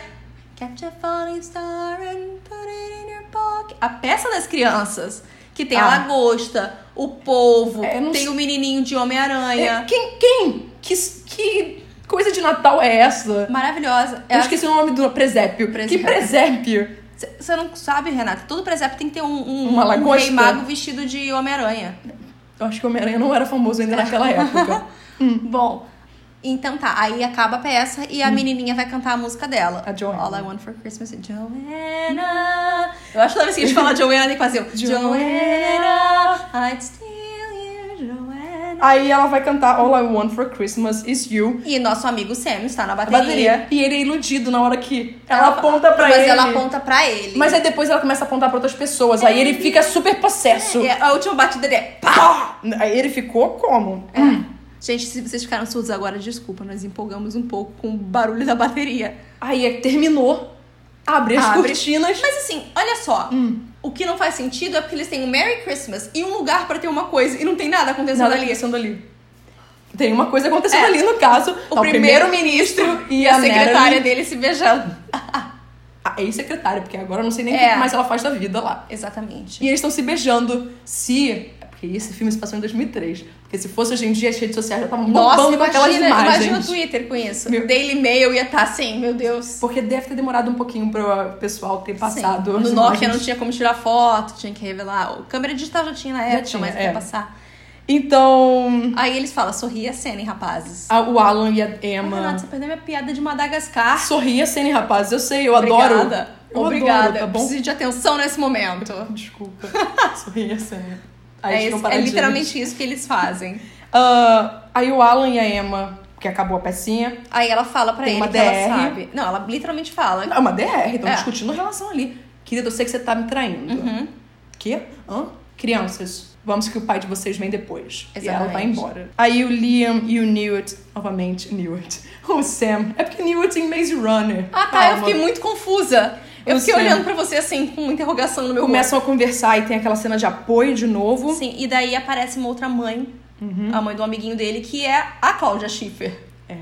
[SPEAKER 1] Catch a falling star and put it in your pocket. A peça das crianças. Que tem
[SPEAKER 2] Ah.
[SPEAKER 1] a lagosta, o polvo,
[SPEAKER 2] É, eu não
[SPEAKER 1] tem
[SPEAKER 2] sei.
[SPEAKER 1] o menininho de
[SPEAKER 2] É,
[SPEAKER 1] Homem-Aranha.
[SPEAKER 2] Quem? Quem? Que, que coisa de Natal é essa?
[SPEAKER 1] Maravilhosa. É
[SPEAKER 2] Eu esqueci o nome do presépio.
[SPEAKER 1] Presépio.
[SPEAKER 2] Que presépio?
[SPEAKER 1] Você não sabe, Renata. Todo presépio tem que ter um, um,
[SPEAKER 2] Uma
[SPEAKER 1] um rei
[SPEAKER 2] lagosta?
[SPEAKER 1] mago vestido de Homem-Aranha.
[SPEAKER 2] Eu acho que o Homem-Aranha não era famoso
[SPEAKER 1] É.
[SPEAKER 2] ainda naquela época.
[SPEAKER 1] Bom, então tá. Aí acaba a peça e a menininha vai cantar Hum. a música dela.
[SPEAKER 2] A Joanna.
[SPEAKER 1] All I Want For Christmas is Joanna. Eu acho que toda vez que a gente fala Joanna, tem que fazer o Joanna, I'd steal you, Joanna.
[SPEAKER 2] Aí ela vai cantar All I Want for Christmas Is You.
[SPEAKER 1] E nosso amigo Sam está na
[SPEAKER 2] A
[SPEAKER 1] bateria.
[SPEAKER 2] bateria. E ele é iludido na hora que ela, aponta pra
[SPEAKER 1] mas
[SPEAKER 2] ele.
[SPEAKER 1] Mas ela aponta pra ele.
[SPEAKER 2] Mas aí depois ela começa a apontar pra outras pessoas. Aí ele fica super possesso.
[SPEAKER 1] E É, a última batida dele é pá!
[SPEAKER 2] Pá! Aí ele ficou como?
[SPEAKER 1] É. Hum. Gente, se vocês ficaram surdos agora, desculpa, nós empolgamos um pouco com o barulho da bateria.
[SPEAKER 2] Aí é que terminou. Abre as
[SPEAKER 1] Abre.
[SPEAKER 2] cortinas.
[SPEAKER 1] Mas assim, olha só.
[SPEAKER 2] Hum.
[SPEAKER 1] O que não faz sentido é porque eles têm um Merry Christmas e um lugar pra ter uma coisa e não tem nada acontecendo
[SPEAKER 2] Nada
[SPEAKER 1] ali.
[SPEAKER 2] acontecendo ali. Tem uma coisa acontecendo
[SPEAKER 1] É.
[SPEAKER 2] ali no caso.
[SPEAKER 1] O
[SPEAKER 2] Tá,
[SPEAKER 1] primeiro-ministro
[SPEAKER 2] e
[SPEAKER 1] e a
[SPEAKER 2] a
[SPEAKER 1] secretária
[SPEAKER 2] Marilyn.
[SPEAKER 1] dele se beijando.
[SPEAKER 2] A ex-secretária, porque agora eu não sei nem
[SPEAKER 1] É.
[SPEAKER 2] o que mais ela faz da vida lá.
[SPEAKER 1] Exatamente.
[SPEAKER 2] E eles estão se beijando. Se. é Porque esse filme se passou em 2003. Porque se fosse hoje em dia, as redes sociais já estavam
[SPEAKER 1] Nossa,
[SPEAKER 2] bombando com aquelas
[SPEAKER 1] imagina,
[SPEAKER 2] imagens.
[SPEAKER 1] imagina o Twitter com isso.
[SPEAKER 2] Meu-
[SPEAKER 1] Daily Mail ia estar assim, meu Deus.
[SPEAKER 2] Porque deve ter demorado um pouquinho pro pessoal ter passado.
[SPEAKER 1] Sim.
[SPEAKER 2] as
[SPEAKER 1] No Nokia
[SPEAKER 2] imagens.
[SPEAKER 1] não tinha como tirar foto, tinha que revelar. O câmera digital já tinha na época,
[SPEAKER 2] tinha,
[SPEAKER 1] mas
[SPEAKER 2] é.
[SPEAKER 1] ia passar.
[SPEAKER 2] Então.
[SPEAKER 1] Aí eles falam, sorria a cena, hein, rapazes.
[SPEAKER 2] a- o Alan e a
[SPEAKER 1] Ah,
[SPEAKER 2] Emma.
[SPEAKER 1] Renato, você perdeu minha piada de Madagascar.
[SPEAKER 2] Sorria Sene, rapaz. Eu sei, eu adoro.
[SPEAKER 1] Obrigada.
[SPEAKER 2] Eu
[SPEAKER 1] Obrigada.
[SPEAKER 2] adoro, tá
[SPEAKER 1] Eu
[SPEAKER 2] bom?
[SPEAKER 1] preciso de atenção nesse momento.
[SPEAKER 2] Desculpa. Sorria Sene.
[SPEAKER 1] É, isso- é literalmente isso que eles fazem.
[SPEAKER 2] Ah, aí o Alan e a Emma, que acabou a pecinha.
[SPEAKER 1] Aí ela fala pra
[SPEAKER 2] Tem
[SPEAKER 1] ele
[SPEAKER 2] uma
[SPEAKER 1] que
[SPEAKER 2] DR.
[SPEAKER 1] ela sabe. Não, ela literalmente fala.
[SPEAKER 2] É uma DR, estão
[SPEAKER 1] É.
[SPEAKER 2] discutindo relação ali. Querida, eu sei que você tá me traindo.
[SPEAKER 1] Uhum.
[SPEAKER 2] Quê? Hã? Crianças, vamos que o pai de vocês vem depois. E ela vai
[SPEAKER 1] Exatamente.
[SPEAKER 2] embora. Aí o Liam e o Newt, novamente, Newt. O Sam. É porque Newt em Maze Runner.
[SPEAKER 1] Ah, tá, eu
[SPEAKER 2] Calma.
[SPEAKER 1] fiquei muito confusa. Eu
[SPEAKER 2] Eu
[SPEAKER 1] fiquei
[SPEAKER 2] sei.
[SPEAKER 1] olhando pra você assim, com uma interrogação no meu rosto.
[SPEAKER 2] Começam a conversar e tem aquela cena de apoio de novo.
[SPEAKER 1] Sim, e daí aparece uma outra mãe, a mãe do amiguinho dele, que é a Cláudia Schiffer.
[SPEAKER 2] É.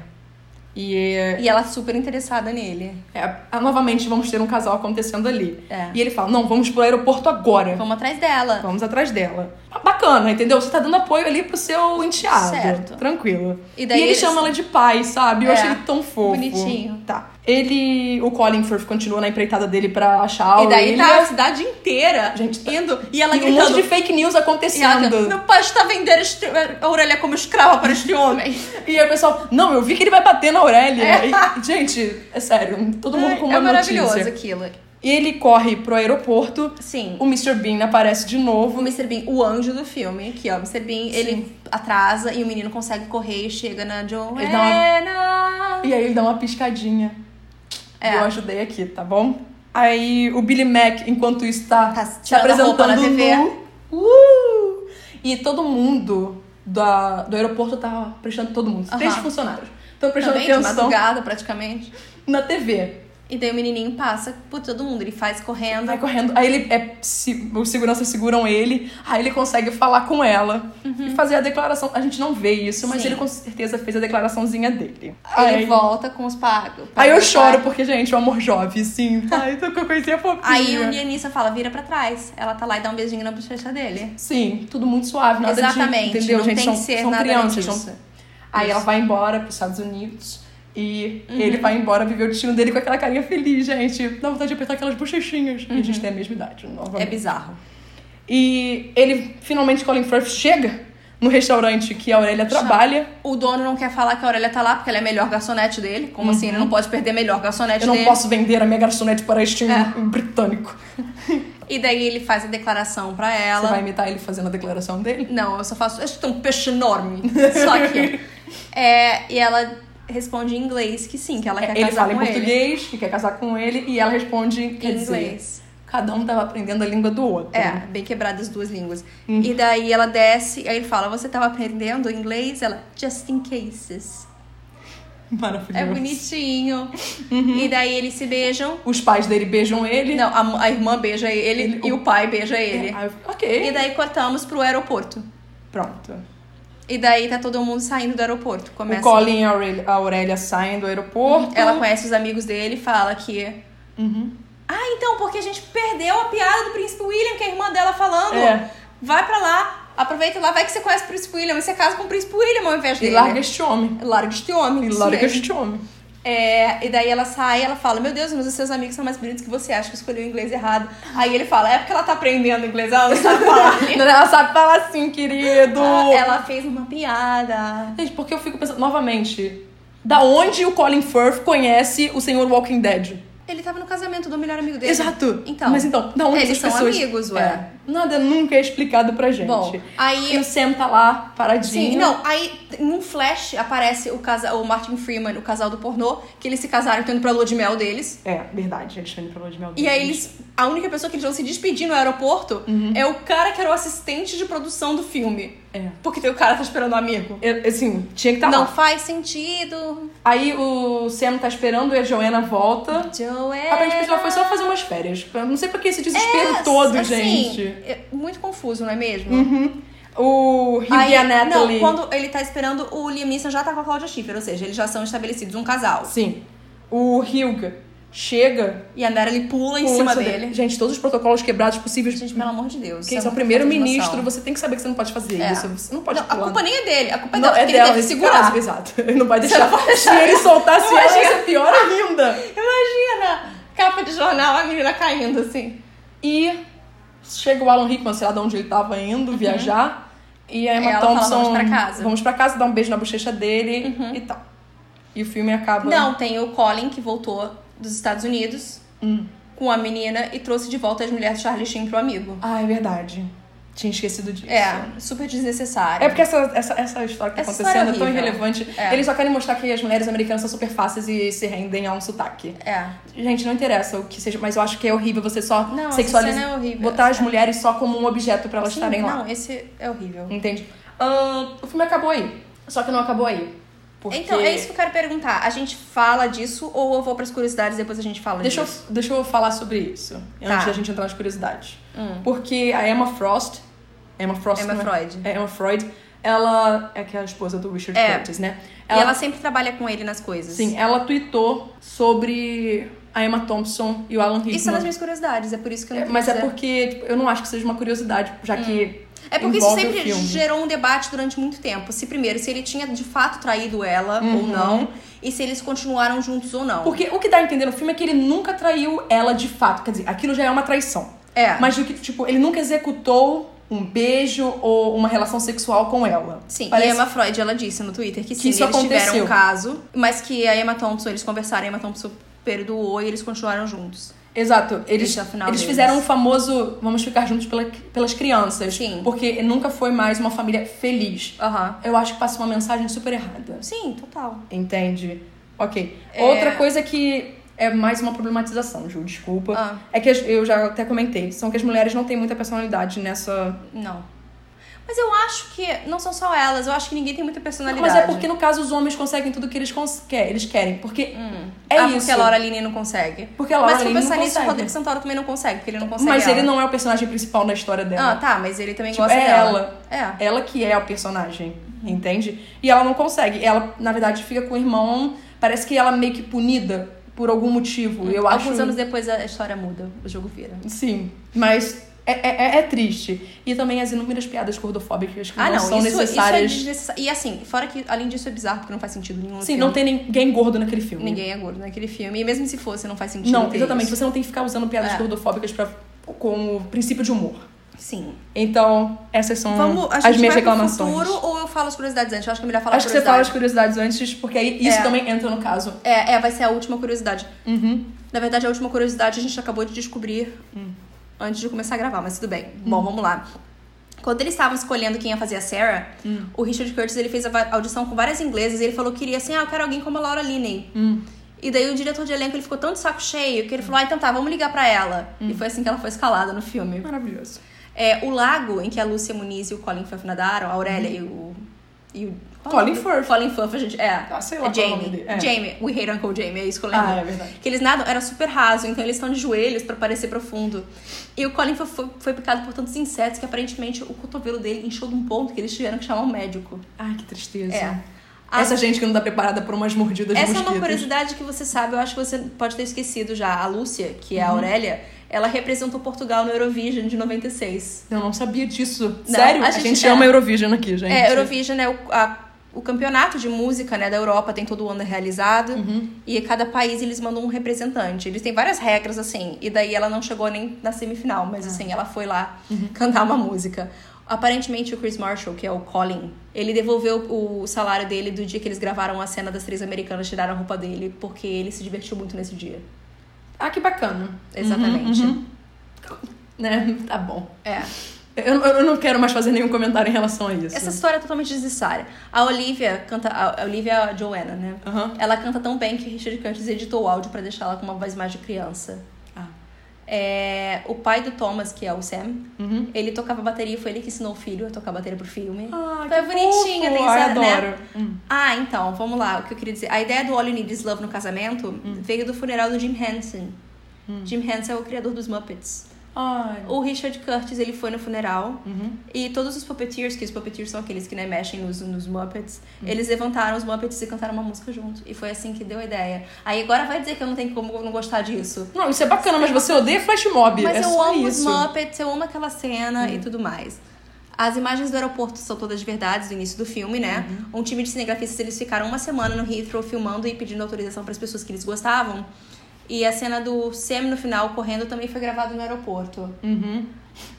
[SPEAKER 2] E, é,
[SPEAKER 1] E ela é super interessada nele.
[SPEAKER 2] é, ah, novamente vamos ter um casal acontecendo ali.
[SPEAKER 1] É.
[SPEAKER 2] E ele fala: não, vamos pro aeroporto agora.
[SPEAKER 1] Vamos atrás dela.
[SPEAKER 2] Vamos atrás dela. Ah, Bacana, entendeu? Você tá dando apoio ali pro seu enteado.
[SPEAKER 1] Certo.
[SPEAKER 2] Tranquilo.
[SPEAKER 1] E daí
[SPEAKER 2] ele
[SPEAKER 1] eles-
[SPEAKER 2] chama ela de pai, sabe? Eu
[SPEAKER 1] É.
[SPEAKER 2] achei ele tão fofo.
[SPEAKER 1] Bonitinho.
[SPEAKER 2] Tá. Ele. O Colin Firth continua na empreitada dele pra achar a
[SPEAKER 1] E daí tá a
[SPEAKER 2] Aurelia.
[SPEAKER 1] cidade inteira
[SPEAKER 2] Gente, tá-
[SPEAKER 1] indo. E ela
[SPEAKER 2] E um monte
[SPEAKER 1] gritando.
[SPEAKER 2] de fake news
[SPEAKER 1] e ela tá,
[SPEAKER 2] acontecendo.
[SPEAKER 1] cantando, Meu pai está vendendo este- a Aurélia como escrava para este homem.
[SPEAKER 2] E aí o pessoal, não, eu vi que ele vai bater na Aurélia.
[SPEAKER 1] É.
[SPEAKER 2] E- gente, é sério, todo mundo
[SPEAKER 1] Ai,
[SPEAKER 2] com uma
[SPEAKER 1] é maravilhoso
[SPEAKER 2] notícia.
[SPEAKER 1] aquilo.
[SPEAKER 2] E ele corre pro aeroporto.
[SPEAKER 1] Sim.
[SPEAKER 2] O Mr. Bean aparece de
[SPEAKER 1] O
[SPEAKER 2] novo.
[SPEAKER 1] Mr. Bean, o anjo do filme, que ó, o Mr. Bean, ele atrasa e o menino consegue correr e chega na Joanna.
[SPEAKER 2] Ele dá E aí ele dá uma piscadinha.
[SPEAKER 1] É.
[SPEAKER 2] Eu ajudei aqui, tá bom? Aí o Billy Mac, enquanto isso, tá,
[SPEAKER 1] Tá
[SPEAKER 2] se
[SPEAKER 1] tirando a roupa
[SPEAKER 2] apresentando
[SPEAKER 1] na TV.
[SPEAKER 2] nu. Uh! E todo mundo da, do aeroporto tava prestando, todo mundo,
[SPEAKER 1] Aham.
[SPEAKER 2] três funcionários. Estão prestando
[SPEAKER 1] Também de
[SPEAKER 2] atenção
[SPEAKER 1] madrugada, praticamente.
[SPEAKER 2] na TV.
[SPEAKER 1] E daí o menininho passa por todo mundo. Ele faz correndo.
[SPEAKER 2] Vai correndo. Aí ele é, se- os seguranças seguram ele, aí ele consegue falar com ela e fazer a declaração. A gente não vê isso, mas
[SPEAKER 1] Uhum. Sim.
[SPEAKER 2] ele com certeza fez a declaraçãozinha dele.
[SPEAKER 1] Aí
[SPEAKER 2] Aí-
[SPEAKER 1] ele volta com os pagos.
[SPEAKER 2] Aí eu choro, porque, gente, o amor jovem, sim. Ai, tô com a coisinha fofinha.
[SPEAKER 1] Aí o Nianissa fala, vira pra trás. Ela tá lá e dá um beijinho na bochecha dele. É
[SPEAKER 2] Sim, tudo muito suave, nada
[SPEAKER 1] Exatamente,
[SPEAKER 2] de... Entendeu,
[SPEAKER 1] não
[SPEAKER 2] gente?
[SPEAKER 1] tem
[SPEAKER 2] são,
[SPEAKER 1] que ser
[SPEAKER 2] são
[SPEAKER 1] nada
[SPEAKER 2] crianças.
[SPEAKER 1] disso.
[SPEAKER 2] são- Aí ela vai embora pros Estados Unidos e
[SPEAKER 1] Uhum.
[SPEAKER 2] ele vai embora viver o destino dele com aquela carinha feliz, gente. Dá vontade de apertar aquelas bochechinhas. E a gente tem a mesma idade, novamente.
[SPEAKER 1] Uhum. É bizarro.
[SPEAKER 2] E ele, finalmente, Colin Firth chega no restaurante que a Aurélia trabalha.
[SPEAKER 1] O dono não quer falar que a Aurélia tá lá, porque ela é a melhor garçonete dele. Como assim? Ele não pode perder a melhor garçonete
[SPEAKER 2] Uhum. Eu não
[SPEAKER 1] dele.
[SPEAKER 2] posso vender a minha garçonete para este um
[SPEAKER 1] É.
[SPEAKER 2] britânico.
[SPEAKER 1] E daí ele faz a declaração pra ela.
[SPEAKER 2] Você vai imitar ele fazendo a declaração dele?
[SPEAKER 1] Não, eu só faço. Eu sou um peixe enorme. Só que. É, e ela responde em inglês que sim, que ela quer
[SPEAKER 2] É, ele
[SPEAKER 1] casar
[SPEAKER 2] fala em
[SPEAKER 1] com ele.
[SPEAKER 2] português, que quer casar com ele, e ela responde quer
[SPEAKER 1] Em
[SPEAKER 2] dizer,
[SPEAKER 1] inglês.
[SPEAKER 2] Cada um tava aprendendo a língua do outro.
[SPEAKER 1] É, bem quebrada as duas línguas.
[SPEAKER 2] Uhum.
[SPEAKER 1] E daí ela desce, aí ele fala: Você tava aprendendo inglês? Ela, just in cases.
[SPEAKER 2] Maravilhoso.
[SPEAKER 1] É bonitinho.
[SPEAKER 2] Uhum.
[SPEAKER 1] E daí eles se beijam.
[SPEAKER 2] Os pais dele beijam ele.
[SPEAKER 1] Não, a, a irmã beija ele,
[SPEAKER 2] Ele-
[SPEAKER 1] e o pai beija
[SPEAKER 2] É,
[SPEAKER 1] ele.
[SPEAKER 2] aí eu fico, ok.
[SPEAKER 1] E daí cortamos pro aeroporto.
[SPEAKER 2] Pronto.
[SPEAKER 1] E daí tá todo mundo saindo do aeroporto. Começa.
[SPEAKER 2] O Colin e a Aurélia, a Aurélia saem do aeroporto.
[SPEAKER 1] Ela conhece os amigos dele e fala que.
[SPEAKER 2] Uhum.
[SPEAKER 1] Ah, então, porque a gente perdeu a piada do príncipe William, que é a irmã dela falando.
[SPEAKER 2] É.
[SPEAKER 1] Vai pra lá, aproveita lá, vai que você conhece o príncipe William, e você casa com o príncipe William ao invés
[SPEAKER 2] E
[SPEAKER 1] dele. né?
[SPEAKER 2] larga este homem.
[SPEAKER 1] larga este homem.
[SPEAKER 2] E
[SPEAKER 1] isso
[SPEAKER 2] larga
[SPEAKER 1] mesmo.
[SPEAKER 2] este homem.
[SPEAKER 1] É, e daí ela sai ela fala: Meu Deus, mas os seus amigos são mais bonitos que você, acho que escolheu o inglês errado. Aí ele fala: É porque ela tá aprendendo inglês, ela não sabe falar.
[SPEAKER 2] Não, Ela sabe falar assim, querido.
[SPEAKER 1] ela fez uma piada.
[SPEAKER 2] Gente, porque eu fico pensando, novamente, da onde o Colin Firth conhece o senhor Walking Dead?
[SPEAKER 1] Ele tava no casamento do melhor amigo dele.
[SPEAKER 2] Exato.
[SPEAKER 1] Então.
[SPEAKER 2] Mas então, da onde
[SPEAKER 1] Eles
[SPEAKER 2] essas
[SPEAKER 1] são
[SPEAKER 2] pessoas...
[SPEAKER 1] amigos, ué.
[SPEAKER 2] É. Nada nunca é explicado pra gente.
[SPEAKER 1] Bom, aí-
[SPEAKER 2] E o Sam tá lá, paradinho.
[SPEAKER 1] Sim, não, aí num flash aparece o, casa, o Martin Freeman, o casal do pornô, que eles se casaram tendo pra lua de mel deles.
[SPEAKER 2] É, verdade, eles estão indo pra lua de mel
[SPEAKER 1] E aí
[SPEAKER 2] deles.
[SPEAKER 1] eles. A única pessoa que eles vão se despedir no aeroporto é o cara que era o assistente de produção do filme.
[SPEAKER 2] É.
[SPEAKER 1] Porque tem o cara tá esperando o amigo. Tá
[SPEAKER 2] É, Assim, tinha que estar
[SPEAKER 1] Não
[SPEAKER 2] lá.
[SPEAKER 1] faz sentido.
[SPEAKER 2] Aí o Sam tá esperando e a Joanna volta.
[SPEAKER 1] Joel.
[SPEAKER 2] Aparentemente ela foi só fazer umas férias. Eu não sei pra que esse desespero todo,
[SPEAKER 1] assim,
[SPEAKER 2] gente.
[SPEAKER 1] É muito confuso, não é mesmo?
[SPEAKER 2] O Hugh
[SPEAKER 1] Aí,
[SPEAKER 2] e a
[SPEAKER 1] Não,
[SPEAKER 2] Natalie.
[SPEAKER 1] quando ele tá esperando, o Liam Neeson já tá com a Claudia Schiffer, ou seja, eles já são estabelecidos um casal.
[SPEAKER 2] Sim. O Hugh chega
[SPEAKER 1] E a Natalie pula em
[SPEAKER 2] pula
[SPEAKER 1] cima
[SPEAKER 2] sobre-
[SPEAKER 1] dele.
[SPEAKER 2] Gente, todos os protocolos quebrados possíveis.
[SPEAKER 1] Gente, pelo amor de Deus.
[SPEAKER 2] Quem
[SPEAKER 1] isso
[SPEAKER 2] é
[SPEAKER 1] é
[SPEAKER 2] o
[SPEAKER 1] uma
[SPEAKER 2] primeiro-ministro,
[SPEAKER 1] falta de noção.
[SPEAKER 2] você tem que saber que você não pode fazer
[SPEAKER 1] É.
[SPEAKER 2] isso. Você não pode
[SPEAKER 1] Não, a
[SPEAKER 2] pular.
[SPEAKER 1] culpa nem é dele, a culpa é
[SPEAKER 2] Não,
[SPEAKER 1] dela,
[SPEAKER 2] é
[SPEAKER 1] porque
[SPEAKER 2] dela,
[SPEAKER 1] ele deve
[SPEAKER 2] esse
[SPEAKER 1] segurar.
[SPEAKER 2] cara, exato. Ele não vai deixar.
[SPEAKER 1] não vai deixar.
[SPEAKER 2] Se ele soltasse ela,
[SPEAKER 1] Imagina.
[SPEAKER 2] ia ser pior ainda.
[SPEAKER 1] Imagina! Capa de jornal, a menina caindo assim.
[SPEAKER 2] E chega o Alan Rickman, sei lá de onde ele tava indo viajar. E a Emma
[SPEAKER 1] Uhum. Ela fala,
[SPEAKER 2] Thompson.
[SPEAKER 1] "Vamos pra casa." Uhum.
[SPEAKER 2] Vamos pra casa, dá um beijo na bochecha dele e tal. E o filme acaba.
[SPEAKER 1] Não, tem o Colin, que voltou dos Estados Unidos
[SPEAKER 2] Hum.
[SPEAKER 1] com a menina e trouxe de volta as mulheres do Charlie Sheen pro amigo.
[SPEAKER 2] Ah, é verdade. Tinha esquecido disso.
[SPEAKER 1] É, super desnecessário.
[SPEAKER 2] É porque essa, essa, essa história que tá
[SPEAKER 1] Essa história
[SPEAKER 2] acontecendo é tão
[SPEAKER 1] horrível.
[SPEAKER 2] irrelevante.
[SPEAKER 1] É.
[SPEAKER 2] Eles só querem mostrar que as mulheres americanas são super fáceis e se rendem a um sotaque.
[SPEAKER 1] É.
[SPEAKER 2] Gente, não interessa o que seja, mas eu acho que é horrível você só
[SPEAKER 1] Não, essa
[SPEAKER 2] sexualizar.
[SPEAKER 1] cena é horrível.
[SPEAKER 2] botar as mulheres só como um objeto pra elas
[SPEAKER 1] Sim,
[SPEAKER 2] estarem lá.
[SPEAKER 1] Não, esse é horrível.
[SPEAKER 2] Entende? Ahn, o filme acabou aí. Só que não acabou aí. Porque...
[SPEAKER 1] Então, é isso que eu quero perguntar. A gente fala disso ou eu vou pras curiosidades e depois a gente fala
[SPEAKER 2] Deixa eu,
[SPEAKER 1] disso?
[SPEAKER 2] deixa eu falar sobre isso.
[SPEAKER 1] Tá. Hum.
[SPEAKER 2] Antes da gente entrar nas curiosidades. Porque a Emma Frost... Emma Frost,
[SPEAKER 1] Emma
[SPEAKER 2] não é?
[SPEAKER 1] Freud.
[SPEAKER 2] É, Emma Freud. Ela é que é a esposa do Richard
[SPEAKER 1] É.
[SPEAKER 2] Curtis, né?
[SPEAKER 1] E ela sempre trabalha com ele nas coisas.
[SPEAKER 2] Sim, ela tweetou sobre a Emma Thompson e o Alan Rickman.
[SPEAKER 1] Isso são nas minhas curiosidades, é por isso que eu não
[SPEAKER 2] É,
[SPEAKER 1] quis
[SPEAKER 2] Mas é
[SPEAKER 1] dizer.
[SPEAKER 2] porque tipo, eu não acho que seja uma curiosidade, já que
[SPEAKER 1] É porque isso
[SPEAKER 2] envolve o
[SPEAKER 1] sempre
[SPEAKER 2] filme.
[SPEAKER 1] gerou um debate durante muito tempo. Se primeiro, se ele tinha de fato traído ela
[SPEAKER 2] Uhum.
[SPEAKER 1] ou não, e se eles continuaram juntos ou não.
[SPEAKER 2] Porque o que dá a entender no filme é que ele nunca traiu ela de fato. Quer dizer, aquilo já é uma traição.
[SPEAKER 1] É.
[SPEAKER 2] Mas do que, tipo, ele nunca executou um beijo ou uma relação sexual com ela.
[SPEAKER 1] Sim, e
[SPEAKER 2] Parece
[SPEAKER 1] a Emma Freud, ela disse no Twitter que sim,
[SPEAKER 2] isso
[SPEAKER 1] eles tiveram
[SPEAKER 2] aconteceu.
[SPEAKER 1] um caso, mas que a Emma Thompson, eles conversaram, a Emma Thompson perdoou e eles continuaram juntos.
[SPEAKER 2] Exato. Eles,
[SPEAKER 1] Esse é o final
[SPEAKER 2] eles
[SPEAKER 1] deles.
[SPEAKER 2] fizeram o famoso vamos ficar juntos pela- pelas crianças.
[SPEAKER 1] Sim.
[SPEAKER 2] Porque nunca foi mais uma família feliz.
[SPEAKER 1] Aham.
[SPEAKER 2] Eu acho que passa uma mensagem super errada.
[SPEAKER 1] Sim, total.
[SPEAKER 2] Entende? Ok.
[SPEAKER 1] É.
[SPEAKER 2] Outra coisa que é mais uma problematização, Ju, desculpa.
[SPEAKER 1] Ah.
[SPEAKER 2] É que as- eu já até comentei. São que as mulheres não têm muita personalidade nessa.
[SPEAKER 1] Não. Mas eu acho que não são só elas, eu acho que ninguém tem muita personalidade.
[SPEAKER 2] Mas é porque, no caso, os homens conseguem tudo que eles, cons- quer- eles querem. Porque
[SPEAKER 1] Hum.
[SPEAKER 2] é
[SPEAKER 1] ah,
[SPEAKER 2] isso.
[SPEAKER 1] porque a Laura Linney não consegue.
[SPEAKER 2] Porque a Laura
[SPEAKER 1] mas se eu
[SPEAKER 2] Linney
[SPEAKER 1] pensar
[SPEAKER 2] não
[SPEAKER 1] nisso, o
[SPEAKER 2] consegue.
[SPEAKER 1] Rodrigo Santoro também não consegue, porque ele não consegue.
[SPEAKER 2] Mas
[SPEAKER 1] ela.
[SPEAKER 2] ele não é o personagem principal na história dela.
[SPEAKER 1] Ah, tá, mas ele também
[SPEAKER 2] Tipo,
[SPEAKER 1] gosta
[SPEAKER 2] é
[SPEAKER 1] dela. É.
[SPEAKER 2] Ela que é o personagem, entende? E ela não consegue. Ela, na verdade, fica com o irmão. Parece que ela é meio que punida por algum motivo. Eu
[SPEAKER 1] Alguns
[SPEAKER 2] acho.
[SPEAKER 1] anos depois a história muda, o jogo vira.
[SPEAKER 2] Sim, mas é, é- é triste. E também as inúmeras piadas gordofóbicas que
[SPEAKER 1] Ah,
[SPEAKER 2] não,
[SPEAKER 1] não,
[SPEAKER 2] são
[SPEAKER 1] isso, isso é
[SPEAKER 2] necessárias.
[SPEAKER 1] desnecessário. E assim, fora que, além disso, é bizarro, porque não faz sentido nenhum. no
[SPEAKER 2] Sim,
[SPEAKER 1] filme.
[SPEAKER 2] não tem ninguém gordo naquele filme.
[SPEAKER 1] Ninguém é gordo naquele filme. E mesmo se fosse, não faz sentido.
[SPEAKER 2] Não,
[SPEAKER 1] ter
[SPEAKER 2] exatamente.
[SPEAKER 1] isso.
[SPEAKER 2] Você não tem que ficar usando piadas
[SPEAKER 1] É.
[SPEAKER 2] gordofóbicas pra, como princípio de humor.
[SPEAKER 1] Sim.
[SPEAKER 2] Então, essas são
[SPEAKER 1] Vamos, a gente
[SPEAKER 2] as minhas
[SPEAKER 1] vai pro
[SPEAKER 2] reclamações.
[SPEAKER 1] futuro ou eu falo as curiosidades antes? Eu acho que é melhor falar
[SPEAKER 2] Acho que você fala
[SPEAKER 1] curiosidades.
[SPEAKER 2] as curiosidades antes, porque aí isso
[SPEAKER 1] É.
[SPEAKER 2] também entra no caso.
[SPEAKER 1] É, é, vai ser a última curiosidade.
[SPEAKER 2] Uhum.
[SPEAKER 1] Na verdade, a última curiosidade a gente acabou de descobrir
[SPEAKER 2] Hum.
[SPEAKER 1] antes de começar a gravar, mas tudo bem. Bom, vamos lá. Quando eles estavam escolhendo quem ia fazer a Sarah,
[SPEAKER 2] Hum.
[SPEAKER 1] o Richard Curtis ele fez a va- audição com várias inglesas e ele falou que queria assim, ah, eu quero alguém como a Laura Linney.
[SPEAKER 2] Hum.
[SPEAKER 1] E daí o diretor de elenco ele ficou tão de saco cheio que ele falou, ah, então tá, vamos ligar pra ela.
[SPEAKER 2] Hum.
[SPEAKER 1] E foi assim que ela foi escalada no filme.
[SPEAKER 2] Maravilhoso.
[SPEAKER 1] É, o lago em que a Lúcia Muniz e o Colin Firth nadaram, a Aurélia e o. E o qual é
[SPEAKER 2] Colin
[SPEAKER 1] o nome?
[SPEAKER 2] Firth.
[SPEAKER 1] Colin Firth, a gente. É.
[SPEAKER 2] Ah, sei lá
[SPEAKER 1] é
[SPEAKER 2] qual é o nome
[SPEAKER 1] Jamie.
[SPEAKER 2] dele. É.
[SPEAKER 1] Jamie. We hate Uncle Jamie, é isso que eu lembro.
[SPEAKER 2] Ah, é verdade.
[SPEAKER 1] Que eles nadam, era super raso, então eles estão de joelhos pra parecer profundo. E o Colin Firth foi, foi picado por tantos insetos que aparentemente o cotovelo dele inchou de um ponto que eles tiveram que chamar um médico.
[SPEAKER 2] Ai, que tristeza.
[SPEAKER 1] É. A-
[SPEAKER 2] Essa gente que não tá preparada por umas mordidas
[SPEAKER 1] Essa
[SPEAKER 2] de
[SPEAKER 1] é uma
[SPEAKER 2] mosquitos.
[SPEAKER 1] curiosidade que você sabe, eu acho que você pode ter esquecido já. A Lúcia, que é
[SPEAKER 2] Uhum.
[SPEAKER 1] a Aurélia, ela representou Portugal no Eurovision de 96.
[SPEAKER 2] Eu não sabia disso.
[SPEAKER 1] Não,
[SPEAKER 2] Sério?
[SPEAKER 1] a
[SPEAKER 2] A
[SPEAKER 1] gente-
[SPEAKER 2] gente,
[SPEAKER 1] é.
[SPEAKER 2] chama Eurovision aqui, gente.
[SPEAKER 1] É, Eurovision é o, a- o campeonato de música né, da Europa, tem todo ano realizado. E cada país eles mandam um representante. Eles têm várias regras, assim. E daí ela não chegou nem na semifinal, mas assim, ela foi lá cantar uma música. Aparentemente o Chris Marshall, que é o Colin, ele devolveu o salário dele do dia que eles gravaram a cena das três americanas tiraram a roupa dele, porque ele se divertiu muito nesse dia.
[SPEAKER 2] Ah, que bacana.
[SPEAKER 1] Exatamente.
[SPEAKER 2] Né? Tá bom.
[SPEAKER 1] É.
[SPEAKER 2] Eu, eu não quero mais fazer nenhum comentário em relação a isso.
[SPEAKER 1] Essa história é totalmente desnecessária. A Olivia canta. A Olivia Joanna, né?
[SPEAKER 2] Aham.
[SPEAKER 1] Ela canta tão bem que o Richard Curtis editou o áudio pra deixar ela com uma voz mais de criança.
[SPEAKER 2] Ah.
[SPEAKER 1] É, o pai do Thomas, que é o Sam,
[SPEAKER 2] Uhum.
[SPEAKER 1] ele tocava bateria, foi ele que ensinou o filho a tocar bateria pro filme.
[SPEAKER 2] Ah,
[SPEAKER 1] então é
[SPEAKER 2] que
[SPEAKER 1] bonitinha,
[SPEAKER 2] fofo.
[SPEAKER 1] tem
[SPEAKER 2] Ai,
[SPEAKER 1] essa,
[SPEAKER 2] adoro.
[SPEAKER 1] né?
[SPEAKER 2] Hum.
[SPEAKER 1] Ah, então, vamos lá, o que eu queria dizer. A ideia do All You Need Is Love no casamento veio do funeral do Jim Henson. Jim Henson é o criador dos Muppets.
[SPEAKER 2] Ai.
[SPEAKER 1] O Richard Curtis, ele foi no funeral.
[SPEAKER 2] Uhum.
[SPEAKER 1] E todos os puppeteers, que os puppeteers são aqueles que né, mexem nos, nos Muppets, eles levantaram os Muppets e cantaram uma música junto. E foi assim que deu a ideia. Aí agora vai dizer que eu não tenho como não gostar disso.
[SPEAKER 2] Não, isso é bacana, mas você odeia flash mob.
[SPEAKER 1] Mas
[SPEAKER 2] é
[SPEAKER 1] eu
[SPEAKER 2] só
[SPEAKER 1] amo os
[SPEAKER 2] isso. Hum.
[SPEAKER 1] Muppets, eu amo aquela cena e tudo mais. As imagens do aeroporto são todas verdades do início do filme, né?
[SPEAKER 2] Uhum.
[SPEAKER 1] Um time de cinegrafistas, eles ficaram uma semana no Heathrow filmando e pedindo autorização para as pessoas que eles gostavam. E a cena do Sam no final correndo também foi gravada no aeroporto.
[SPEAKER 2] Uhum.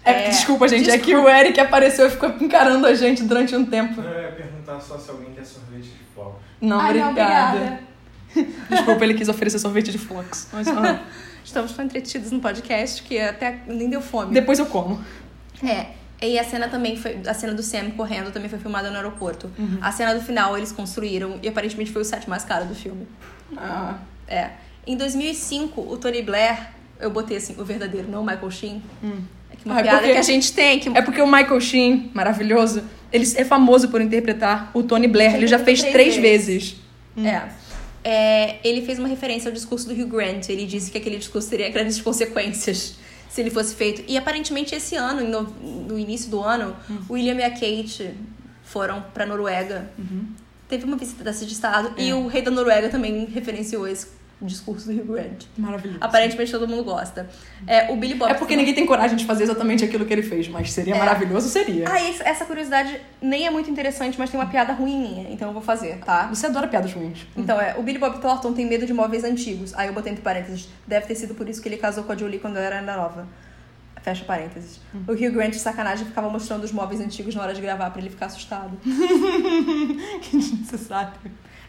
[SPEAKER 2] É,
[SPEAKER 1] É.
[SPEAKER 2] Desculpa, gente. É que o Eric apareceu e ficou encarando a gente durante um tempo.
[SPEAKER 3] Eu ia perguntar só se alguém quer sorvete de foco.
[SPEAKER 2] Não,
[SPEAKER 1] Ai, não,
[SPEAKER 2] obrigada.
[SPEAKER 1] obrigada.
[SPEAKER 2] Desculpa, ele quis oferecer sorvete de flux. Mas, ah,
[SPEAKER 1] Estamos tão entretidos no podcast que até nem deu fome.
[SPEAKER 2] depois eu como.
[SPEAKER 1] É. E a cena também foi. A cena do Sam correndo também foi filmada no aeroporto.
[SPEAKER 2] Uhum.
[SPEAKER 1] A cena do final eles construíram e aparentemente foi o set mais caro do filme.
[SPEAKER 2] Ah.
[SPEAKER 1] É. Em 2005, o Tony Blair, eu botei assim, o verdadeiro, não o Michael Sheen. É que uma
[SPEAKER 2] Ah, é
[SPEAKER 1] piada
[SPEAKER 2] porque-
[SPEAKER 1] que a gente tem. Que...
[SPEAKER 2] É porque o Michael Sheen, maravilhoso, ele é famoso por interpretar o Tony Blair. Ele já fez
[SPEAKER 1] Interpretou três
[SPEAKER 2] três vezes. Hum.
[SPEAKER 1] É. É, ele fez uma referência ao discurso do Hugh Grant. Ele disse que aquele discurso teria grandes consequências se ele fosse feito. E aparentemente esse ano, em no, no início do ano,
[SPEAKER 2] Hum.
[SPEAKER 1] William e a Kate foram pra Noruega.
[SPEAKER 2] Uhum.
[SPEAKER 1] Teve uma visita dessa de estado
[SPEAKER 2] É.
[SPEAKER 1] e o rei da Noruega também referenciou esse discurso do Hugh Grant.
[SPEAKER 2] Maravilhoso.
[SPEAKER 1] Aparentemente todo mundo gosta. É, o Billy Bob
[SPEAKER 2] É porque ninguém tem coragem de fazer exatamente aquilo que ele fez, mas seria
[SPEAKER 1] É.
[SPEAKER 2] maravilhoso, seria.
[SPEAKER 1] Ah, esse- essa curiosidade nem é muito interessante, mas tem uma piada ruim minha, então eu vou fazer, tá?
[SPEAKER 2] Você adora piadas ruins.
[SPEAKER 1] Então, é, o Billy Bob Thornton tem medo de móveis antigos. Aí eu botei entre parênteses. Deve ter sido por isso que ele casou com a Julie quando ela era ainda nova. Fecha parênteses. O Hugh Grant, de sacanagem, ficava mostrando os móveis antigos na hora de gravar pra ele ficar assustado.
[SPEAKER 2] que desnecessário.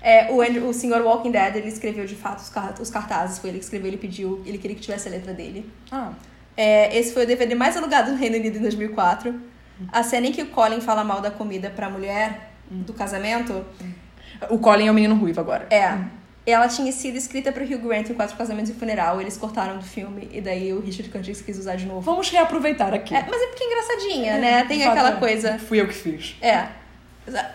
[SPEAKER 1] É, o, Andrew- o Sr. Walking Dead, ele escreveu de fato os, car- os cartazes. Foi ele que escreveu, ele pediu, ele queria que tivesse a letra dele.
[SPEAKER 2] Ah.
[SPEAKER 1] É, esse foi o DVD mais alugado no Reino Unido em 2004. A cena em que o Colin fala mal da comida pra mulher do casamento
[SPEAKER 2] O Colin é o menino um ruivo agora.
[SPEAKER 1] É. Ela tinha sido escrita pro Hugh Grant em Quatro Casamentos e um Funeral, eles cortaram do filme, e daí o Richard Curtis quis usar de novo.
[SPEAKER 2] Vamos reaproveitar aqui.
[SPEAKER 1] É, mas é porque é engraçadinha, né? Tem aquela coisa.
[SPEAKER 2] Fui eu que fiz.
[SPEAKER 1] É.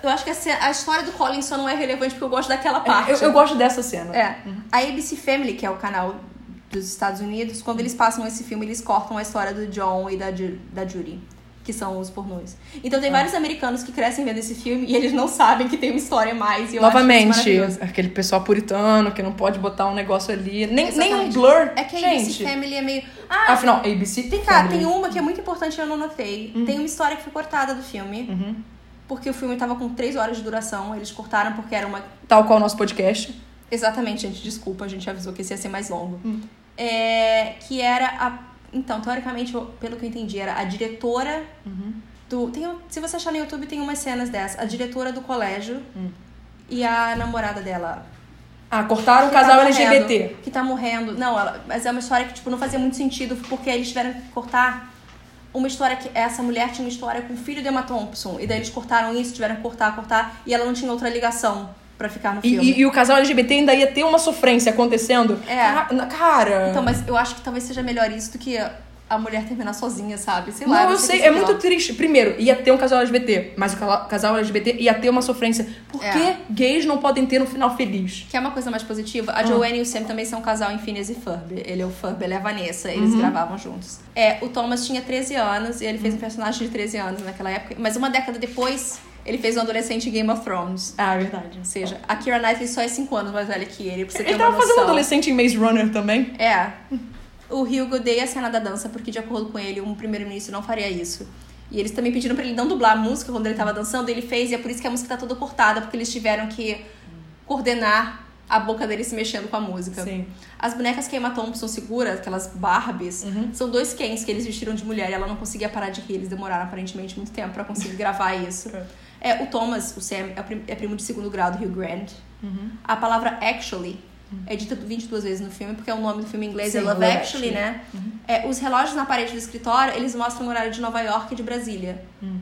[SPEAKER 1] Eu acho que a, ce- a história do Collins só não é relevante porque eu gosto daquela parte.
[SPEAKER 2] Eu, eu gosto dessa cena.
[SPEAKER 1] É. A ABC Family, que é o canal dos Estados Unidos, quando eles passam esse filme, eles cortam a história do John e da, Ju- da Judy, que são os pornôs. Então tem vários americanos que crescem vendo esse filme e eles não sabem que tem uma história a mais. E eu acho isso
[SPEAKER 2] Novamente,
[SPEAKER 1] maravilhoso.
[SPEAKER 2] aquele pessoal puritano que não pode botar um negócio ali. Nem, nem um
[SPEAKER 1] Exatamente.
[SPEAKER 2] blur.
[SPEAKER 1] É que a ABC
[SPEAKER 2] gente.
[SPEAKER 1] Family é meio. Ah,
[SPEAKER 2] Afinal, ABC
[SPEAKER 1] tem cá,
[SPEAKER 2] Family.
[SPEAKER 1] tem uma que é muito importante e eu não notei.
[SPEAKER 2] Uhum.
[SPEAKER 1] Tem uma história que foi cortada do filme. Porque o filme tava com três horas de duração, eles cortaram porque era uma
[SPEAKER 2] Tal qual o nosso podcast.
[SPEAKER 1] Exatamente, gente. Desculpa, a gente avisou que esse ia ser mais longo.
[SPEAKER 2] Hum.
[SPEAKER 1] É, que era a. Então, teoricamente, eu- pelo que eu entendi, era a diretora
[SPEAKER 2] Uhum.
[SPEAKER 1] do. Tem, um- se você achar no YouTube, tem umas cenas dessas. A diretora do colégio
[SPEAKER 2] Hum.
[SPEAKER 1] e a namorada dela.
[SPEAKER 2] Ah, cortaram o
[SPEAKER 1] que tá
[SPEAKER 2] casal
[SPEAKER 1] morrendo,
[SPEAKER 2] LGBT.
[SPEAKER 1] que tá morrendo. Não, ela- mas é uma história que, tipo, não fazia muito sentido, porque eles tiveram que cortar uma história que. Essa mulher tinha uma história com o filho de Emma Thompson. E daí eles cortaram isso, tiveram que cortar, cortar, e ela não tinha outra ligação pra ficar no
[SPEAKER 2] E,
[SPEAKER 1] filme.
[SPEAKER 2] e- e o casal LGBT ainda ia ter uma sofrência acontecendo.
[SPEAKER 1] É.
[SPEAKER 2] Cara. cara.
[SPEAKER 1] Então, mas eu acho que talvez seja melhor isso do que a mulher terminar sozinha, sabe? Sei lá.
[SPEAKER 2] não, eu
[SPEAKER 1] que
[SPEAKER 2] sei,
[SPEAKER 1] isso
[SPEAKER 2] é
[SPEAKER 1] pior.
[SPEAKER 2] muito triste. Primeiro, ia ter um casal LGBT, mas o cala- casal LGBT ia ter uma sofrência. Por
[SPEAKER 1] É.
[SPEAKER 2] que gays não podem ter um final feliz?
[SPEAKER 1] Quer é uma coisa mais positiva?
[SPEAKER 2] Ah.
[SPEAKER 1] A Joanne e o Sam também são um casal em Phineas e Ferb. Ele é o Ferb, ele é a Vanessa.
[SPEAKER 2] Uhum.
[SPEAKER 1] Eles gravavam juntos. É, o Thomas tinha 13 anos e ele fez um personagem de 13 anos naquela época. Mas uma década depois, ele fez um adolescente em Game of Thrones.
[SPEAKER 2] Ah, verdade.
[SPEAKER 1] Ou seja, a Keira Knightley só é 5 anos mais velha que ele, pra você ter
[SPEAKER 2] Ele
[SPEAKER 1] uma
[SPEAKER 2] tava fazendo um
[SPEAKER 1] noção.
[SPEAKER 2] adolescente em Maze Runner também.
[SPEAKER 1] É. O Hugo odeia a cena da dança, porque, de acordo com ele, um primeiro-ministro não faria isso. E eles também pediram pra ele não dublar a música quando ele tava dançando, ele fez, e é por isso que a música tá toda cortada, porque eles tiveram que coordenar a boca dele se mexendo com a música.
[SPEAKER 2] Sim.
[SPEAKER 1] As bonecas que a Emma Thompson segura, aquelas Barbies, são dois Kens que eles vestiram de mulher e ela não conseguia parar de rir. Eles demoraram aparentemente muito tempo pra conseguir gravar isso. É, o Thomas, o Sam, é, prim- é primo de segundo grau do Hugh Grant. A palavra actually é dita 22 vezes no filme, porque é o nome do filme em inglês, é
[SPEAKER 2] Sim,
[SPEAKER 1] Love,
[SPEAKER 2] Love
[SPEAKER 1] Actually,
[SPEAKER 2] Actually. Uhum.
[SPEAKER 1] né? É, os relógios na parede do escritório, eles mostram o horário de Nova York e de Brasília.
[SPEAKER 2] Hum.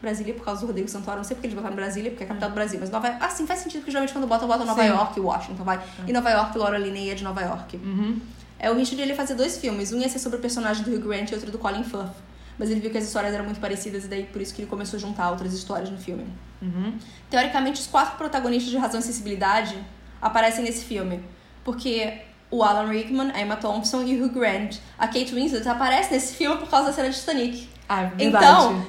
[SPEAKER 1] Brasília, por causa do Rodrigo Santoro, não sei porque eles botaram Brasília, porque é a capital do Brasil, mas Nova York. Assim, faz sentido que geralmente quando botam, botam Nova
[SPEAKER 2] Sim. É.
[SPEAKER 1] York, Washington, vai. E Nova York, Laura Linney é de Nova York.
[SPEAKER 2] Uhum.
[SPEAKER 1] É, o Richard ele fazia dois filmes. Um ia ser sobre o personagem do Hugh Grant e outro do Colin Firth. Mas ele viu que as histórias eram muito parecidas e daí por isso que ele começou a juntar outras histórias no filme.
[SPEAKER 2] Uhum.
[SPEAKER 1] Teoricamente, os quatro protagonistas de Razão e Sensibilidade aparecem nesse filme. Porque o Alan Rickman, a Emma Thompson e o Hugh Grant. A Kate Winslet aparece nesse filme por causa da cena de Titanic.
[SPEAKER 2] Ah,
[SPEAKER 1] Então,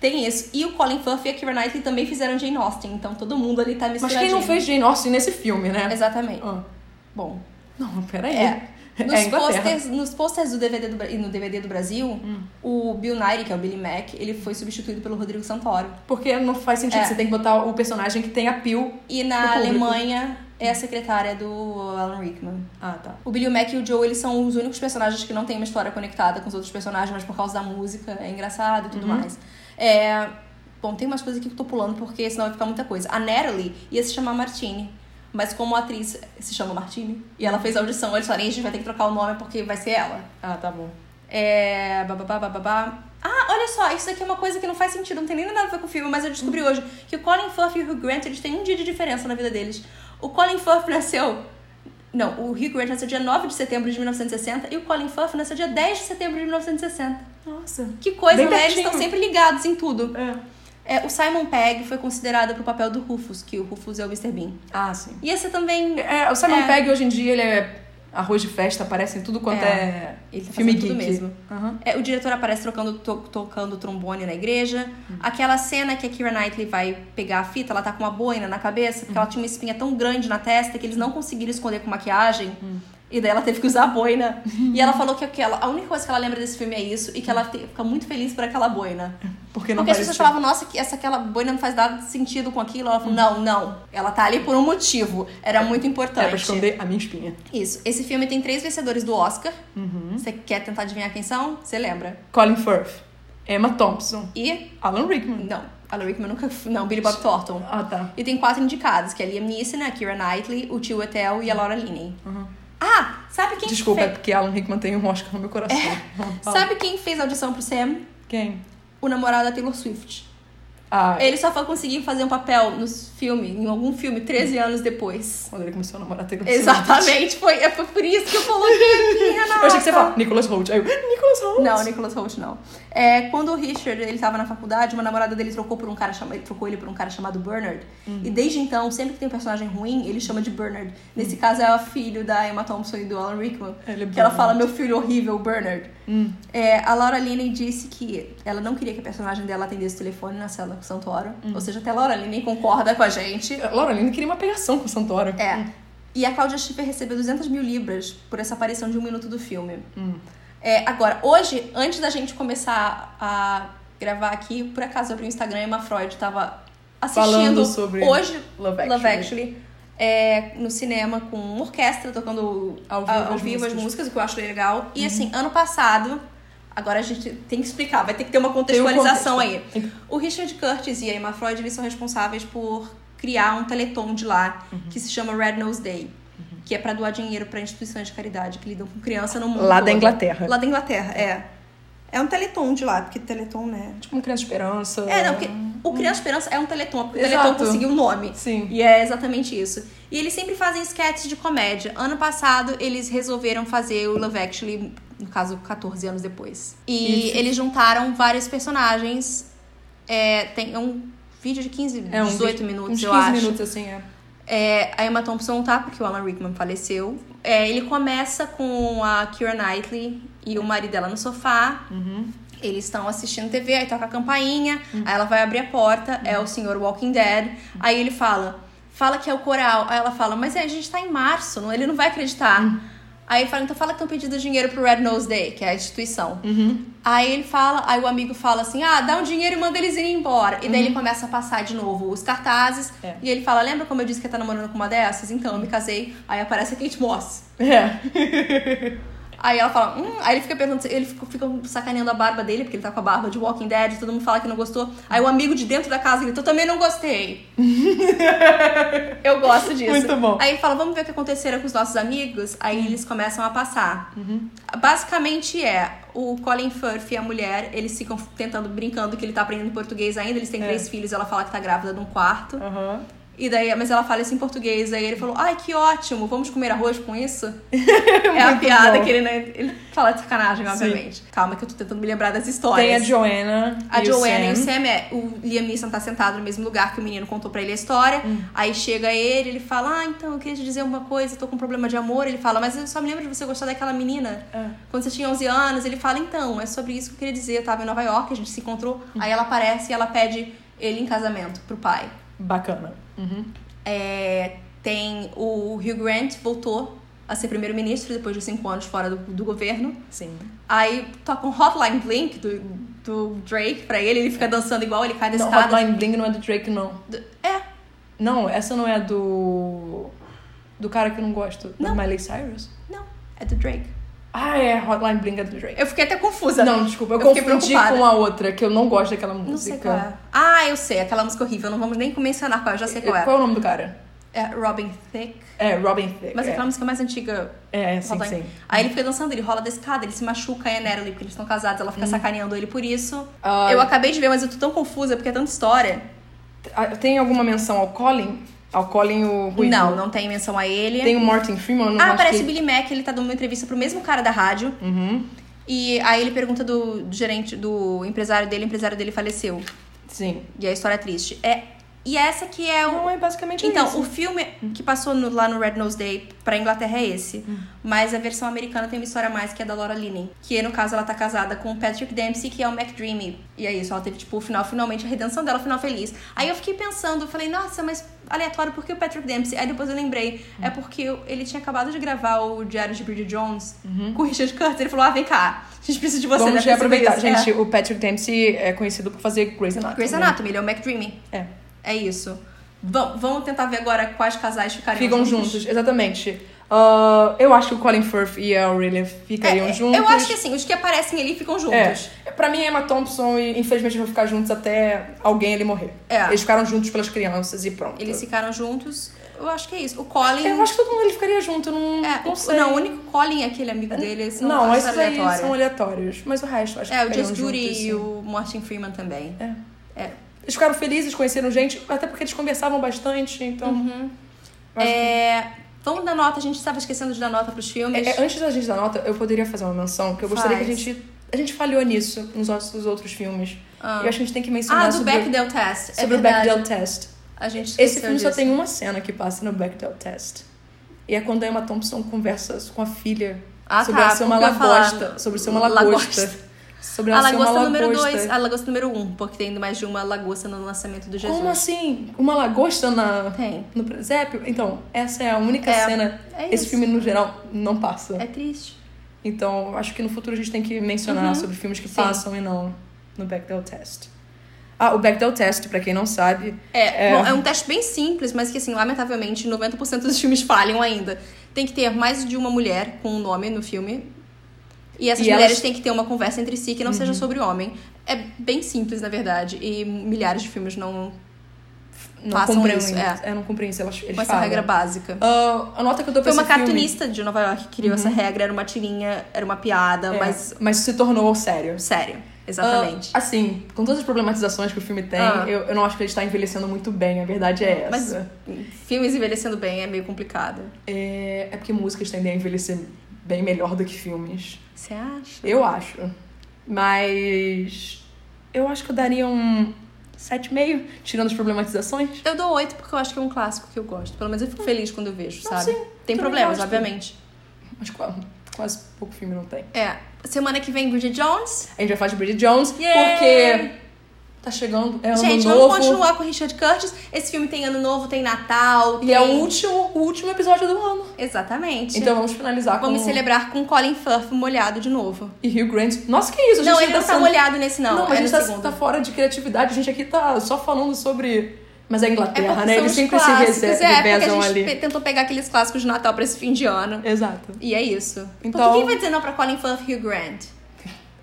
[SPEAKER 1] tem isso. E o Colin Firth e a Keira Knightley também fizeram Jane Austen. Então todo mundo ali tá
[SPEAKER 2] Mas
[SPEAKER 1] misturadinho.
[SPEAKER 2] quem não fez Jane Austen nesse filme, né?
[SPEAKER 1] Exatamente.
[SPEAKER 2] Ah.
[SPEAKER 1] Bom,
[SPEAKER 2] Não, peraí.
[SPEAKER 1] É. Nos,
[SPEAKER 2] é Inglaterra. Hum.
[SPEAKER 1] posters, nos posters do DVD do, Bra- e no DVD do Brasil, o Bill Nighy, que é o Billy Mack, ele foi substituído pelo Rodrigo Santoro.
[SPEAKER 2] Porque não faz sentido.
[SPEAKER 1] É.
[SPEAKER 2] Você tem que botar o personagem que tem apio.
[SPEAKER 1] E
[SPEAKER 2] Pro
[SPEAKER 1] na
[SPEAKER 2] público.
[SPEAKER 1] Alemanha é a secretária do Alan Rickman.
[SPEAKER 2] Ah, tá.
[SPEAKER 1] O Billy Mack e o Joe, eles são os únicos personagens que não têm uma história conectada com os outros personagens, mas por causa da música é engraçado e tudo
[SPEAKER 2] Uhum.
[SPEAKER 1] mais. É... Bom, tem umas coisas aqui que eu tô pulando, porque senão vai ficar muita coisa. A Natalie ia se chamar Martini, mas como a atriz se chama Martini, e ela fez a audição, eles falaram, "Ih, a gente vai ter que trocar o nome porque vai ser ela.
[SPEAKER 2] Ah, tá bom.
[SPEAKER 1] É. Bababá, bababá. Ah, olha só, isso aqui é uma coisa que não faz sentido, não tem nem nada a ver com o filme, mas eu descobri hoje que o Colin Firth e o Hugh Grant eles têm um dia de diferença na vida deles. O Colin Firth nasceu. Não, o Hugh Grant nasceu dia 9 de setembro de 1960 e o Colin Firth nasceu dia 10 de setembro de 1960.
[SPEAKER 2] Nossa.
[SPEAKER 1] Que coisa,
[SPEAKER 2] Bem
[SPEAKER 1] né? Eles
[SPEAKER 2] pertinho.
[SPEAKER 1] estão sempre ligados em tudo.
[SPEAKER 2] É.
[SPEAKER 1] É, o Simon Pegg foi considerado pro papel do Rufus, que o Rufus é o Mr. Bean.
[SPEAKER 2] Ah, sim.
[SPEAKER 1] E esse também.
[SPEAKER 2] É, o Simon
[SPEAKER 1] É.
[SPEAKER 2] Pegg hoje em dia, ele é arroz de festa, aparece em tudo quanto é,
[SPEAKER 1] É. Ele tá
[SPEAKER 2] filme
[SPEAKER 1] fazendo
[SPEAKER 2] geek.
[SPEAKER 1] tudo mesmo.
[SPEAKER 2] Aham.
[SPEAKER 1] É, o diretor aparece trocando, to- tocando trombone na igreja.
[SPEAKER 2] Uhum.
[SPEAKER 1] Aquela cena que a Keira Knightley vai pegar a fita, ela tá com uma boina na cabeça, porque
[SPEAKER 2] Uhum.
[SPEAKER 1] ela tinha uma espinha tão grande na testa que eles não conseguiram esconder com maquiagem.
[SPEAKER 2] Uhum.
[SPEAKER 1] E daí ela teve que usar a boina. E ela falou que aquela, a única coisa que ela lembra desse filme é isso, e que ela te- fica muito feliz por aquela boina.
[SPEAKER 2] Porque não
[SPEAKER 1] Porque as pessoas
[SPEAKER 2] aparece-
[SPEAKER 1] falavam, nossa, que essa aquela boina não faz nada sentido com aquilo. Ela falou, não, não. Ela tá ali por um motivo. Era muito importante.
[SPEAKER 2] É pra esconder a minha espinha.
[SPEAKER 1] Isso. Esse filme tem três vencedores do Oscar.
[SPEAKER 2] Uhum.
[SPEAKER 1] Você quer tentar adivinhar quem são? Você lembra.
[SPEAKER 2] Colin Firth, Emma Thompson,
[SPEAKER 1] E
[SPEAKER 2] Alan Rickman.
[SPEAKER 1] Não, Alan Rickman nunca. Não, Billy Bob Thornton.
[SPEAKER 2] Ah, tá.
[SPEAKER 1] E tem quatro indicados, que é Liam Neeson, a Keira Knightley, o Tio Etel e a Laura Linney. Ah, sabe quem
[SPEAKER 2] Uhum. Desculpa, é
[SPEAKER 1] fez...
[SPEAKER 2] porque Alan Rickman tem um Oscar no meu coração. Vamos falar.
[SPEAKER 1] Sabe quem fez a audição pro Sam?
[SPEAKER 2] Quem?
[SPEAKER 1] O namorado da Taylor Swift.
[SPEAKER 2] Ah,
[SPEAKER 1] Ele só foi conseguir fazer um papel nos filme, em algum filme, 13 anos depois.
[SPEAKER 2] Quando ele começou a namorar Taylor Swift.
[SPEAKER 1] Exatamente, foi, é, foi por isso que eu coloquei aqui, Renata.
[SPEAKER 2] Eu achei que você falou Nicholas Holt. Aí eu, Nicholas Holt?
[SPEAKER 1] Não, Nicholas Holt não. É, quando o Richard ele tava na faculdade, uma namorada dele trocou por um cara chama- ele trocou ele por um cara chamado Bernard. E desde então, sempre que tem um personagem ruim, ele chama de Bernard. Nesse caso é o filho da Emma Thompson e do Alan Rickman.
[SPEAKER 2] Ele é
[SPEAKER 1] que ela
[SPEAKER 2] Bernard.
[SPEAKER 1] fala meu filho horrível, Bernard.
[SPEAKER 2] Hum.
[SPEAKER 1] É, a Laura Linney disse que ela não queria que a personagem dela atendesse o telefone na cela com o Santoro. Ou seja, até a Laura Linney concorda com a gente.
[SPEAKER 2] Laura Linney queria uma pegação com o Santoro.
[SPEAKER 1] É.
[SPEAKER 2] um
[SPEAKER 1] E a Claudia Schiffer recebeu 200 mil libras por essa aparição de um minuto do filme.
[SPEAKER 2] Hum.
[SPEAKER 1] É, agora, hoje, antes da gente começar a gravar aqui, por acaso abri o Instagram e uma Freud tava assistindo
[SPEAKER 2] Falando sobre
[SPEAKER 1] hoje
[SPEAKER 2] Love Actually.
[SPEAKER 1] Love Actually é, no cinema com uma orquestra tocando
[SPEAKER 2] Ao
[SPEAKER 1] ao vivo, Ah,
[SPEAKER 2] vivo as
[SPEAKER 1] as
[SPEAKER 2] músicas.
[SPEAKER 1] músicas, o que eu acho legal. E assim, ano passado, agora a gente tem que explicar, vai ter que ter uma
[SPEAKER 2] Tem um
[SPEAKER 1] contextualização aí.
[SPEAKER 2] contexto.
[SPEAKER 1] O Richard Curtis e a Emma Freud, eles são responsáveis por criar um teleton de lá, que se chama Red Nose Day. Que é pra doar dinheiro pra instituições de caridade que lidam com criança no mundo
[SPEAKER 2] Lá da
[SPEAKER 1] todo.
[SPEAKER 2] Inglaterra.
[SPEAKER 1] Lá da Inglaterra, é. É um teleton de lá, porque teleton, né?
[SPEAKER 2] Tipo, uma criança de esperança.
[SPEAKER 1] É, não, porque o Criança Esperança é um teleton, porque o
[SPEAKER 2] Exato.
[SPEAKER 1] teleton conseguiu o nome.
[SPEAKER 2] Sim.
[SPEAKER 1] E é exatamente isso. E eles sempre fazem sketches de comédia. Ano passado, eles resolveram fazer o Love Actually, no caso, 14 anos depois. E
[SPEAKER 2] Isso.
[SPEAKER 1] eles juntaram vários personagens. É, tem um vídeo de 15,
[SPEAKER 2] É um
[SPEAKER 1] 18
[SPEAKER 2] vídeo-
[SPEAKER 1] minutos,
[SPEAKER 2] uns 15
[SPEAKER 1] eu acho.
[SPEAKER 2] minutos, assim, é.
[SPEAKER 1] É, a Emma Thompson não tá, porque o Alan Rickman faleceu. É, ele começa com a Keira Knightley e o marido dela no sofá. Eles estão assistindo TV, aí toca a campainha, aí ela vai abrir a porta, é o senhor Walking Dead. Aí ele fala, fala que é o coral. Aí ela fala, mas é, a gente tá em março, não- ele não vai acreditar. Aí ele fala, então fala que estão pedindo dinheiro pro Red Nose Day, que é a instituição.
[SPEAKER 2] Uhum.
[SPEAKER 1] Aí ele fala, aí o amigo fala assim: ah, dá um dinheiro e manda eles irem embora. E daí ele começa a passar de novo os cartazes.
[SPEAKER 2] É.
[SPEAKER 1] E ele fala: lembra como eu disse que eu tá namorando com uma dessas? Então, eu me casei. Aí aparece a Kate Moss.
[SPEAKER 2] É.
[SPEAKER 1] Aí ela fala, hum. Aí ele fica perguntando, ele fica, fica sacaneando a barba dele, porque ele tá com a barba de Walking Dead, todo mundo fala que não gostou. Aí o amigo de dentro da casa grita, eu também não gostei. eu gosto disso.
[SPEAKER 2] Muito bom. Uhum.
[SPEAKER 1] Aí ele fala, vamos ver o que aconteceram com os nossos amigos. Aí eles começam a passar. Basicamente é, o Colin Firth e a mulher, eles ficam tentando, brincando que ele tá aprendendo português ainda, eles têm
[SPEAKER 2] É.
[SPEAKER 1] três filhos, ela fala que tá grávida de um quarto.
[SPEAKER 2] Aham.
[SPEAKER 1] E daí, mas ela fala isso em português. Aí ele falou: Ai, que ótimo, vamos comer arroz com isso? é a
[SPEAKER 2] Muito
[SPEAKER 1] piada
[SPEAKER 2] bom.
[SPEAKER 1] que ele, né, ele fala de sacanagem,
[SPEAKER 2] Sim.
[SPEAKER 1] obviamente. Calma, que eu tô tentando me lembrar das
[SPEAKER 2] Tem a
[SPEAKER 1] histórias.
[SPEAKER 2] Joanna
[SPEAKER 1] a
[SPEAKER 2] e
[SPEAKER 1] Joanna
[SPEAKER 2] o
[SPEAKER 1] e o
[SPEAKER 2] Sam.
[SPEAKER 1] Sam, é, o Liam Neeson tá sentado no mesmo lugar que o menino contou pra ele a história.
[SPEAKER 2] Hum.
[SPEAKER 1] Aí chega ele, ele fala: Ah, então eu queria te dizer uma coisa, eu tô com um problema de amor. Ele fala: Mas eu só me lembro de você gostar daquela menina.
[SPEAKER 2] É.
[SPEAKER 1] Quando você tinha 11 anos, ele fala, então, é sobre isso que eu queria dizer. Eu tava em Nova York, a gente se encontrou.
[SPEAKER 2] Hum.
[SPEAKER 1] Aí ela aparece e ela pede ele em casamento pro pai.
[SPEAKER 2] Bacana. Uhum.
[SPEAKER 1] É, tem o Hugh Grant voltou a ser primeiro-ministro depois de cinco anos fora do, do governo.
[SPEAKER 2] Sim.
[SPEAKER 1] Aí toca um Hotline Blink do, do Drake pra ele, ele fica dançando igual, ele cai da
[SPEAKER 2] Não,
[SPEAKER 1] escada.
[SPEAKER 2] Hotline Bling não é do Drake, não.
[SPEAKER 1] É,
[SPEAKER 2] Não, essa não é a do... Do cara que eu não gosto. Da Miley Cyrus?
[SPEAKER 1] não, é do Drake.
[SPEAKER 2] Ah, é. Hotline Bling é do Drake.
[SPEAKER 1] Eu fiquei até confusa.
[SPEAKER 2] Não, desculpa. Eu,
[SPEAKER 1] Eu fiquei
[SPEAKER 2] confundi
[SPEAKER 1] preocupada.
[SPEAKER 2] com a outra, que eu não gosto daquela música.
[SPEAKER 1] Não sei qual é. Ah, eu sei, aquela música horrível, não vamos nem mencionar qual é, eu já sei qual
[SPEAKER 2] Qual
[SPEAKER 1] é.
[SPEAKER 2] é, o nome do cara?
[SPEAKER 1] É Robin Thicke.
[SPEAKER 2] É, Robin Thicke.
[SPEAKER 1] Mas
[SPEAKER 2] é.
[SPEAKER 1] aquela música mais antiga
[SPEAKER 2] É, é, sim,
[SPEAKER 1] Hotline.
[SPEAKER 2] sim.
[SPEAKER 1] Aí ele fica dançando, ele rola da escada, ele se machuca, é Natalie, porque eles estão casados, ela fica sacaneando ele por isso.
[SPEAKER 2] Hum. Ah.
[SPEAKER 1] Eu acabei de ver, mas eu tô tão confusa porque é tanta história.
[SPEAKER 2] Ah, Tem alguma menção ao Colin? Ao Colin, o ruivo?
[SPEAKER 1] Não, não tem menção a ele.
[SPEAKER 2] né? Tem o Martin Freeman? Não
[SPEAKER 1] ah,
[SPEAKER 2] acho
[SPEAKER 1] aparece
[SPEAKER 2] que...
[SPEAKER 1] o Billy Mack, ele tá dando uma entrevista pro mesmo cara da rádio.
[SPEAKER 2] Uhum.
[SPEAKER 1] E aí ele pergunta do, do gerente, do empresário dele, o empresário dele faleceu.
[SPEAKER 2] Sim.
[SPEAKER 1] E a história é triste. É, e essa que é o.
[SPEAKER 2] Não, é basicamente
[SPEAKER 1] Então,
[SPEAKER 2] isso.
[SPEAKER 1] o filme que passou no- lá no Red Nose Day pra Inglaterra é esse.
[SPEAKER 2] Hum.
[SPEAKER 1] Mas a versão americana tem uma história a mais que é da Laura Linney. Que no caso ela tá casada com o Patrick Dempsey, que é o McDreamy. E é isso, ela teve tipo o final, finalmente a redenção dela, o final feliz. Aí eu fiquei pensando, eu falei, nossa, mas aleatório, por que o Patrick Dempsey? Aí depois eu lembrei,
[SPEAKER 2] Hum.
[SPEAKER 1] é porque eu- ele tinha acabado de gravar o Diário de Bridget Jones com o Richard Curtis. Ele falou, ah, vem cá, a gente precisa de você.
[SPEAKER 2] Uhum. Vamos
[SPEAKER 1] né? Precisa
[SPEAKER 2] reaproveitar.
[SPEAKER 1] disso.
[SPEAKER 2] Gente, o Patrick Dempsey é conhecido por fazer Grey's Anatomy.
[SPEAKER 1] É. Grey's Anatomy, ele é o McDreamy.
[SPEAKER 2] É.
[SPEAKER 1] É isso. Va- vamos tentar ver agora quais casais ficaram
[SPEAKER 2] Ficam juntos, exatamente. Ah, eu acho que o Colin Firth e a Aurelia ficariam
[SPEAKER 1] É,
[SPEAKER 2] juntos.
[SPEAKER 1] Eu acho que assim, os que aparecem ali ficam juntos.
[SPEAKER 2] É. Pra mim, Emma Thompson e, infelizmente, vão ficar juntos até alguém ali morrer.
[SPEAKER 1] É.
[SPEAKER 2] Eles ficaram juntos pelas crianças e pronto.
[SPEAKER 1] Eles ficaram juntos. Eu acho que é isso. O Colin.
[SPEAKER 2] Eu acho que todo mundo ali ficaria junto, eu não,
[SPEAKER 1] é,
[SPEAKER 2] não
[SPEAKER 1] o-
[SPEAKER 2] sei.
[SPEAKER 1] não, o único Colin é aquele amigo dele. São
[SPEAKER 2] Não,
[SPEAKER 1] acho
[SPEAKER 2] esses aí
[SPEAKER 1] aleatório.
[SPEAKER 2] são aleatórios. Mas o resto, acho que
[SPEAKER 1] É, o
[SPEAKER 2] ficariam
[SPEAKER 1] Jess
[SPEAKER 2] juntos,
[SPEAKER 1] Duty
[SPEAKER 2] sim.
[SPEAKER 1] e o Martin Freeman também.
[SPEAKER 2] É.
[SPEAKER 1] É.
[SPEAKER 2] Eles ficaram felizes, conheceram gente, até porque eles conversavam bastante, então.
[SPEAKER 1] Uhum.
[SPEAKER 2] Eu acho que-
[SPEAKER 1] É, vamos dar nota, a gente estava esquecendo de dar nota pros filmes.
[SPEAKER 2] É, é, antes da gente dar nota, eu poderia fazer uma menção, que eu gostaria que a
[SPEAKER 1] Faz.
[SPEAKER 2] gente. A gente falhou nisso nos nossos outros filmes. E eu acho que a gente tem que mencionar
[SPEAKER 1] ah, do
[SPEAKER 2] sobre,
[SPEAKER 1] Bechdel Test.
[SPEAKER 2] sobre
[SPEAKER 1] é
[SPEAKER 2] o
[SPEAKER 1] verdade.
[SPEAKER 2] Bechdel Test.
[SPEAKER 1] A gente esqueceu
[SPEAKER 2] Esse filme só
[SPEAKER 1] disso.
[SPEAKER 2] tem uma cena que passa no Bechdel Test. E é quando a Emma Thompson conversa com a filha
[SPEAKER 1] Ah,
[SPEAKER 2] sobre
[SPEAKER 1] tá,
[SPEAKER 2] ela ser uma
[SPEAKER 1] como que eu ia
[SPEAKER 2] lagosta.
[SPEAKER 1] falar?
[SPEAKER 2] Sobre ser uma lagosta.
[SPEAKER 1] Lagosta.
[SPEAKER 2] Sobre
[SPEAKER 1] A
[SPEAKER 2] ela ser uma
[SPEAKER 1] lagosta número
[SPEAKER 2] lagosta.
[SPEAKER 1] 2, a lagosta número 1, um, porque tem ainda mais de uma lagosta no lançamento do Jesus.
[SPEAKER 2] Como assim? Uma lagosta na,
[SPEAKER 1] Tem.
[SPEAKER 2] no presépio? Então, essa é a única
[SPEAKER 1] É,
[SPEAKER 2] cena.
[SPEAKER 1] é
[SPEAKER 2] Esse
[SPEAKER 1] isso.
[SPEAKER 2] filme, no geral, não passa.
[SPEAKER 1] É triste.
[SPEAKER 2] Então, acho que no futuro a gente tem que mencionar sobre filmes que
[SPEAKER 1] Uhum. Sim.
[SPEAKER 2] passam e não no Bechdel Test. Ah, o Bechdel Test, pra quem não sabe,
[SPEAKER 1] É,
[SPEAKER 2] É.
[SPEAKER 1] bom, é um teste bem simples, mas que, assim, lamentavelmente, 90% dos filmes falham ainda. Tem que ter mais de uma mulher com um nome no filme. E essas
[SPEAKER 2] E
[SPEAKER 1] mulheres
[SPEAKER 2] elas- Uhum.
[SPEAKER 1] têm que ter uma conversa entre si que não seja sobre homem. É bem simples, na verdade. E milhares de filmes não
[SPEAKER 2] não
[SPEAKER 1] Passam
[SPEAKER 2] cumprem
[SPEAKER 1] isso,
[SPEAKER 2] isso.
[SPEAKER 1] é.
[SPEAKER 2] É. não cumprem isso, elas, eles
[SPEAKER 1] com essa
[SPEAKER 2] falham.
[SPEAKER 1] regra básica.
[SPEAKER 2] Ah, a nota que eu dou pra
[SPEAKER 1] Foi uma
[SPEAKER 2] esse filme- Uhum.
[SPEAKER 1] cartunista de Nova York que criou essa regra. Era uma tirinha, era uma piada,
[SPEAKER 2] É,
[SPEAKER 1] mas
[SPEAKER 2] mas... se tornou sério.
[SPEAKER 1] sério. Exatamente.
[SPEAKER 2] Ah, assim, com todas as problematizações que o filme tem,
[SPEAKER 1] Ah.
[SPEAKER 2] eu, eu não acho que ele está envelhecendo muito bem, a verdade é
[SPEAKER 1] Mas
[SPEAKER 2] essa.
[SPEAKER 1] filmes envelhecendo bem é meio complicado.
[SPEAKER 2] É, é porque músicas tendem a envelhecer bem melhor do que filmes.
[SPEAKER 1] Você acha?
[SPEAKER 2] Eu acho. Mas eu acho que eu daria um 7,5, tirando as problematizações.
[SPEAKER 1] Eu dou oito porque eu acho que é um clássico que eu gosto. Pelo menos eu fico feliz quando eu vejo,
[SPEAKER 2] É. Não,
[SPEAKER 1] sabe?
[SPEAKER 2] sim,
[SPEAKER 1] Tem
[SPEAKER 2] também
[SPEAKER 1] problemas,
[SPEAKER 2] gosto.
[SPEAKER 1] obviamente.
[SPEAKER 2] Mas quase, quase pouco filme não tem.
[SPEAKER 1] É. Semana que vem, Bridget Jones.
[SPEAKER 2] A gente vai falar de Bridget Jones,
[SPEAKER 1] Yay!
[SPEAKER 2] porque tá chegando, é ano
[SPEAKER 1] Gente,
[SPEAKER 2] novo.
[SPEAKER 1] vamos continuar com Richard Curtis. Esse filme tem ano novo, tem Natal.
[SPEAKER 2] E
[SPEAKER 1] tem-
[SPEAKER 2] é o último, o último episódio do ano.
[SPEAKER 1] Exatamente.
[SPEAKER 2] Então vamos finalizar com...
[SPEAKER 1] Vamos celebrar com Colin Firth molhado de novo.
[SPEAKER 2] E Hugh Grant. Nossa, que isso? A gente
[SPEAKER 1] Não, ele
[SPEAKER 2] tá
[SPEAKER 1] não tá
[SPEAKER 2] sendo-
[SPEAKER 1] molhado nesse, não.
[SPEAKER 2] Não,
[SPEAKER 1] é
[SPEAKER 2] a gente
[SPEAKER 1] no
[SPEAKER 2] tá,
[SPEAKER 1] segundo.
[SPEAKER 2] tá fora de criatividade. A gente aqui tá só falando sobre... Mas é a
[SPEAKER 1] É
[SPEAKER 2] Inglaterra,
[SPEAKER 1] porque
[SPEAKER 2] né?
[SPEAKER 1] são
[SPEAKER 2] Eles
[SPEAKER 1] os
[SPEAKER 2] sempre se
[SPEAKER 1] clássicos,
[SPEAKER 2] reze-
[SPEAKER 1] é, porque
[SPEAKER 2] revezam
[SPEAKER 1] a gente
[SPEAKER 2] ali.
[SPEAKER 1] pe- tentou pegar aqueles clássicos de Natal pra esse fim de ano.
[SPEAKER 2] Exato.
[SPEAKER 1] E é isso. Porque
[SPEAKER 2] Então-
[SPEAKER 1] quem vai dizer não pra Colin Firth e Hugh Grant?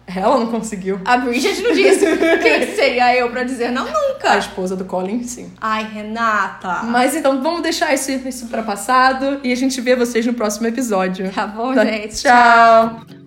[SPEAKER 2] Ela não conseguiu.
[SPEAKER 1] A Bridget não disse. Quem que seria eu pra dizer não
[SPEAKER 2] A
[SPEAKER 1] nunca?
[SPEAKER 2] esposa do Colin, sim.
[SPEAKER 1] Ai, Renata.
[SPEAKER 2] Mas então vamos deixar isso, isso pra passado e a gente vê vocês no próximo episódio.
[SPEAKER 1] Tá bom, gente?
[SPEAKER 2] Tchau.